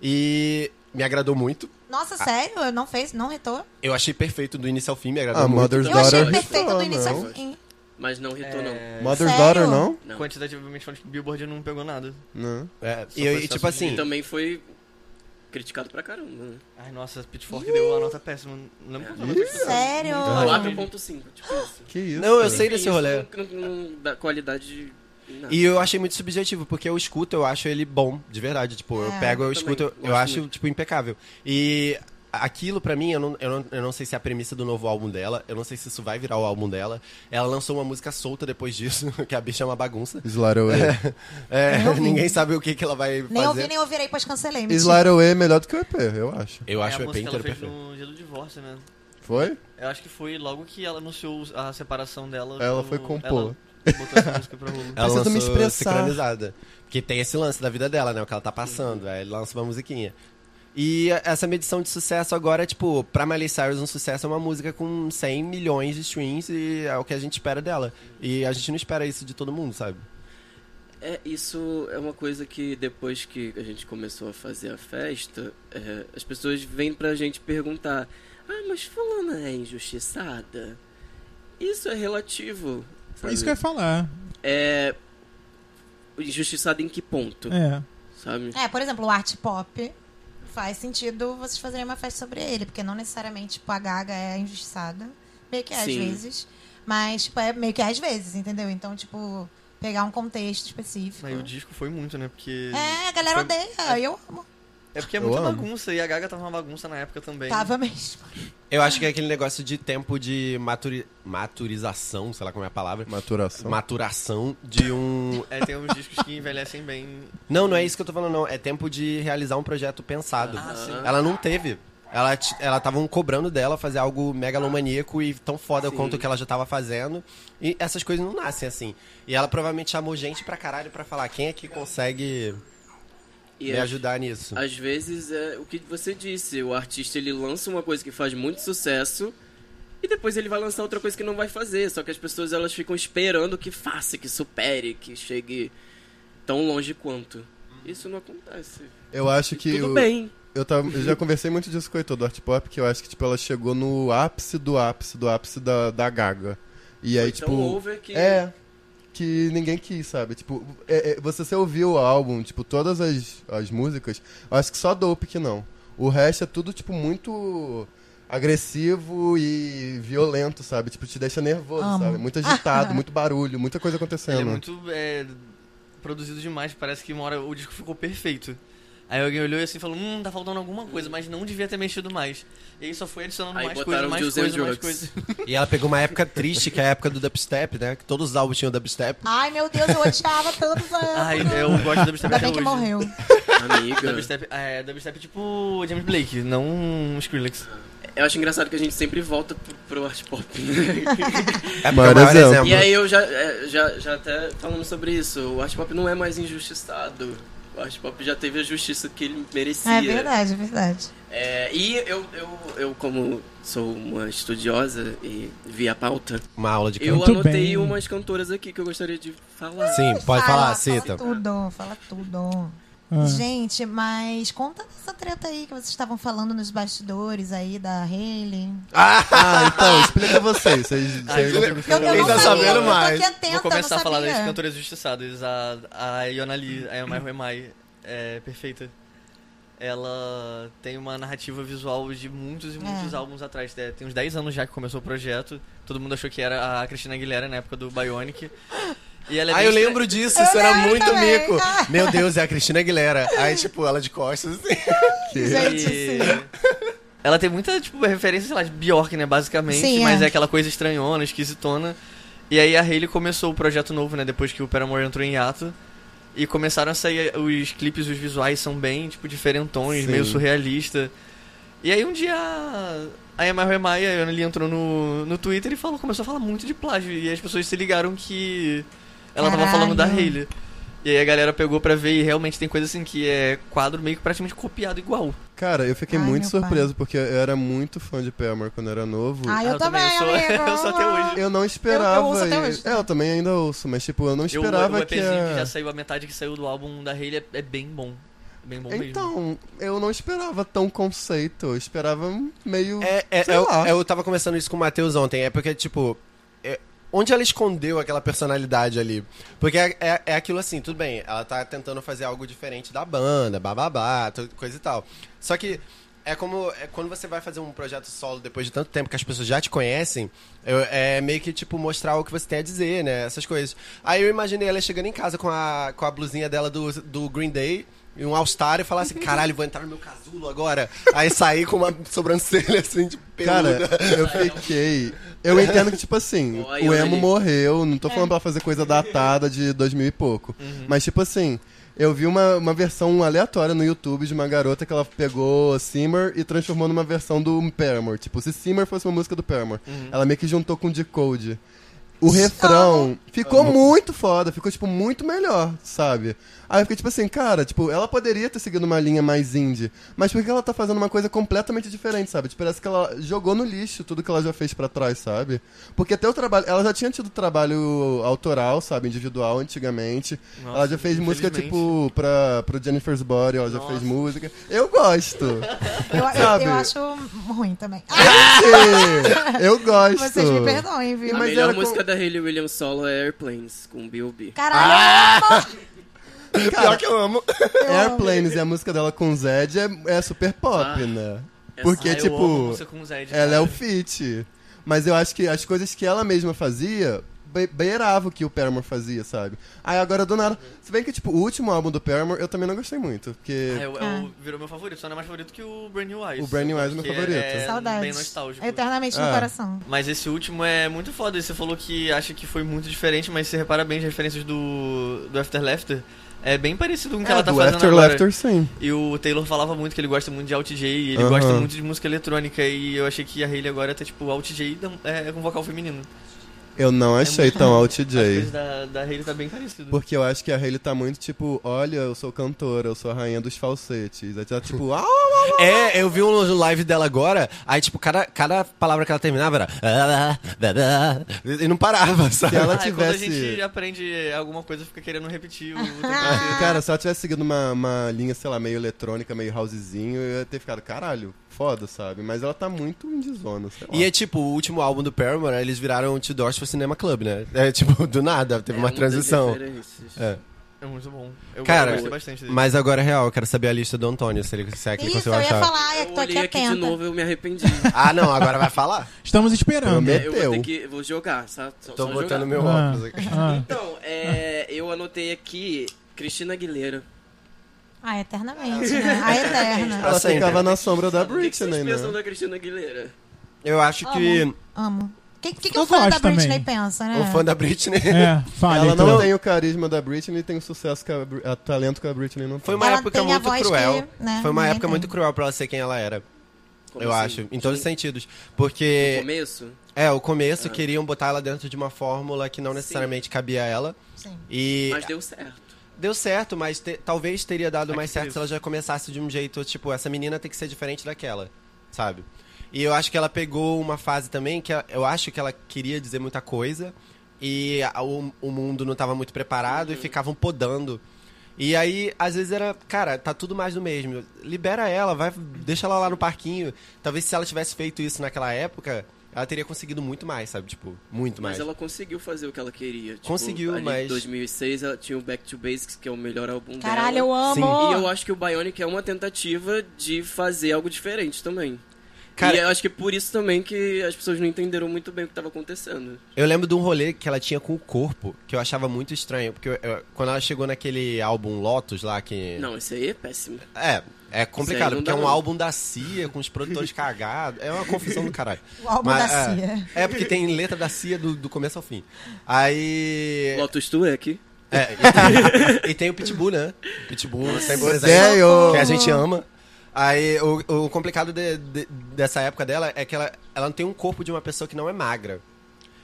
E me agradou muito.
Nossa, sério? Eu Não fez, não retou?
Eu achei perfeito do início ao fim, me agradou
A
muito.
Ah, Mother's
Eu achei
Daughter.
perfeito do
não.
início ao fim.
Mas não irritou,
É.
não.
Mother's
Sério?
Daughter, não?
Não.
Quantitativamente falando que Billboard não pegou nada.
Não.
É,
Só
e, eu-
processo
e tipo
de-
assim,
E também foi criticado pra caramba, né?
Ai, nossa, Pitchfork deu uma nota péssima. Não lembro quanto nota.
Sério?
Uhum.
Lá 4.5, tipo isso.
Que isso?
Não, eu
cara?
sei desse
Isso
rolê.
Não, não- não dá qualidade. Não.
E eu achei muito subjetivo, porque eu escuto, eu acho ele bom, de verdade. Tipo, eu
É,
pego, eu
também
escuto, eu, eu
gosto
acho,
muito.
tipo, impecável. E aquilo, pra mim, eu não, eu, não, eu não sei se é a premissa do novo álbum dela, eu não sei se isso vai virar o álbum dela. Ela lançou uma música solta depois disso, que a bicha é uma bagunça.
Slaroe.
É, ninguém sabe o que, que ela vai
Nem
fazer.
ouvi, nem ouvirei, pois cancelei. mentira.
Slaroe é melhor do que o EP, eu acho.
Eu acho
é,
é,
a
o
música
EP
que
inteiro
ela fez
perfeito.
no dia do divórcio, né?
Foi?
Eu acho que foi logo que ela anunciou a separação dela.
Ela
quando
foi compor.
Ela botou essa música pra rolo.
Ela
Mas eu tô me
lançou
expressar.
sincronizada. Porque tem esse lance da vida dela, né? O que ela tá passando. Aí lança uma musiquinha. E essa medição de sucesso agora é, tipo, pra Miley Cyrus, um sucesso é uma música com 100 milhões de streams e é o que a gente espera dela. E a gente não espera isso de todo mundo, sabe?
É, isso é uma coisa que depois que a gente começou a fazer a festa, é, as pessoas vêm pra gente perguntar: Ah, mas Fulana é injustiçada? Isso é relativo.
Foi
sabe?
isso que eu ia falar.
É. Injustiçada em que ponto,
É.
sabe?
É, por exemplo, o art pop faz sentido vocês fazerem uma festa sobre ele, porque não necessariamente tipo, a Gaga é injustiçada. Meio que é, às
Sim.
vezes. Mas, tipo, é meio que é às vezes, entendeu? Então, tipo, pegar um contexto específico.
Aí o disco foi muito, né? Porque.
É, a
Foi-
galera odeia. Eu amo.
É porque é
Eu
muita
amo.
bagunça. E a Gaga tava uma bagunça na época também.
Tava mesmo.
Eu acho que é aquele negócio de tempo de maturi... maturização, sei lá como é a palavra.
Maturação.
Maturação de um.
É, tem uns discos que envelhecem bem.
Não, não é isso que eu tô falando, não. É tempo de realizar um projeto pensado.
Ah, sim.
Ela não teve. Ela t- ela estavam cobrando dela fazer algo megalomaníaco e tão foda
Sim.
quanto o que ela já tava fazendo. E essas coisas não nascem assim. E ela provavelmente chamou gente pra caralho pra falar quem é que consegue
E
me
é-
ajudar nisso.
Às vezes é o que você disse, o artista ele lança uma coisa que faz muito sucesso e depois ele vai lançar outra coisa que não vai fazer, só que as pessoas elas ficam esperando que faça, que supere, que chegue tão longe quanto. Isso não acontece.
Eu acho que.
Tudo
o-
bem.
Eu, tava- eu já conversei muito disso com o Heitor do Art Pop, que eu acho que, tipo, ela chegou no ápice do ápice do ápice da, da gaga. E aí,
Então
tipo.
over que
É. Que ninguém quis, sabe? Tipo, é, é, você se ouviu o álbum, tipo, todas as, as músicas, eu acho que só Dope que não. O resto é tudo, tipo, muito agressivo e violento, sabe? Tipo, te deixa nervoso,
Amo.
sabe? Muito agitado, muito barulho, muita coisa acontecendo.
Ele é muito. É, produzido demais, parece que uma hora o disco ficou perfeito. Aí alguém olhou e assim falou, hum, tá faltando alguma coisa, mas não devia ter mexido mais. E aí só foi adicionando
Aí
mais coisa,
botaram
mais
Juice and
coisa, mais
Drugs.
coisa.
E ela pegou uma época triste, que é a época do dubstep, né? Que todos os álbuns tinham dubstep.
Ai, meu Deus, eu odiava todos anos.
Ai, eu gosto de dubstep
Ainda
até
bem que
hoje.
morreu.
Amiga.
Dubstep, é, dubstep tipo James Blake, não um Skrillex.
Eu acho engraçado que a gente sempre volta pro, pro art pop. né?
É porque
Maior
o maior
exemplo.
exemplo.
e aí eu já, é, já, já até falando sobre isso, o art pop não é mais injustiçado. O art pop já teve a justiça que ele merecia.
É verdade, é verdade.
É, e eu, eu, eu, como sou uma estudiosa e vi a pauta,
Uma aula de
eu
canto.
Muito
anotei
bem.
umas cantoras aqui que eu gostaria de falar.
Sim, pode falar,
Fala
cita.
tudo, fala tudo.
Ah.
Gente, mas conta dessa treta aí que vocês estavam falando nos bastidores aí da Hailey.
Ah, então, explica vocês. vocês, vocês
Eu, eu
Quem
não
tá
sabia,
sabendo
eu tô
mais?
aqui atenta,
Vou começar
eu não
a falar
sabia.
das cantoras injustiçadas. A, a Yonali, a Yamai Huemai, é perfeita. Ela Ah, tem uma narrativa visual de muitos e muitos
É.
álbuns atrás. É, Tem uns 10 anos já que começou o projeto. Todo mundo achou que era a Cristina Aguilera na época do Bionic. E ela é
Ah,
bem
eu
estra-
lembro disso, isso era
lembro
muito
também.
mico. Meu Deus, é a Cristina Aguilera. Aí, tipo, ela de costas, assim.
Gente,
E-
sim.
Ela tem muita, tipo, referência, sei lá, de Bjork, né, basicamente.
Sim,
mas
é.
é. aquela coisa estranhona, esquisitona. E aí a Hayley começou o projeto novo, né, depois que o Paramore entrou em hiato. E começaram a sair os clipes, os visuais são bem, tipo, diferentões,
Sim.
meio surrealista. E aí um dia a- a Emma Remai, a Ana Lee, entrou no, no Twitter e falou, começou a falar muito de plágio. E as pessoas se ligaram que ela tava
Caralho.
falando da Hayley. E aí a galera pegou pra ver e realmente tem coisa assim que é quadro meio que praticamente copiado igual.
Cara, eu fiquei
Ai,
muito
meu pai.
surpreso, porque eu era muito fã de Paramore quando eu era novo.
Ah, eu,
eu
também,
também, eu sou-
amigo.
eu sou até hoje.
Eu não esperava.
ouço até
e-
hoje.
É, eu também ainda ouço, mas tipo, eu não
Eu,
esperava
o
que.
EPzinho que
a-
já saiu a metade que saiu do álbum da Hayley é, é bem bom. Bem bom mesmo.
Então, eu não esperava tão conceito. Eu esperava meio.
É, é,
Sei
eu,
lá.
eu tava conversando isso com o Matheus ontem. É porque, tipo, é- onde ela escondeu aquela personalidade ali? Porque é, é, é aquilo assim, tudo bem, ela tá tentando fazer algo diferente da banda, bababá, tu- coisa e tal. Só que. É como é quando você vai fazer um projeto solo depois de tanto tempo que as pessoas já te conhecem, eu- é meio que tipo mostrar o que você tem a dizer, né? Essas coisas. Aí eu imaginei ela chegando em casa com a, com a blusinha dela do, do Green Day e um All-Star e falar assim: caralho, vou entrar no meu casulo agora. Aí sair com uma sobrancelha assim de peluda.
Cara, eu fiquei. Eu entendo que, tipo assim,
Ó, aí,
o
olha
emo
ali.
morreu, não tô falando pra fazer coisa datada de 2000 e pouco.
Uhum.
Mas, tipo assim, eu vi uma, uma versão aleatória no YouTube de uma garota que ela pegou Simmer e transformou numa versão do Paramore. Tipo, se Simmer fosse uma música do Paramore.
Uhum.
Ela meio que juntou com Decode. O refrão ficou muito foda, ficou, tipo, muito melhor, sabe? Aí eu fiquei, tipo assim, cara, tipo, ela poderia ter seguido uma linha mais indie, mas por que ela tá fazendo uma coisa completamente diferente, sabe? Tipo, parece que ela jogou no lixo tudo que ela já fez pra trás, sabe? Porque até o trabalho, ela já tinha tido trabalho autoral, sabe, individual antigamente.
Nossa,
ela já fez música,
infelizmente.
tipo, pra, pro Jennifer's Body, ela já
Nossa.
fez música. Eu gosto!
Eu, eu-
Sabe?
eu acho ruim também.
Sim, eu gosto!
Vocês me perdoem, viu?
A
Mas
melhor
era com-
música da Hayley Williams solo é Airplanes, com
Ah!
B.O.B.
Caralho,
Cara,
que eu amo.
Airplanes e a música dela com Zed é, é super pop, né? Porque,
Ah, eu amo
tipo,
música com o Zed,
ela é o
cara.
feat. Mas eu acho que as coisas que ela mesma fazia be- beirava o que o Paramore fazia, sabe? Aí agora do nada. Se bem que, tipo, o último álbum do Paramore eu também não gostei muito. Porque.
Ah, eu- eu- virou meu favorito, só não é mais favorito que o Brand New Eyes.
O Brand New Eyes é meu
que
favorito.
É,
saudades.
bem nostálgico.
Eternamente
É.
Ah.
no coração.
Mas esse último é muito foda. e Você falou que acha que foi muito diferente, mas você repara bem as referências do, do After Laughter. É bem parecido com o que ela tá
do
fazendo
After
agora.
Laughter, sim.
E o Taylor falava muito que ele gosta muito de Alt J, e ele
Aham.
gosta muito de música eletrônica, e eu achei que a Hayley agora tá tipo Alt J dá- é, com vocal feminino.
Eu não achei tão alt
As
J.
coisas da, da Hayley tá bem parecido.
Porque eu acho que a Hayley tá muito tipo, olha, eu sou cantora, eu sou a rainha dos falsetes. Aí tá tipo, au, au, au.
É, eu vi um live dela agora, aí, tipo, cada, cada palavra que ela terminava era. E não parava,
Se
sabe?
ela
Ah, Quando a
tivesse.
gente aprende alguma coisa, fica querendo repetir o, o tempo
E,
inteiro.
Cara, se ela tivesse seguido uma, uma linha, sei lá, meio eletrônica, meio housezinho, eu ia ter ficado, caralho, foda, sabe? Mas ela tá muito indizona, sei lá.
E é tipo, o último álbum do Paramore, eles viraram Two Doors for Cinema Club, né? É tipo, do nada, teve uma
muitas
transição.
referências.
É.
É muito bom. Eu
Cara,
gostei bastante dele.
Mas agora é real, eu quero saber a lista do Antônio, se ele se é aquele
Isso,
conseguiu
eu ia
achar.
falar, é que
Eu
tô aqui
olhei aqui de
atenta.
novo eu me arrependi.
Ah, não, agora vai falar?
Estamos
Pelo
esperando.
menos.
É, eu vou
Meteu.
ter que. Vou jogar, sabe? Só,
Tô
só
botando
jogar.
meu
Ah.
óculos aqui.
Ah,
Então, é, eu anotei aqui Cristina Aguilera.
Ah, eternamente, né? A eterna.
Ela
Assim,
ficava
né?
na sombra da
O que que vocês
Britney, né?
pensam da Cristina Aguilera?
Eu acho que
Amo. O que, que, que
Eu
o fã da
gosto
Britney
também.
pensa, né?
o fã da Britney
é, fala.
Ela não
então-
Heitor.
tem o carisma da Britney e tem o sucesso que a, Br- a talento que a Britney não
foi
foi.
uma
Ela
época
tem a
muito
voz
cruel.
que, né,
Foi uma
ninguém
época
tem.
muito cruel pra ela ser quem ela era.
Como
eu
assim?
acho, Então, em todos os
No
sentidos. Porque
começo?
É, o começo queriam botar ela dentro de uma fórmula que não necessariamente cabia a ela.
Sim.
E
Mas deu certo.
deu certo, mas te- talvez teria dado
Ai,
mais
que
certo
triste.
se ela já começasse de um jeito, tipo, essa menina tem que ser diferente daquela, sabe? E eu acho que ela pegou uma fase também que ela- eu acho que ela queria dizer muita coisa e a- o, o mundo não tava muito preparado e ficavam podando. E aí, às vezes era, cara, tá tudo mais do mesmo. Libera ela, vai, deixa ela lá no parquinho. Talvez se ela tivesse feito isso naquela época, ela teria conseguido muito mais, sabe? Tipo, muito mais.
Mas ela conseguiu fazer o que ela queria. Tipo,
Conseguiu,
ali
mas-
Em 2006 ela tinha o Back to Basics, que é o melhor álbum
Caralho, eu
dela.
amo.
E eu acho que o Bionic é uma tentativa de fazer algo diferente também.
Cara-
E eu acho que por isso também que as pessoas não entenderam muito bem o que tava acontecendo.
Eu lembro de um rolê que ela tinha com o corpo, que eu achava muito estranho, porque eu- eu- quando ela chegou naquele álbum Lotus lá, que.
Não, isso aí é péssimo.
É, é complicado,
Isso aí não
porque é
dá
um
não.
álbum da CIA, com os produtores cagados, é uma confusão do caralho.
O álbum da
é,
CIA.
É, porque tem letra da CIA do, do começo ao fim. Aí.
Lotus Tu é aqui.
É, e, tem, e tem o Pitbull, né? Pitbull, sem
Odeio!
que a gente ama. Aí o, o complicado de- de- dessa época dela é que ela, ela não tem um corpo de uma pessoa que não é magra.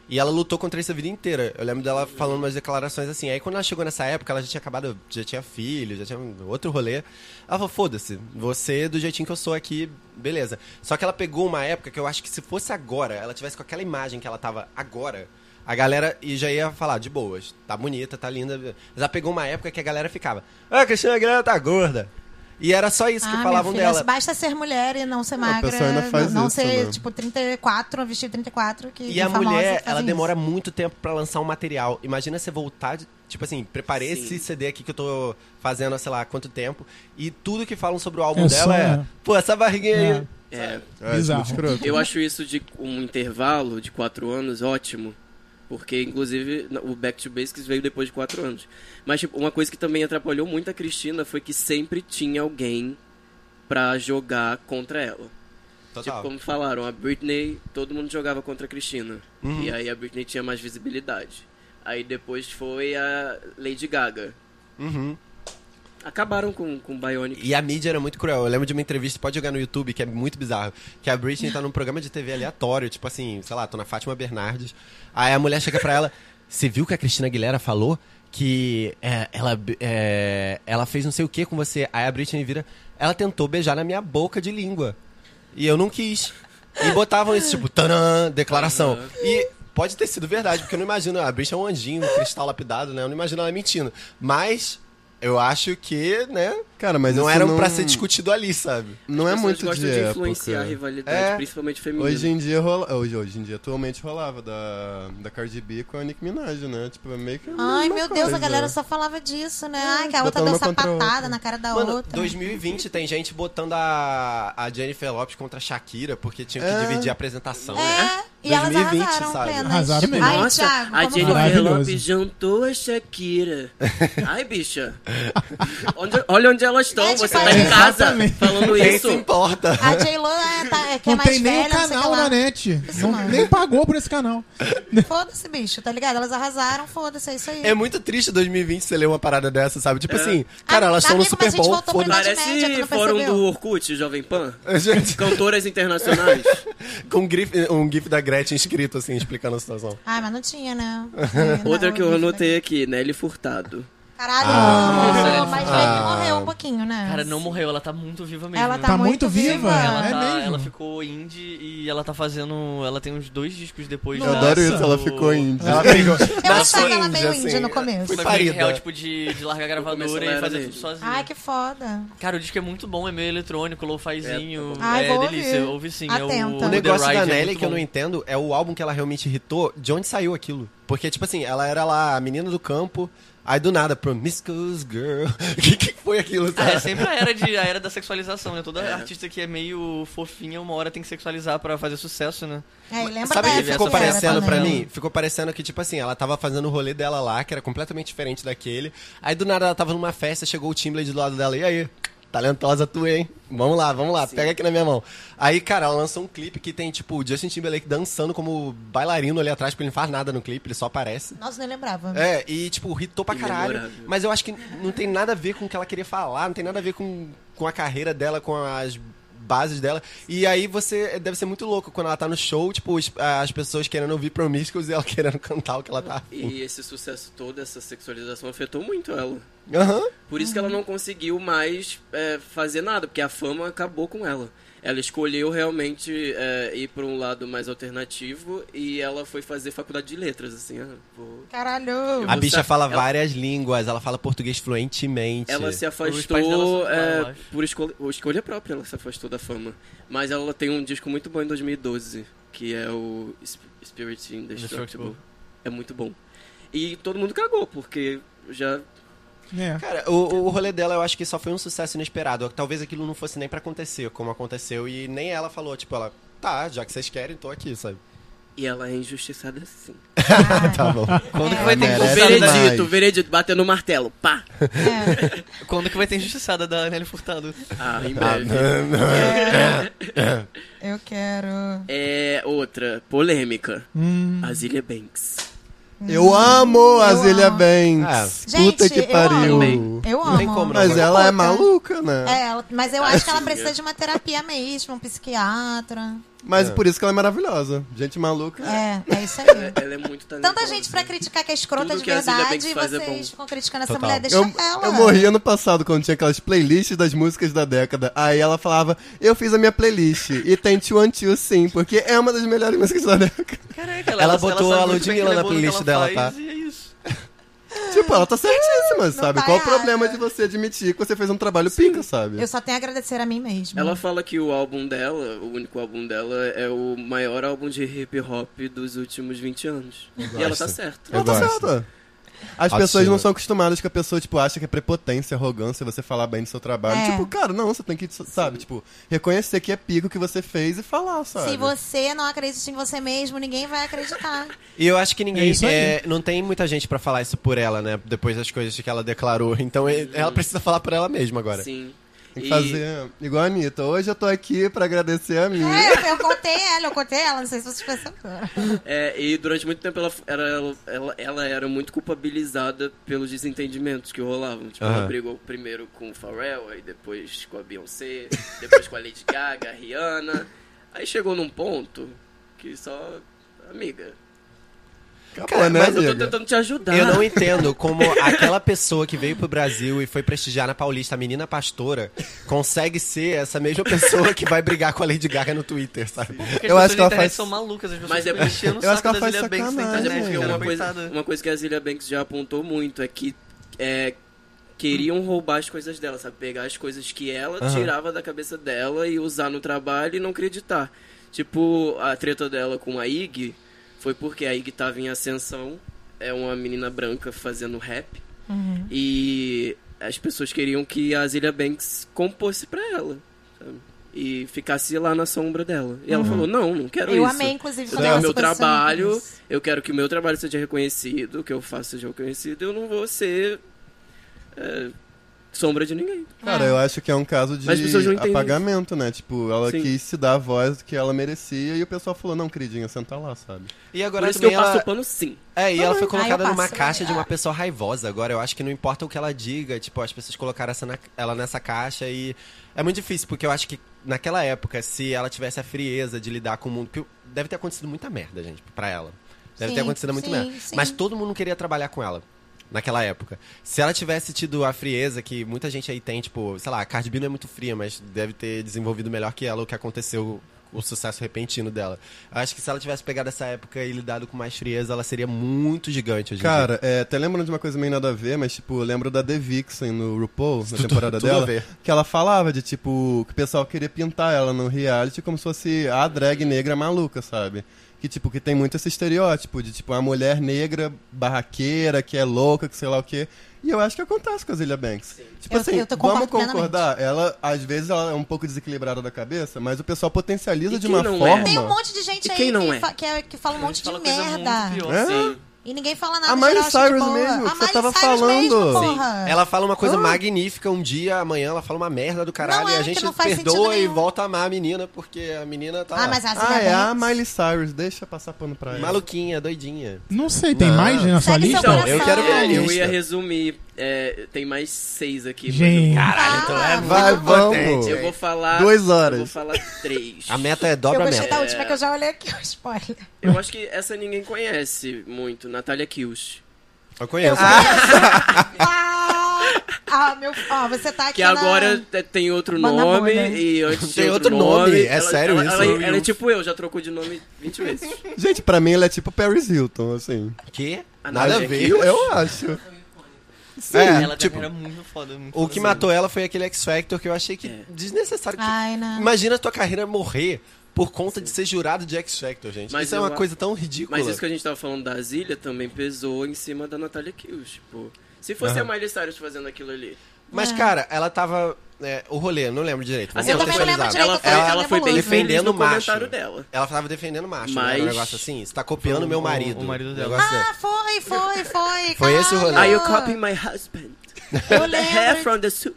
E ela lutou contra isso a vida inteira. Eu lembro dela falando umas declarações assim. Aí quando ela chegou nessa época, ela já tinha acabado, já tinha filho, já tinha um outro rolê. Ela falou: foda-se, você é do jeitinho que eu sou aqui, beleza. Só que ela pegou uma época que eu acho que se fosse agora, ela tivesse com aquela imagem que ela tava agora, a galera e já ia falar, de boas, tá bonita, tá linda. Mas ela pegou uma época que a galera ficava: ah, Cristina Aguilera tá gorda. E era só isso que
Ah,
falavam
minha filha,
dela.
Basta ser mulher e não ser magra.
pessoa ainda faz
não
isso,
ser,
né?
tipo, 34, vestir 34. Que
E a
famosa
mulher,
fazem
ela
isso.
demora muito tempo pra lançar um material. Imagina você voltar, de- tipo assim, preparei
Sim.
esse CD aqui que eu tô fazendo, há, sei lá, há quanto tempo. E tudo que falam sobre o álbum
É só-
dela é, pô, essa barriguinha aí.
É,
É,
É,
Bizarro.
muito escroto.
eu acho isso de um intervalo de quatro anos ótimo. Porque, inclusive, o Back to Basics veio depois de quatro anos. Mas tipo, uma coisa que também atrapalhou muito a Cristina foi que sempre tinha alguém pra jogar contra ela. Tipo,
Ah.
Total.
como falaram, a Britney, todo mundo jogava contra a Cristina.
Uhum.
E aí a Britney tinha mais visibilidade. Aí depois foi a Lady Gaga.
Uhum.
Acabaram com, com o Bionic.
E a mídia era muito cruel. Eu lembro de uma entrevista, pode jogar no YouTube, que é muito bizarro. Que a Britney tá num programa de TV aleatório, tipo assim, sei lá, tô na Fátima Bernardes. Aí a mulher chega pra ela, você viu que a Cristina Aguilera falou que é, ela, é, ela fez não sei o que com você. Aí a Britney vira, ela tentou beijar na minha boca de língua. E eu não quis. E botavam isso, tipo, tanã, declaração. E pode ter sido verdade, porque eu não imagino, a Britney é um anjinho, um cristal lapidado, né? Eu não imagino ela mentindo. Mas... Eu acho que, né?
Cara, mas
não
isso
era
não-
pra ser discutido ali, sabe?
Não é
As pessoas
muito de,
gostam de, influenciar a
época.
rivalidade,
É.
principalmente feminina.
Hoje em dia rola... hoje, hoje em dia atualmente rolava da, da Cardi B com a Nick Minaj, né? Tipo, é meio que. a
Ai,
mesma
meu Deus,
coisa.
a galera só falava disso, né? Ai, que a outra
botando uma
deu
contra a
sapatada
outra.
na cara da
assim, Mano,
outra.
2020 tem gente botando a, a Jennifer Lopes contra a Shakira porque tinha que
É.
dividir a apresentação.
É, e
2020,
elas arrasaram
sabe?
plenas.
Arrasaram mesmo.
Ai,
Nossa,
Thiago,
a
como
Jennifer
Maravilhoso.
Lopes jantou a Shakira. Ai, bicha. Onde- olha onde elas estão.
Gente,
Você tá
parece-
em casa
Exatamente.
falando
Quem
isso.
se importa?
A J-Lo é, tá, é que é
Não
mais
tem nem
velha,
o
não sei o que
canal né?
lá.
na net.
Isso, é. Tá
Não-
mano.
nem pagou por esse canal.
Foda-se, bicho, tá ligado? Elas arrasaram, foda-se, é isso aí.
É muito triste 2020 você ler uma parada dessa, sabe? Tipo assim,
Ah,
cara, elas estão no
amigo, mas a
Super
gente
Bowl.
voltou pra
foda-se.
Idade
Parece
Média, tu não
fórum
percebeu?
do Orkut, Jovem Pan.
Gente,
Cantoras internacionais.
com um gif, um gif da Gretchen escrito assim, explicando a situação.
Ai, mas não tinha, né?
Outra
Não,
que eu
não-
anotei aqui, Nelly Furtado.
Caralho,
Ah.
mas bem que morreu um pouquinho, né?
Cara, não morreu, ela tá muito viva mesmo.
Ela tá,
Tá
muito
muito viva.
viva.
Ela,
É
tá-
mesmo?
ela ficou indie e ela tá fazendo. Ela tem uns dois discos depois
Eu adoro isso, ela ficou
indie.
indie.
Ela pegou.
Eu achava
foi
ela meio
assim,
índia no começo.
foi
Mas foi
parida.
real, tipo, de, de largar a
começo
gravadora
ela
e
era
fazer tudo
mesmo.
sozinho.
Ai, que foda.
Cara, o disco é muito bom, é meio eletrônico, lo-fizinho. É,
É,
bom.
tá
Ai, vou ouvir.
delícia, ouve sim. É
Atenta.
o,
O
The
Um negócio
Ride
da
é
Nelly
muito
que eu
bom.
não entendo é o álbum que ela realmente irritou, de onde saiu aquilo. Porque, tipo assim, ela era lá a menina do campo, Aí do nada, Promiscuous Girl. O que, que foi aquilo?
Ah,
sabe?
é sempre a era, de, a era da sexualização, né? Toda artista que é meio fofinha, uma hora tem que sexualizar pra fazer sucesso, né?
É, e lembra
Sabe
da
o que
época
ficou
que era
parecendo pra
também.
mim? Ficou parecendo que, tipo assim, ela tava fazendo o rolê dela lá, que era completamente diferente daquele. Aí do nada ela tava numa festa, chegou o Timbaland do lado dela, e aí? Talentosa tu, hein? Vamos lá, vamos lá, pega aqui na minha mão. Aí, cara, ela lançou um clipe que tem, tipo, o Justin Timberlake dançando como bailarino ali atrás, porque ele não faz nada no clipe, ele só aparece.
Nossa, nem lembrava.
É, e tipo, hitou pra caralho.
Imemorável.
Mas eu acho que não tem nada a ver com o que ela queria falar, não tem nada a ver com, com a carreira dela, com as bases dela. E aí você deve ser muito louco quando ela tá no show, tipo, as, as pessoas querendo ouvir Promiscuous e ela querendo cantar o que ela tá. afim.
E esse sucesso todo, essa sexualização afetou muito ela.
Aham.
Por isso que ela não conseguiu mais é, fazer nada, porque a fama acabou com ela. Ela escolheu realmente é, ir para um lado mais alternativo e ela foi fazer faculdade de letras, assim. ah, vou-
Caralho.
A bicha fala
Ela-
várias línguas, ela fala português fluentemente.
Ela se
Os pais dela
afastou
são-
é,
eu acho.
por escolha, ou escolha própria, ela se afastou da fama. Mas ela tem um disco muito bom em 2012, que é o Sp- Spirit Indestructible.
Indestructible.
É muito bom. E todo mundo cagou, porque já
É.
Cara, o, o rolê dela eu acho que só foi um sucesso inesperado. Talvez aquilo não fosse nem pra acontecer, como aconteceu. E nem ela falou, tipo, ela, tá, já que vocês querem, tô aqui, sabe?
E ela é injustiçada sim.
Tá bom.
Quando que vai ter
merece
injustiçada da...
mais.
veredito, veredito, batendo o martelo. Pá!
É.
Quando que vai ter injustiçada da Nelly Furtado?
Ah, em breve.
Eu quero.
É outra, polêmica. Azilia Banks.
Eu amo a Zilia
amo.
Banks.
Gente,
Puta que
eu
pariu.
amo. Eu amo.
tem como, não.
Mas ela é
Puta.
maluca, né?
É, ela- mas eu acho que ela precisa de uma terapia mesmo, um psiquiatra.
Mas por isso que ela é maravilhosa. Gente maluca.
É, é isso aí.
Ela é muito talentosa.
Tanta gente pra criticar que é escrota
Tudo
de
que a Zilia
verdade
Banks
e
faz é
vocês
bom.
ficam criticando essa
Total.
mulher. Deixa
Eu,
ela.
eu morri ano passado quando tinha aquelas playlists das músicas da década. Aí ela falava, eu fiz a minha playlist. E tem Tio Antio sim, porque é uma das melhores músicas da década.
Caraca,
Ela
sabe
botou
muito bem
a
que
Ludmilla
ela é
na
boa no que
playlist
ela
dela,
faz
tá?
E é isso.
tipo, ela tá certíssima, sabe?
tá
Qual o
errada.
problema de você admitir que você fez um trabalho pica, sabe?
Eu só tenho a agradecer a mim mesma.
Ela fala que o álbum dela, o único álbum dela, é o maior álbum de hip hop dos últimos 20 anos. E ela tá certa.
Ela tá
gosto.
certa. As
Autoestima.
pessoas não são acostumadas que a pessoa, tipo, acha que é prepotência, arrogância você falar bem do seu trabalho.
É.
Tipo, cara, não, você tem que, sabe, tipo, reconhecer que é pico que você fez e falar, sabe?
Se você não acredita em você mesmo, ninguém vai acreditar.
E eu acho que
É
ninguém.
isso aí.
é, não tem muita gente pra falar isso por ela, né? Depois das coisas que ela declarou. Então e- ela precisa falar por ela mesma agora.
Sim.
Tem que
E-
fazer igual a Anitta. Hoje eu tô aqui pra agradecer a mim.
É, eu, eu contei ela, eu contei ela, não sei se vocês perceberam.
É, e durante muito tempo ela f- era, ela, ela- ela era muito culpabilizada pelos desentendimentos que rolavam. Tipo, ela
Aham.
brigou primeiro com o Pharrell, aí depois com a Beyoncé, depois com a Lady Gaga, a Rihanna. Aí chegou num ponto que só. Amiga.
Acabou,
Cara,
né,
Mas eu tô
amiga?
tentando te ajudar.
Eu não entendo como aquela pessoa que veio pro Brasil e foi prestigiar na Paulista, a menina pastora, consegue ser essa mesma pessoa que vai brigar com a Lady Gaga no Twitter, sabe?
Porque as
Eu
pessoas
acho que ela
da internet
faz-
são malucas, as pessoas
Mas é-
ficam enchendo o
Eu acho
saco
que ela
da
faz
Zilia Banks na
sacanagem.
Mas é
internet,
porque
Sim,
cara,
uma coisa,
coitada.
uma coisa que a Zilia Banks já apontou muito é que é, queriam roubar as coisas dela, sabe? Pegar as coisas que ela
Aham.
tirava da cabeça dela e usar no trabalho e não acreditar. Tipo, a treta dela com a Ig foi porque a Ig tava em ascensão, é uma menina branca fazendo rap.
Uhum.
E as pessoas queriam que a Zilia Banks compôsse pra ela. sabe? E ficasse lá na sombra dela. E ela falou: Não, não quero
Eu,
isso.
amei, inclusive,
Isso
quando
daí é
ela
o meu
se posicionou
trabalho,
nisso.
eu quero que o meu trabalho seja reconhecido, que eu faço seja reconhecido, eu não vou ser é, sombra de ninguém.
Cara,
É.
eu acho que é um caso
Mas as pessoas não
de
entendem
apagamento, né? Tipo, ela
Sim.
quis se dar a voz que ela merecia e o pessoal falou, não, queridinha, senta lá, sabe?
E agora
Por isso que eu
também
passo
ela-
o pano sim.
É, e ela foi
bem. Ah, eu
colocada
passo
numa
também.
caixa de uma pessoa raivosa. Agora, eu acho que não importa o que ela diga, tipo, as pessoas colocaram essa na- ela nessa caixa e. É muito difícil, porque eu acho que naquela época, se ela tivesse a frieza de lidar com o mundo. Que deve ter acontecido muita merda, gente, pra ela. Deve
Sim,
ter acontecido muito
sim,
merda.
sim.
Mas todo mundo queria trabalhar com ela. Naquela época. Se ela tivesse tido a frieza que muita gente aí tem, tipo, sei lá, a Cardi B não é muito fria, mas deve ter desenvolvido melhor que ela o que aconteceu, o sucesso repentino dela. Acho que se ela tivesse pegado essa época e lidado com mais frieza, ela seria muito gigante hoje em dia.
Cara, é, até lembrando de uma coisa meio nada a ver, mas tipo, eu lembro da The Vixen no RuPaul, na
Tudo-
temporada
tudo a
dela,
ver.
que ela falava de tipo, que o pessoal queria pintar ela no reality como se fosse a drag negra maluca, sabe? que, tipo, que tem muito esse estereótipo de, tipo, a mulher negra, barraqueira, que é louca, que sei lá o quê. E eu acho que acontece com a Zilia Banks. Tipo
Eu-
assim,
eu tô-
vamos
concordo plenamente.
concordar, ela, às vezes, ela é um pouco desequilibrada da cabeça, mas o pessoal potencializa
E
de
quem
uma
não é?
forma...
Tem um monte de gente
E
aí
quem não
que,
é?
fa- que, é- que fala um monte de
Fala coisa muito
merda.
pior. assim.
É?
Sim.
E ninguém fala nada.
A Miley
geral acha de
Cyrus
boa.
mesmo, que
a
você
Miley
tava
Cyrus
falando.
Mesmo,
Sim.
porra.
Ela fala uma coisa magnífica um dia, amanhã ela fala uma merda do caralho
Ah. Não é,
e a
que
gente
não faz
perdoa
sentido
e
nenhum.
volta a amar a menina, porque a menina tá
Ah, mas a Zilia
Ah, é a
Banks-
Miley Cyrus, deixa passar pano pra ela.
maluquinha, doidinha.
Não sei, tem
Não.
mais na sua
Segue seu
lista?
coração.
Então, eu quero ver
É,
a
eu
lista.
ia resumir. é, tem mais seis aqui. mas
Gente.
Ah,
Caralho, então é
Fala,
Vai,
fala.
vamos!
Eu, eu vou falar.
Duas horas.
Eu vou falar três.
A meta é
Eu
dobra a
gostei
meta.
da última que eu já olhei aqui, o spoiler.
Eu acho que essa ninguém conhece muito. Natália Kills.
É, Eu conheço.
Ah, ah, meu. Ó, você tá aqui.
Que
na-
agora te- tem outro
Banda
nome
Mona.
e antes
Tem
tinha
outro nome, é sério
ela,
isso?
Ela, ela é tipo eu, já trocou de nome 20 vezes.
Gente, pra mim ela é tipo Paris Hilton, assim.
Que?
Ah,
Nada a
gente.
ver.
Eu, eu acho.
É,
ela tá
tipo,
era muito foda. Muito
é.
o que matou ela foi aquele X Factor que eu achei que desnecessário. que-
Ai, não.
Imagina a tua carreira morrer por conta de ser jurado de X Factor, gente.
Mas
isso é
eu
uma
a-
coisa tão ridícula.
Mas isso que a gente tava falando da Zilha também pesou em cima da Natália Kills, tipo... Se fosse a Miley Cyrus fazendo aquilo ali...
Mas,
É.
cara, ela tava. é, o rolê, eu não lembro direito. vamos
Assim, ela
também não lembro
contextualizar.
direito, eu tô
ela foi, ela,
meio
foi bem
nebulosa.
feliz
Defendendo
no
o macho.
comentário dela.
Ela tava defendendo o macho,
Mas-
né? Era Um negócio assim, você tá copiando
O-
meu
o-
marido.
o marido
Um
dela.
negócio desse.
Ah, foi, foi, foi.
Foi esse o rolê.
Are
Aí
you copying my husband?
Eu
The hair
lembro.
from the suit.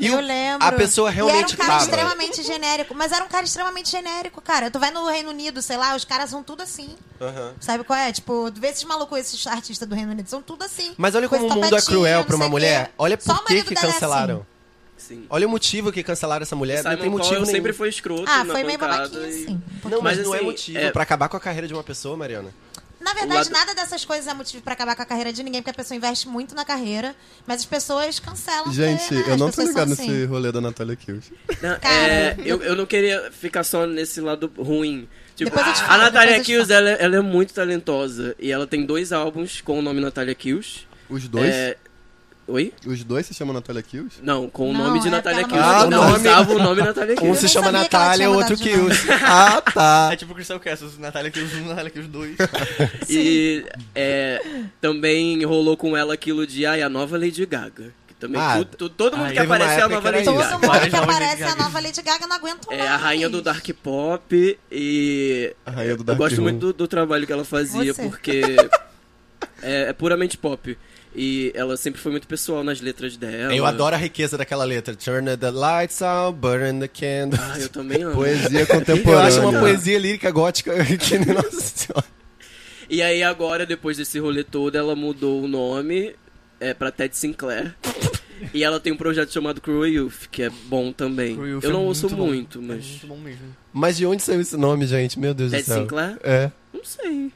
E
eu
o-
lembro.
a pessoa realmente
E era um cara
tava.
extremamente genérico. Mas era um cara extremamente genérico, cara. Tu vai no Reino Unido, sei lá, os caras são tudo assim.
Aham.
Sabe qual é? Tipo, tu vê esses malucos, esses artistas do Reino Unido, são tudo assim.
Mas olha como
Com
o
esse
mundo é
topetinho,
cruel
não
pra uma
sei o
mulher.
quê.
Olha
Só
por
o
que
marido
que
dela é
cancelaram.
Sim.
Olha o motivo que cancelaram essa mulher. não tem
Simon
motivo
Cowell
nenhum.
sempre foi escroto
Ah,
na
foi meio
bancada
babaquinha,
e-
sim. Um pouquinho.
Não, mas,
Mas,
não é
assim,
motivo
é-
pra acabar com a carreira de uma pessoa, Mariana.
Na verdade,
lado-
nada dessas coisas é motivo pra acabar com a carreira de ninguém, porque a pessoa investe muito na carreira, mas as pessoas cancelam.
Gente,
porque, né,
eu
as
não tô
pessoas
ligado
são
nesse
assim.
rolê da Natália Kills.
Não,
Cara.
é, eu, eu não queria ficar só nesse lado ruim. Tipo,
Depois eu te
a
falo,
Natália
depois eu te
Kills,
falo.
ela, ela é muito talentosa. E ela tem dois álbuns com o nome Natália Kills.
Os dois?
É, Oi?
Os dois se chamam Natália Kills?
Não, com o
Não,
nome de
é
Natália
porque
Kills.
ela
Ela
mudou de nome.
usava o nome Natália
Um
Kills.
se
nem
chama
sabia que ela
Natália,
tinha
o outro
mudado de nome.
Kills.
ah, tá.
É tipo o Crystal Castles, Natália Kills 1, Natália Kills 2.
E é, também rolou com ela aquilo de ai, a nova Lady Gaga. Que também
Ah,
tu- tu- todo mundo
aí
que
teve uma
aparece é a
época
nova
que era
Lady
isso.
Gaga.
Todo mundo
Várias
que
novas
aparece é a
Lady Gagas.
nova Lady Gaga, eu não aguento mais.
É a rainha do dark pop e
A rainha do
eu
Dark
gosto
Room.
muito do, do trabalho que ela fazia
Você.
porque é, é puramente pop e ela sempre foi muito pessoal nas letras dela.
Eu adoro a riqueza daquela letra. Turn the lights out, burn the candle.
Ah, eu também amo.
Poesia
Eu
contemporânea.
acho uma poesia lírica gótica que nossa senhora.
E aí agora depois desse rolê todo ela mudou o nome é para Ted Sinclair. E ela tem um projeto chamado Cruel Youth, que é bom também. eu não ouço muito, mas.
Muito bom mesmo.
Mas de onde saiu esse nome, gente? Meu Deus
Ted
do céu.
Sinclair?
É.
Não sei.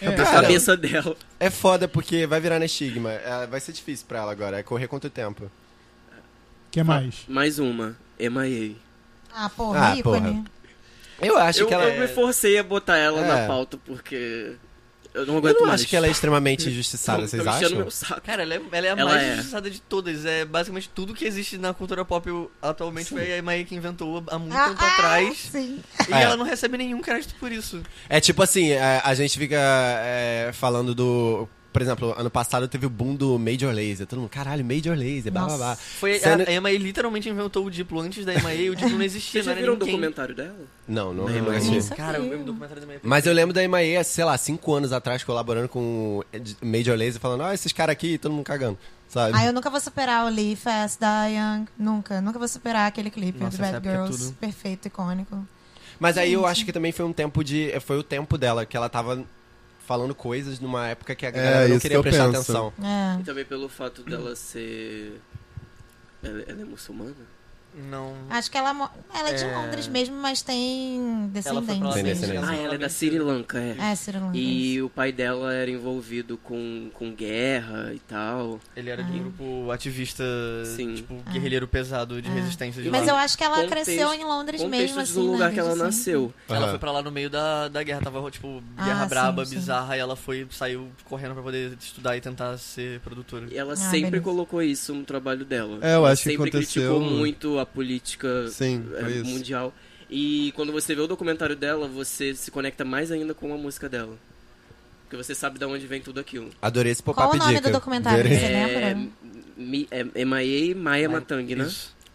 É.
A
Cara,
cabeça dela.
é foda porque vai virar na estigma. É, Vai ser difícil pra ela agora. É correr contra o tempo.
O que mais?
Mais uma. MIA.
Ah, porra,
Ah,
ícone.
Eu acho
Eu,
que ela.
eu me forcei a botar ela
É.
na pauta porque. Eu não
Eu
aguento
não
mais.
acho que ela é extremamente injustiçada,
Tão-
vocês
tão enchendo
acham?
meu saco.
Cara, ela é, ela é a
Ela
mais
é.
injustiçada de todas. É basicamente tudo que existe na cultura pop atualmente foi a Maia que inventou há muito
Ah,
tempo
ah,
atrás.
Sim.
E
É.
ela não recebe nenhum crédito por isso.
É tipo assim, é, a gente fica é, falando do. Por exemplo, ano passado teve o boom do Major Laser. Todo mundo, caralho, Major Laser, blá blá blá.
Foi
Sendo-
a, a Emma literalmente inventou o Diplo antes da Emma e o Diplo não existia,
Vocês
não era
já viram um
ninguém.
documentário dela?
Não, não,
Não,
não
não.
assisti.
Isso é-
Cara, eu
aqui.
lembro o documentário da Emma
Mas eu lembro da Emae, sei lá, cinco anos atrás, colaborando com o Major Laser, falando, ah, esses caras aqui, todo mundo cagando, sabe?
Ah, eu nunca vou superar o Lee Fast Die Young. Nunca. Nunca vou superar aquele clipe
Nossa,
do
essa
Bad
época é
Girls.
tudo.
Perfeito, icônico.
Mas aí eu acho que também foi um tempo de. Foi o tempo dela, que ela tava falando coisas numa época que a galera não
É, isso que
queria
eu
prestar
penso.
atenção.
É.
E
Então,
também pelo fato dela ser. Ela, ela é muçulmana?
Não.
Acho que ela, mo- ela é de
É.
Londres mesmo, mas tem
Ela foi pra lá
descendência.
Tem
desde-
descendência.
Ah, ela é da Sri Lanka, é.
É, Ciro Landes.
E o pai dela era envolvido com, com guerra e tal.
Ele era de um grupo ativista,
Sim.
tipo, guerrilheiro pesado de resistência de
Mas
lá.
eu acho que ela
Contexto-
cresceu em Londres
Contexto
mesmo,
do
assim.
lugar
né,
que ela
desde sempre.
nasceu.
Ela
Aham.
foi pra lá no meio da, da guerra, tava tipo guerra
Ah, sim,
braba,
sim.
bizarra, e ela foi, saiu correndo pra poder estudar e tentar ser produtora.
E ela
Ah,
sempre
beleza.
colocou isso no trabalho dela.
É, eu
Ela
acho que
sempre
aconteceu-
criticou muito a política
Sim,
é,
foi isso.
mundial. E quando você vê o documentário dela, você se conecta mais ainda com a música dela. Porque você sabe de onde vem tudo aquilo.
Adorei esse pop-up
Qual o nome
dica.
do documentário que
Adorei.
você
É,
lembra?
Mi- é, é Maia e Maia Matang, né?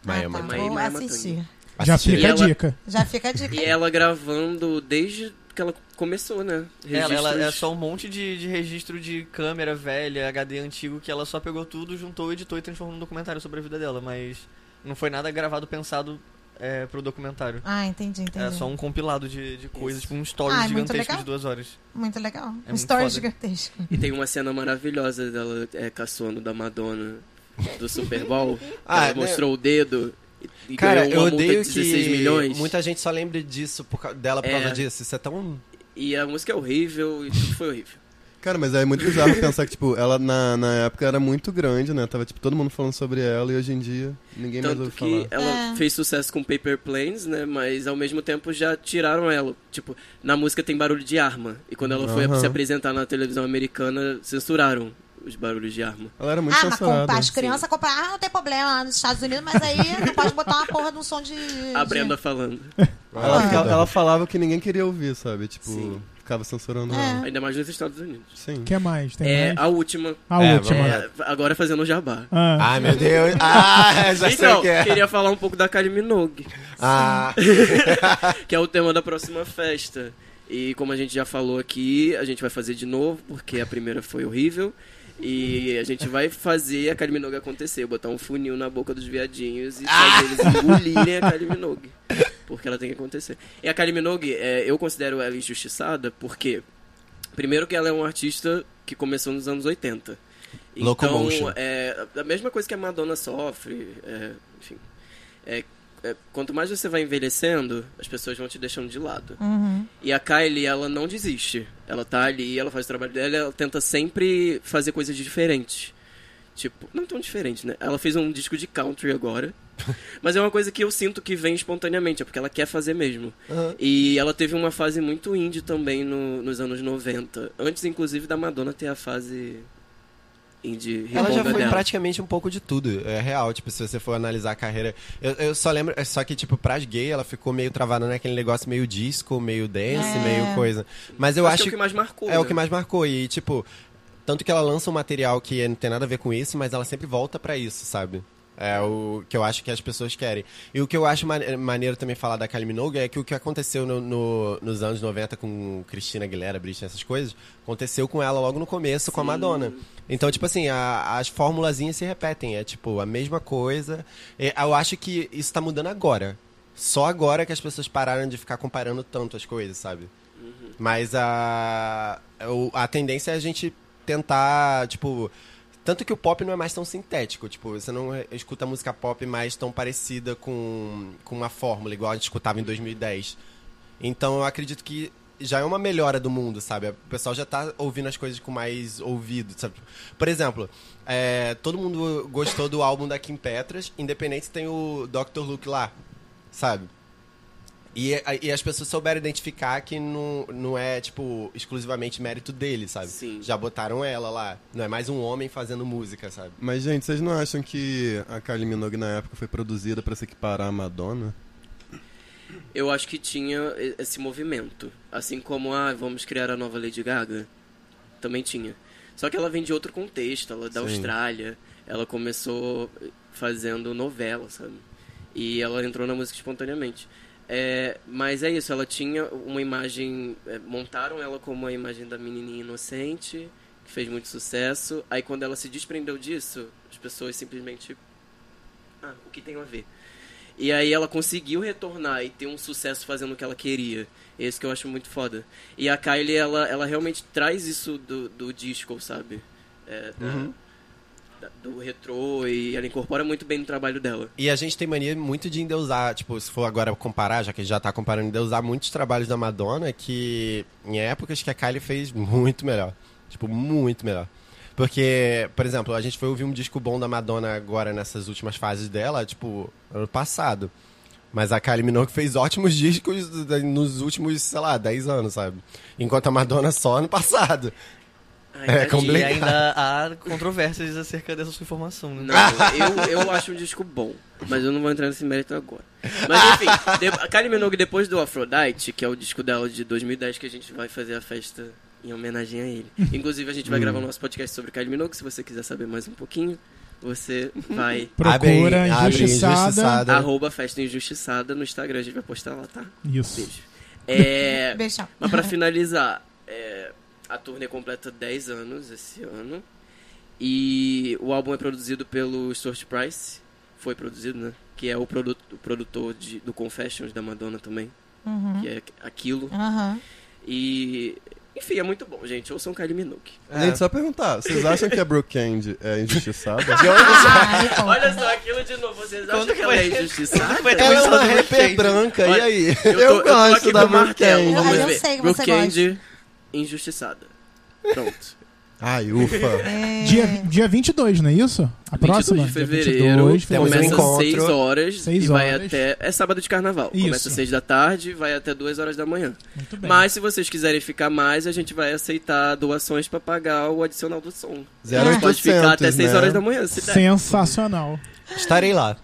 Maia,
Ah, tá.
Maia.
Maia
é
Vou
Matang.
assistir.
Já
Assisti.
fica
E ela-
a dica.
Já fica a dica.
E ela gravando desde que ela começou, né?
Ela, ela é
Registros-
só um monte de, de registro de câmera velha, HD antigo, que ela só pegou tudo, juntou, editou e transformou num documentário sobre a vida dela, mas não foi nada gravado, pensado é, pro documentário.
Ah, entendi, entendi.
É só um compilado de, de coisas, tipo um
Ah,
stories
é muito
gigantesco
legal.
de duas horas.
Muito
É
legal. um
muito
story
foda.
gigantesco.
E tem uma cena maravilhosa dela é, caçoando da Madonna do Super Bowl.
Ah,
ela
né?
mostrou o dedo e, e
Cara, eu
ganhou uma multa
odeio
de 16
que
milhões.
muita gente só lembra disso por causa dela por
É.
causa disso. Isso é tão...
E a música é horrível e tudo foi horrível.
Cara, mas é muito bizarro pensar que, tipo, ela na, na época era muito grande, né? Tava, tipo, todo mundo falando sobre ela e hoje em dia ninguém mais
Tanto
ouve
que
falar.
ela
É.
fez sucesso com Paper Planes, né? Mas ao mesmo tempo já tiraram ela. Tipo, na música tem barulho de arma. E quando ela foi
Aham.
se apresentar na televisão americana, censuraram os barulhos de arma.
Ela era muito
ah, mas
censurada.
comprar as crianças comprar. Ah, não tem problema lá nos Estados Unidos, mas aí não pode botar uma porra de um som de.
A
de-
Brenda falando.
Ela, ficava- Ah, ela falava o que ninguém queria ouvir, sabe? Tipo,
Sim.
ficava censurando
É.
ela.
Ainda mais nos Estados Unidos.
Sim.
O que mais? Tem
É,
mais?
a última.
A
É,
última.
é, agora fazendo o jabá.
Ah,
Ai, meu Deus. Ah, já sei o
Então,
que é.
queria falar um pouco da Kylie Minogue.
Ah,
que é o tema da próxima festa. E como a gente já falou aqui, a gente vai fazer de novo, porque a primeira foi horrível. E a gente vai fazer a Kylie Minogue acontecer, botar um funil na boca dos viadinhos e fazer eles engolirem a Kylie Minogue. Porque ela tem que acontecer. E a Kylie Minogue, é, eu considero ela injustiçada, porque... Primeiro que ela é uma artista que começou nos anos 80. Então,
Locomotion.
é, a mesma coisa que a Madonna sofre, é, enfim... É, é, quanto mais você vai envelhecendo, as pessoas vão te deixando de lado.
Uhum.
E a Kylie, ela não desiste. Ela tá ali, ela faz o trabalho dela, ela tenta sempre fazer coisas diferentes. Tipo, não tão diferente, né? Ela fez um disco de country agora. mas é uma coisa que eu sinto que vem espontaneamente, é porque ela quer fazer mesmo. E ela teve uma fase muito indie também no- nos anos 90. Antes, inclusive, da Madonna ter a fase indie
Ela já
redonda
foi
dela.
praticamente um pouco de tudo. É real, tipo, se você for analisar a carreira. Eu, eu só lembro. é Só que, tipo, pras gay, ela ficou meio travada naquele negócio meio disco, meio dance,
É.
meio coisa. Mas eu
Acho,
acho,
que é o que mais marcou.
É o
né?
que mais marcou. E, tipo, tanto que ela lança um material que não tem nada a ver com isso, mas ela sempre volta pra isso, sabe? É o que eu acho que as pessoas querem. E o que eu acho mane- maneiro também falar da Kylie Minogue é que o que aconteceu no- no- nos anos 90 com Cristina Aguilera, Britney, essas coisas, aconteceu com ela logo no começo com a Madonna. Então, tipo assim, a- as formulazinhas se repetem. É, tipo, a mesma coisa. E eu acho que isso tá mudando agora. Só agora que as pessoas pararam de ficar comparando tanto as coisas, sabe? Mas a, o- a tendência é a gente tentar, tipo. Tanto que o pop não é mais tão sintético, tipo, você não é- escuta música pop mais tão parecida com, com uma fórmula, igual a gente escutava em 2010. Então eu acredito que já é uma melhora do mundo, sabe? O pessoal já tá ouvindo as coisas com mais ouvido, sabe? Por exemplo, é, todo mundo gostou do álbum da Kim Petras, independente se tem o Dr. Luke lá, sabe? E, e as pessoas souberam identificar que não, não é, tipo, exclusivamente mérito dele, sabe?
Sim.
Já botaram ela lá. Não é mais um homem fazendo música, sabe?
Mas, gente, vocês não acham que a Kylie Minogue na época foi produzida pra se equiparar à Madonna?
Eu acho que tinha e- esse movimento. Assim como, ah, vamos criar a nova Lady Gaga. Também tinha. Só que ela vem de outro contexto, ela é da
Sim.
Austrália. Ela começou fazendo novela, sabe? E ela entrou na música espontaneamente. É, mas é isso, ela tinha uma imagem. é, montaram ela como a imagem da menininha inocente, que fez muito sucesso. Aí quando ela se desprendeu disso, as pessoas simplesmente. Ah, o que tem a ver? E aí ela conseguiu retornar e ter um sucesso fazendo o que ela queria. Esse que eu acho muito foda. E a Kylie, ela, ela realmente traz isso do, do disco, sabe? É, da- da- do retrô e ela incorpora muito bem no trabalho dela.
E a gente tem mania muito de endeusar, tipo, se for agora comparar, já que a gente já tá comparando, endeusar muitos trabalhos da Madonna que em épocas que a Kylie fez muito melhor. Tipo, muito melhor. Porque, por exemplo, a gente foi ouvir um disco bom da Madonna agora nessas últimas fases dela, tipo, ano passado. Mas a Kylie Minogue fez ótimos discos nos últimos, sei lá, 10 anos, sabe? Enquanto a Madonna só ano passado.
Ainda
com
tinha-
E
Complicado.
ainda há controvérsias acerca dessa sua informação, né?
Não, eu, eu acho um disco bom, mas eu não vou entrar nesse mérito agora. Mas enfim, de, a Kylie Minogue, depois do Aphrodite, que é o disco dela de 2010, que a gente vai fazer a festa em homenagem a ele. Inclusive, a gente vai gravar o nosso podcast sobre Kylie Minogue, se você quiser saber mais um pouquinho, você vai...
Procura injustiçada.
Arroba Festa Injustiçada no Instagram, a gente vai postar lá, tá?
Isso.
Beijo. É,
Beijão.
mas pra finalizar, é, a turnê completa 10 anos esse ano. E o álbum é produzido pelo Stuart Price. Foi produzido, né? Que é o, produ o produtor de, do Confessions da Madonna também. Que é aquilo.
Uhum. Aham.
E. Enfim, é muito bom, gente. Ouçam Kylie Minogue.
Gente, só perguntar, vocês acham que a Brooke Candy é injustiçada?
Ah, me conta.
Olha só, aquilo de novo. Vocês acham que, ela é injustiçada?
Vai ter
Ela é
edição
uma
do
rapper
Weekend.
branca, e
Olha,
aí?
Eu, tô,
Eu
eu tô
gosto
aqui
da
com o martelo.
Brooke
Vamos
Candy. Ah, eu
ver.
sei que
Brooke
você
Candy, injustiçada. Pronto.
Ai, ufa.
É.
Dia, dia 22, não é isso? A
22
próxima?
de
Dia
fevereiro,
22,
começa
um
às
encontro.
6 horas
Seis
e vai
horas.
até... É sábado de carnaval.
Isso.
Começa às 6 da tarde e vai até 2 horas da manhã.
Muito bem.
assim. Mas se vocês quiserem ficar mais, a gente vai aceitar doações pra pagar o adicional do som.
Zero
Mas Pode ficar
né?
até 6 horas da manhã, se der.
Sensacional.
né? Estarei lá.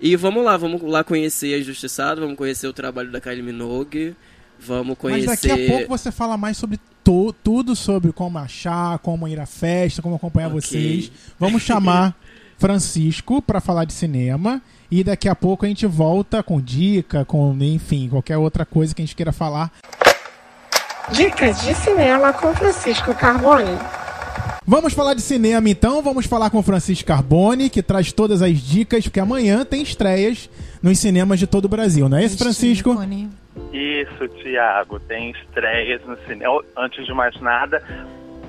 E vamos lá, vamos lá conhecer a Injustiçada, vamos conhecer o trabalho da Kylie Minogue, vamos conhecer...
Mas daqui a pouco você fala mais sobre to- tudo sobre como achar, como ir à festa, como acompanhar
Ok.
vocês. Vamos chamar Francisco pra falar de cinema e daqui a pouco a gente volta com dica, com enfim, qualquer outra coisa que a gente queira falar.
Dicas de cinema com Francisco Carboni.
Vamos falar de cinema então, vamos falar com o Francisco Carboni, que traz todas as dicas, porque amanhã tem estreias nos cinemas de todo o Brasil, não é isso, Francisco?
Ícone.
Isso, Tiago. Tem estreias no cinema. Antes de mais nada,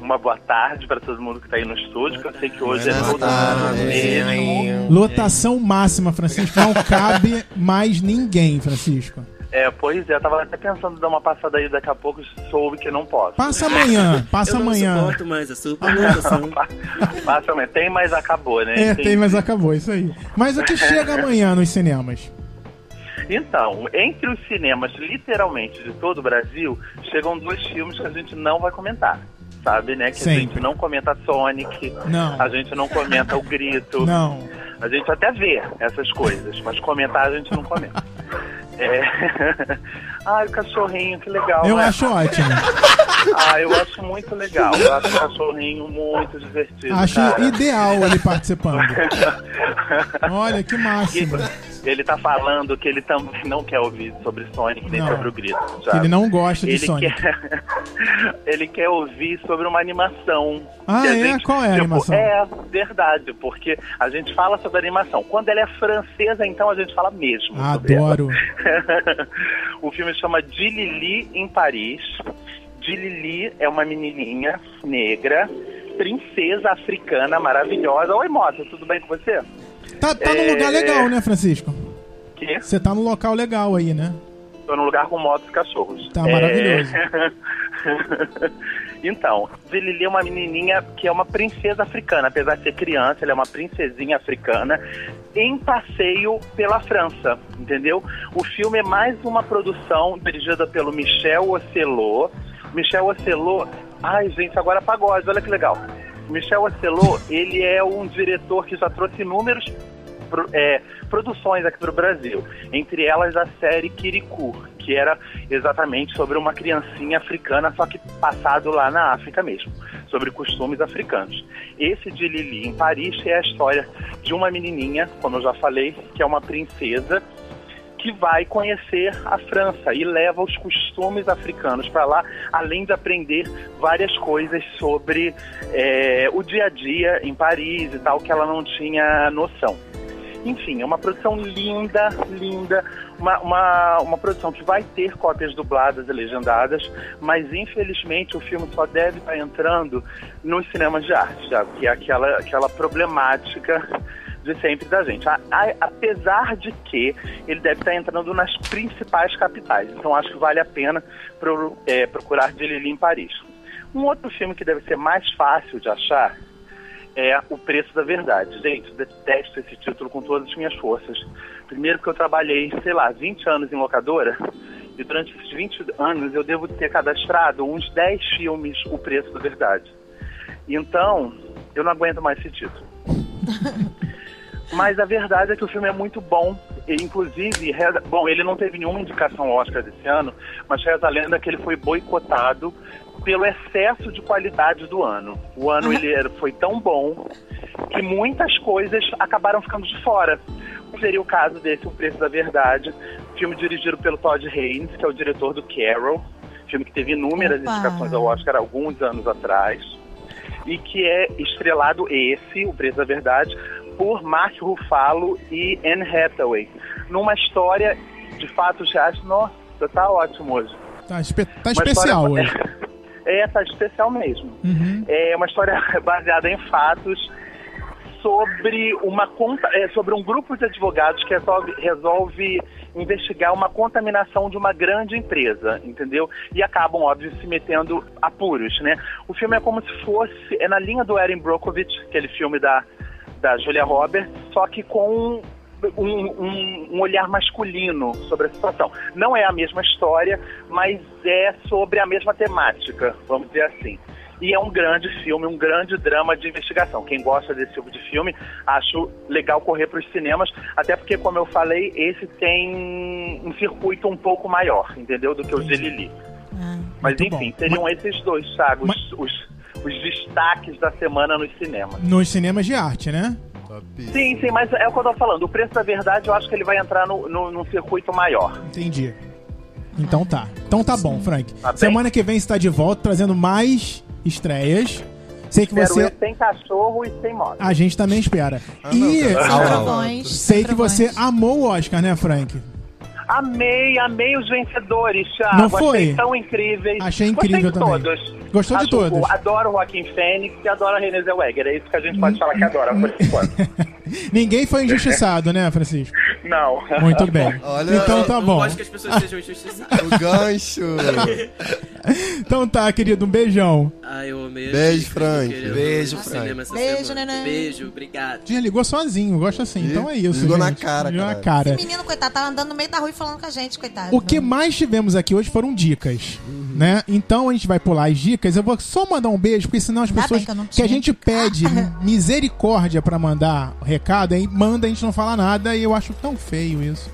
uma boa tarde para todo mundo que está aí no estúdio, que eu sei que hoje é todo
Ah,
mundo mesmo.
Lotação máxima, Francisco. Não cabe mais ninguém, Francisco.
É, pois é, eu tava até pensando em dar uma passada aí daqui a pouco, soube que não posso.
Passa amanhã, passa
Eu não
amanhã.
suporto mais a superlotação.
Passa amanhã. Tem, mas acabou, né?
É,
Enfim.
tem, mas acabou, isso aí. Mas o que chega amanhã nos cinemas?
Então, entre os cinemas, literalmente, de todo o Brasil, chegam dois filmes que a gente não vai comentar. Sabe, né? Que a
Sempre.
gente não comenta Sonic,
Não.
a gente não comenta O Grito,
Não.
A gente até vê essas coisas, mas comentar a gente não comenta. É... Ai, o cachorrinho, que legal.
Eu
né?
é.
acho ótimo.
Ah, eu acho muito legal. Eu acho o cachorrinho muito divertido.
Acho
cara.
ideal ele participando. Olha, que máximo.
Ele tá falando que ele também não quer ouvir sobre Sonic nem
Não.
sobre o grito.
Que
sabe?
ele não gosta de
Ele
Sonic.
quer... ele quer ouvir sobre uma animação.
Ah,
Que a
é? Qual é a
tipo,
animação?
É verdade, porque a gente fala sobre animação. Quando ela é francesa, então a gente fala mesmo. sobre ela.
Adoro.
o filme chama De Lili em Paris. De Lili é uma menininha negra, princesa africana maravilhosa. Oi, Mota, tudo bem com você?
Tá, tá num lugar
É.
legal, né, Francisco?
Que
Você tá num local legal aí, né?
tô num lugar com motos e cachorros. É.
Tá maravilhoso.
então, De Lili é uma menininha que é uma princesa africana. Apesar de ser criança, ela é uma princesinha africana em passeio pela França, entendeu? O filme é mais uma produção dirigida pelo Michel Ocelot. Michel Ocelot... Ai, gente, agora pagode, olha que legal. Michel Ocelot, ele é um diretor que já trouxe inúmeros pro- é, produções aqui para o Brasil. Entre elas a série Kirikou, que era exatamente sobre uma criancinha africana, só que passado lá na África mesmo, sobre costumes africanos. Esse de Lili em Paris é a história de uma menininha, como eu já falei, que é uma princesa que vai conhecer a França e leva os costumes africanos para lá, além de aprender várias coisas sobre é, o dia a dia em Paris e tal, que ela não tinha noção. Enfim, é uma produção linda, linda, uma, uma, uma produção que vai ter cópias dubladas e legendadas, mas infelizmente o filme só deve estar entrando nos cinemas de arte, já, que é aquela, aquela problemática de sempre da gente. A- a- apesar de que ele deve estar entrando nas principais capitais, então acho que vale a pena pro- é, procurar de Lili em Paris. Um outro filme que deve ser mais fácil de achar é O Preço da Verdade. Gente, detesto esse título com todas as minhas forças. Primeiro porque eu trabalhei, sei lá, 20 anos em locadora, e durante esses 20 anos eu devo ter cadastrado uns 10 filmes O Preço da Verdade. Então, eu não aguento mais esse título. Mas a verdade é que o filme é muito bom. E, inclusive, reza- bom, ele não teve nenhuma indicação Oscar desse ano, mas reza a lenda que ele foi boicotado pelo excesso de qualidade do ano. O ano ele era- foi tão bom que muitas coisas acabaram ficando de fora. Seria o caso desse O Preço da Verdade, filme dirigido pelo Todd Haynes, que é o diretor do Carol, filme que teve inúmeras
Opa.
indicações ao Oscar alguns anos atrás, e que é estrelado esse, O Preço da Verdade, por Mark Ruffalo e Anne Hathaway, numa história de fatos reais. Nossa, tá ótimo hoje.
Tá, espe- tá
Uma
especial
história-
hoje.
É, tá especial mesmo.
Uhum.
É uma história baseada em fatos sobre uma conta, é, sobre um grupo de advogados que resolve, resolve investigar uma contaminação de uma grande empresa, entendeu? E acabam, óbvio, se metendo a puros, né? O filme é como se fosse é na linha do Erin Brockovich, aquele filme da da Julia Roberts, só que com um, um- um olhar masculino sobre a situação. Não é a mesma história, mas é sobre a mesma temática, vamos dizer assim. E é um grande filme, um grande drama de investigação. Quem gosta desse tipo de filme, acho legal correr para os cinemas, até porque, como eu falei, esse tem um circuito um pouco maior, entendeu? Do que o de Lili. Mas
Ah, Muito
enfim,
bom.
seriam esses dois, sabe? Os,
Mas-
os- os destaques da semana nos cinemas.
Nos cinemas de arte, né?
Sim, sim, mas é o que eu tô falando. O preço da verdade, eu acho que ele vai entrar no, no, num circuito maior.
Entendi. Então tá. Então tá bom, Frank.
Tá bem.
Semana que vem você tá de volta trazendo mais estreias. Sei que
Quero
você. Ah.
eu sem cachorro e sem moto.
A gente também espera.
Ah,
E
Sem trovões.
sei
sem
que você Ah,
trovões.
amou o Oscar, né, Frank?
Amei, amei os vencedores, Thiago.
Não foi?
Achei tão incríveis.
Achei
Gostei
incrível
de
também.
todos.
Gostou de
Acho-
todos.
Adoro o Joaquim Fênix e adoro a Renée Zellweger. É isso que a gente
Hum.
pode falar que adora, por enquanto.
Ninguém foi injustiçado, né, Francisco?
Não.
Muito bem.
Olha-
então tá
não
bom.
gosto que as pessoas sejam injustiçadas.
O gancho.
Então tá, querido, um beijão.
Ai, eu amei.
Beijo,
Francisco,
Frank.
querido.
Beijo,
Eu fui no
Frank.
cinema essa
Beijo,
semana.
neném.
Beijo, obrigado.
Desligou sozinho, gosto assim. Então é isso.
Desligou na
gente.
cara,
Desligou na
cara.
cara.
Menino, coitado, tava andando no meio da rua e falando com a gente, coitado.
é. O que mais tivemos aqui hoje foram dicas, né? Então a gente vai pular as dicas. Eu vou só mandar um beijo, porque senão as
Ainda
pessoas
bem que eu não
a
tinha
gente pede misericórdia pra mandar recado, aí manda a gente não falar nada e eu acho tão feio isso.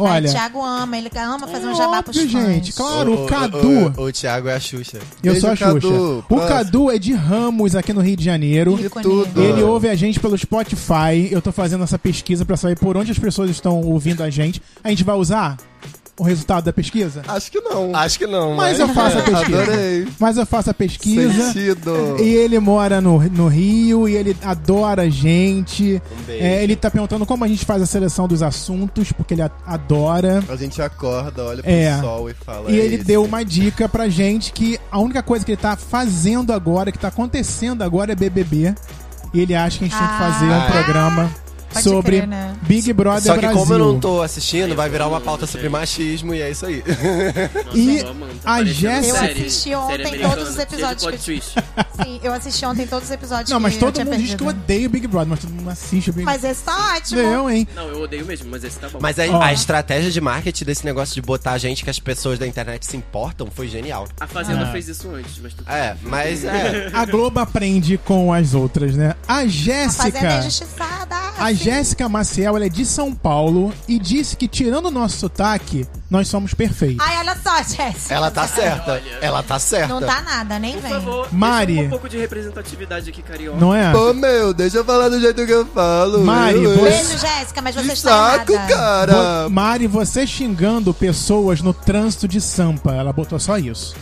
Olha.
Olha,
O Thiago ama, ele ama fazer um jabá pros
É óbvio,
fãs.
gente, claro, o Cadu.
O, Thiago é a Xuxa.
eu
Beijo,
sou a Xuxa.
Cadu.
O
Próximo.
Cadu é de Ramos aqui no Rio de Janeiro.
De
Ícone.
tudo.
Ele ouve a gente pelo Spotify. Eu tô fazendo essa pesquisa pra saber por onde as pessoas estão ouvindo a gente. A gente vai usar o resultado da pesquisa?
Acho que não.
Ah,
É,
Acho que não. é?
Mas eu faço a pesquisa.
Adorei.
Mas eu faço a pesquisa.
Sentido.
E ele mora no, no Rio e ele adora a gente.
Um
É, ele tá perguntando como a gente faz a seleção dos assuntos, porque ele a- adora.
A gente acorda, olha pro
É.
sol e fala.
E
"É
ele
esse".
deu uma dica pra gente que a única coisa que ele tá fazendo agora, que tá acontecendo agora, é BBB. E ele acha que a gente tem que fazer um
Ah.
programa
Pode
sobre
crer, né?
Big Brother
Só que
é Brasil.
como eu não tô assistindo, vai virar uma pauta sobre machismo e é isso aí.
Nossa,
E
eu amo, tá
a
parecendo
Jéssica-
série-
Eu assisti
série
ontem
americana,
todos os
cheio de
episódios
plot
que-
twist.
Sim, eu assisti ontem todos os episódios
Não, mas
que eu
todo
tinha
mundo diz que eu
perdido.
odeio Big Brother, mas todo mundo assiste o Big Brother.
Mas esse tá ótimo.
Eu, hein?
Não, eu odeio mesmo, mas esse tá bom.
Mas a,
Ó.
a estratégia de marketing desse negócio de botar gente que as pessoas da internet se importam foi genial.
A Fazenda
Ah.
fez isso antes, mas tudo
É, mas é.
A Globo aprende com as outras, né? A
A fazenda é
Jéssica.
injustiçada.
A
sim.
Jéssica Maciel, ela é de São Paulo e disse que, tirando o nosso sotaque, nós somos perfeitos.
Ai, olha só, Jéssica.
Ela tá certa. Ela tá certa.
Não tá nada, nem
Por
vem.
favor,
Mari.
deixa um pouco de representatividade aqui, carioca.
Não é?
Ô meu, deixa eu falar do jeito que eu falo.
Mari,
Eu-
você-
Beijo, Jéssica, mas você
Que
está
saco,
errada.
cara.
Bo- Mari, você xingando pessoas no trânsito de Sampa. Ela botou só isso.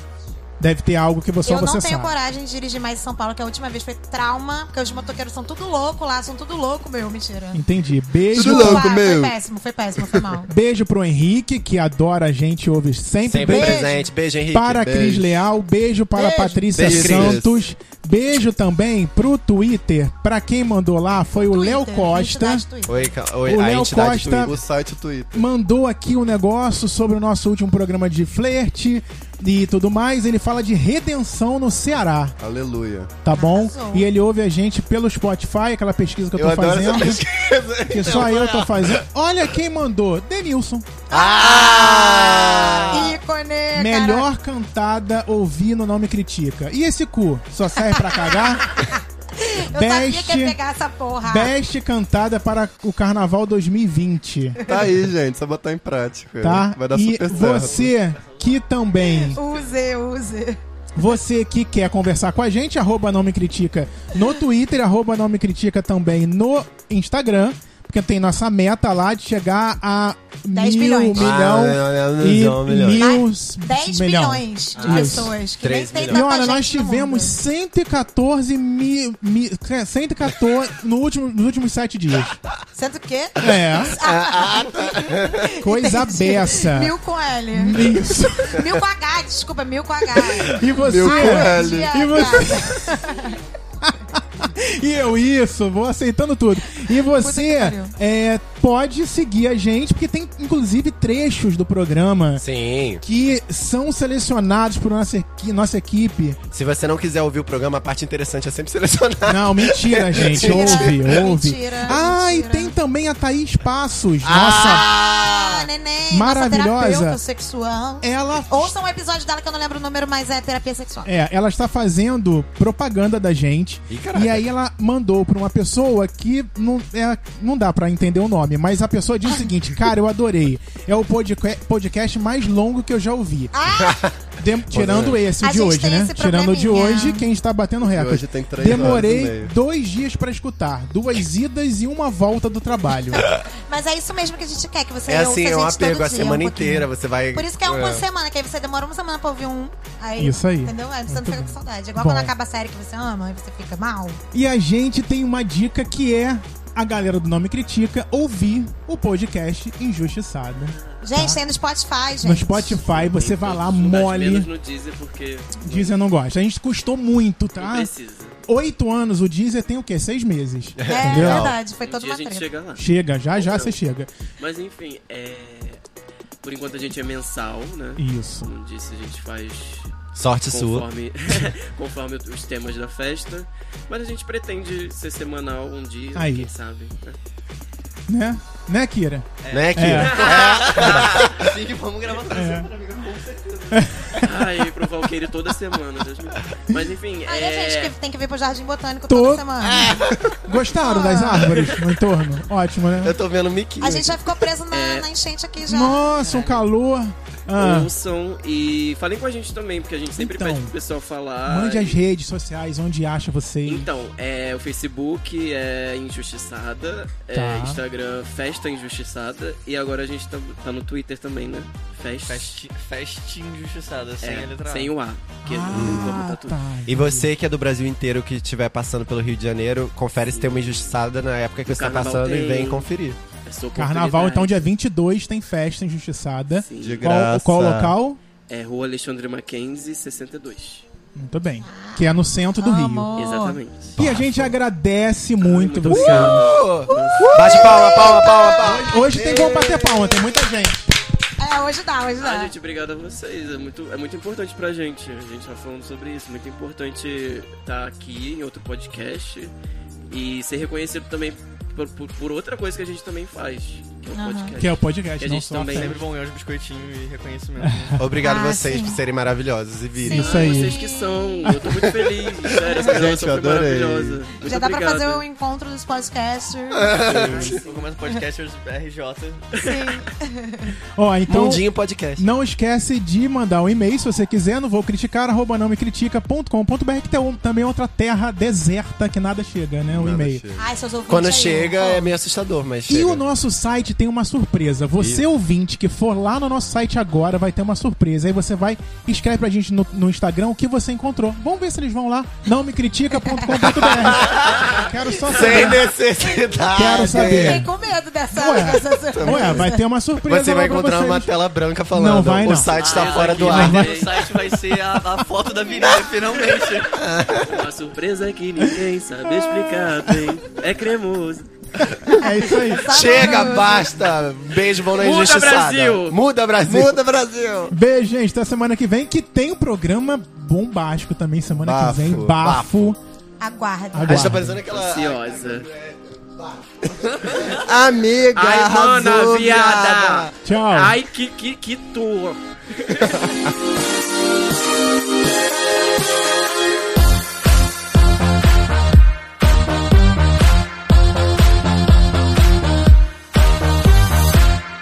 Deve ter algo que só
eu
você
não tenho
sabe.
coragem de dirigir mais em São Paulo, que a última vez foi trauma, porque os motoqueiros são tudo louco lá, são tudo louco, meu, mentira.
Entendi. Beijo.
Tudo louco,
Vai,
meu.
Foi péssimo, foi péssimo, foi mal.
Beijo pro Henrique, que adora a gente, ouve sempre.
Sempre
Beijo
presente. Beijo, Henrique.
para a
beijo.
Cris Leal, beijo para a
Beijo.
Patrícia
Beijo, Cris.
Santos. Beijo também pro Twitter. Pra quem mandou lá foi o Léo
Twitter,
Costa.
entidade Twitter.
Oi, ca- oi,
O
a
Léo
entidade
Costa-
do Igor.
O site do Twitter.
mandou aqui um negócio sobre o nosso último programa de flerte e tudo mais. Ele fala de redenção no Ceará,
Aleluia.
tá bom?
Arrasou.
E ele ouve a gente pelo Spotify, aquela pesquisa que eu tô
Eu adoro essa
fazendo.
pesquisa.
Que só eu tô fazendo. Olha quem mandou. Denilson.
Ah!
Ícone! ideia, É, cara.
Melhor cantada ouvindo não me critica. E esse cu? Só serve pra cagar?
Eu sabia que
Best-
ia pegar essa
Ah.
porra.
Best cantada para o Carnaval 2020,
Tá aí, gente, só botar em prática.
tá?
Vai dar
e
super certo.
você que também
Use, use.
Você que quer conversar com a gente, arroba não me critica no Twitter, arroba não me critica também no Instagram, porque tem nossa meta lá de chegar a
10
mil,
milhões.
milhão
milhão,
e
milhões.
mil,
10
milhão.
milhões de
Isso.
pessoas que nem
Três
tem
E
tanta
olha,
gente
nós
no
tivemos
mundo.
114 mil. mi- 114 no último, nos últimos sete dias.
Sendo que...
É. Coisa beça.
Mil com L.
Isso.
Mil com H, desculpa, mil com H.
E você? Ah, é.
Mil com L.
E
Idiota.
você? E eu, isso, vou aceitando tudo. E você
Puta que pariu.
é, pode seguir a gente, porque tem inclusive trechos do programa
Sim.
que são selecionados por nossa, equi- nossa equipe.
Se você não quiser ouvir o programa, a parte interessante é sempre selecionar.
Não, mentira, gente. ouve,
Mentira,
ouve.
mentira,
ah, e
mentira.
tem também a Thaís Passos. Nossa,
Ah, neném,
Maravilhosa.
nossa terapeuta sexual.
ela.
Ouça um episódio dela que eu não lembro o número, mas é terapia sexual.
É, ela está fazendo propaganda da gente. e aí ela mandou pra uma pessoa que não, é, não dá pra entender o nome, mas a pessoa diz o seguinte: Cara, eu adorei. É o podca- podcast mais longo que eu já ouvi.
Ah,
Dem- tirando esse
A
de
gente
hoje,
tem
né?
esse
Tirando o de
probleminha.
hoje, quem está batendo recorde.
hoje tem três horas e
Demorei
meia.
dois dias pra escutar, duas idas e uma volta do trabalho.
mas é isso mesmo que a gente quer, que você
É
ouça a
assim,
gente
é um
todo
apego a
dia, um
semana
pouquinho.
inteira. Você vai.
Por isso que é um por semana, que aí você demora uma semana pra ouvir um. Aí,
Isso aí.
Entendeu? Aí você não fica com saudade. É Igual
Bom.
quando acaba a série que você ama, aí você fica mal.
E a gente tem uma dica que é a galera do Nome Critica ouvir o podcast Injustiçada.
Gente, tem no Spotify, gente.
No Spotify, você vai lá, mole.
Menos no Deezer, porque
Deezer não gosta. A gente custou muito,
não
tá?
precisa.
Oito anos, o Deezer tem o quê? Seis meses.
É
Entendeu?
verdade, foi
Um
toda
dia
uma
a gente
treta.
chega lá.
Chega, já já você chega.
Mas enfim, é... Por enquanto a gente é mensal, né?
Isso.
Como disse, a gente faz
Sorte sua.
conforme, conforme os temas da festa. Mas a gente pretende ser semanal um dia,
Aí.
quem sabe. né?
Né? Né, Kira?
Né, Kira?
É.
Sim, vamos gravar essa semana, amigo, com certeza.
Ai, pro Valqueiro toda semana. Deus me livre. Mas enfim,
Aí
é...
a gente que tem que vir pro Jardim Botânico
Tô-
toda semana.
Gostaram das árvores no entorno? Ótimo, né?
Eu tô vendo o Mickey.
A gente já ficou preso na,
É.
na enchente aqui já.
Nossa, um calor. Ah,
Ouçam e falem com a gente também, porque a gente sempre
Então,
pede pro pessoal falar.
mande as
e-
redes sociais onde acha vocês.
Então, é, o Facebook é Injustiçada, é,
Tá.
Instagram Festa Injustiçada, e agora a gente tá, tá no Twitter também, né? Festa.
Festi, festa injustiçada, sem
é,
a letra A.
sem o A. Que é como
Ah,
tá tudo.
tá.
E você que é do Brasil inteiro, que estiver passando pelo Rio de Janeiro, confere se tem uma injustiçada na época que
O
você tá
carnaval
passando e
tem.
vem conferir.
É sua
Carnaval, então,
oportunidade.
dia 22 tem festa injustiçada.
Sim.
De
Qual,
graça.
qual local?
É Rua Alexandre Mackenzie, 62.
Muito bem. Que é no centro do Rio.
Amor.
Exatamente.
E a gente agradece muito,
Muito
você.
Bate palma, palma, palma, palma.
Hoje tem como bater palma, tem muita gente.
É, hoje dá, hoje dá.
Ah, gente, obrigado a vocês. É muito, é muito importante pra gente. A gente tá falando sobre isso. Muito importante estar aqui em outro podcast e ser reconhecido também por, por- por outra coisa que a gente também faz, que é o
Aham.
podcast.
Que é o podcast,
Que a
não
gente
só a
também-
festa.
Sempre bom ganhar os biscoitinhos e reconhecimento. né?
Obrigado
Ah,
vocês
sim.
por serem maravilhosos e virem.
Sim.
Isso aí.
Vocês que são. Eu tô muito feliz. Sério, essa gravação foi
eu adorei.
maravilhosa. Muito
já dá
obrigado.
pra fazer o encontro dos podcasters.
Eu começo Então, assim, o é podcasters RJ.
Sim.
Ó, então
Mundinho Podcast.
não esquece de mandar um e-mail se você quiser, não vou criticar, arroba não me critica.com.br, que tem um- também outra terra deserta que nada chega, né? O e-mail.
Ai, seus ouvintes.
Quando
aí,
chega
ó.
é meio assustador, mas
E
chega.
o nosso site tem uma surpresa. Você ouvinte que for lá no nosso site agora vai ter uma surpresa. Aí você vai escreve pra gente no, no Instagram o que você encontrou. Vamos ver se eles vão lá. Não me critica.com.br. Quero só
Sem
saber.
necessidade.
Quero
Fiquei
saber.
com medo dessa.
Ué.
dessa surpresa.
Ué, É, vai ter uma surpresa.
Você
lá
vai
pra
encontrar
vocês.
uma tela branca falando.
Não vai, não.
O site tá
Ah,
fora
aqui
do
vai
ar.
ter-
O site vai ser a, a foto da virilha, finalmente.
um
Uma surpresa é que ninguém sabe explicar bem. É cremoso.
É isso aí.
Tá
Chega, basta. Beijo, bom na
Muda,
injustiçada.
Brasil.
Muda, Brasil. Muda, Brasil.
Beijo, gente. Até semana que vem, que tem um programa bombástico também semana
Bafo,
que vem. Bafo.
Aguarda.
A gente tá
Aguardem.
parecendo aquela...
Ansiosa.
Amiga,
Ai, mana,
arrasou,
viada!
Tchau.
Ai, que, que, que tua!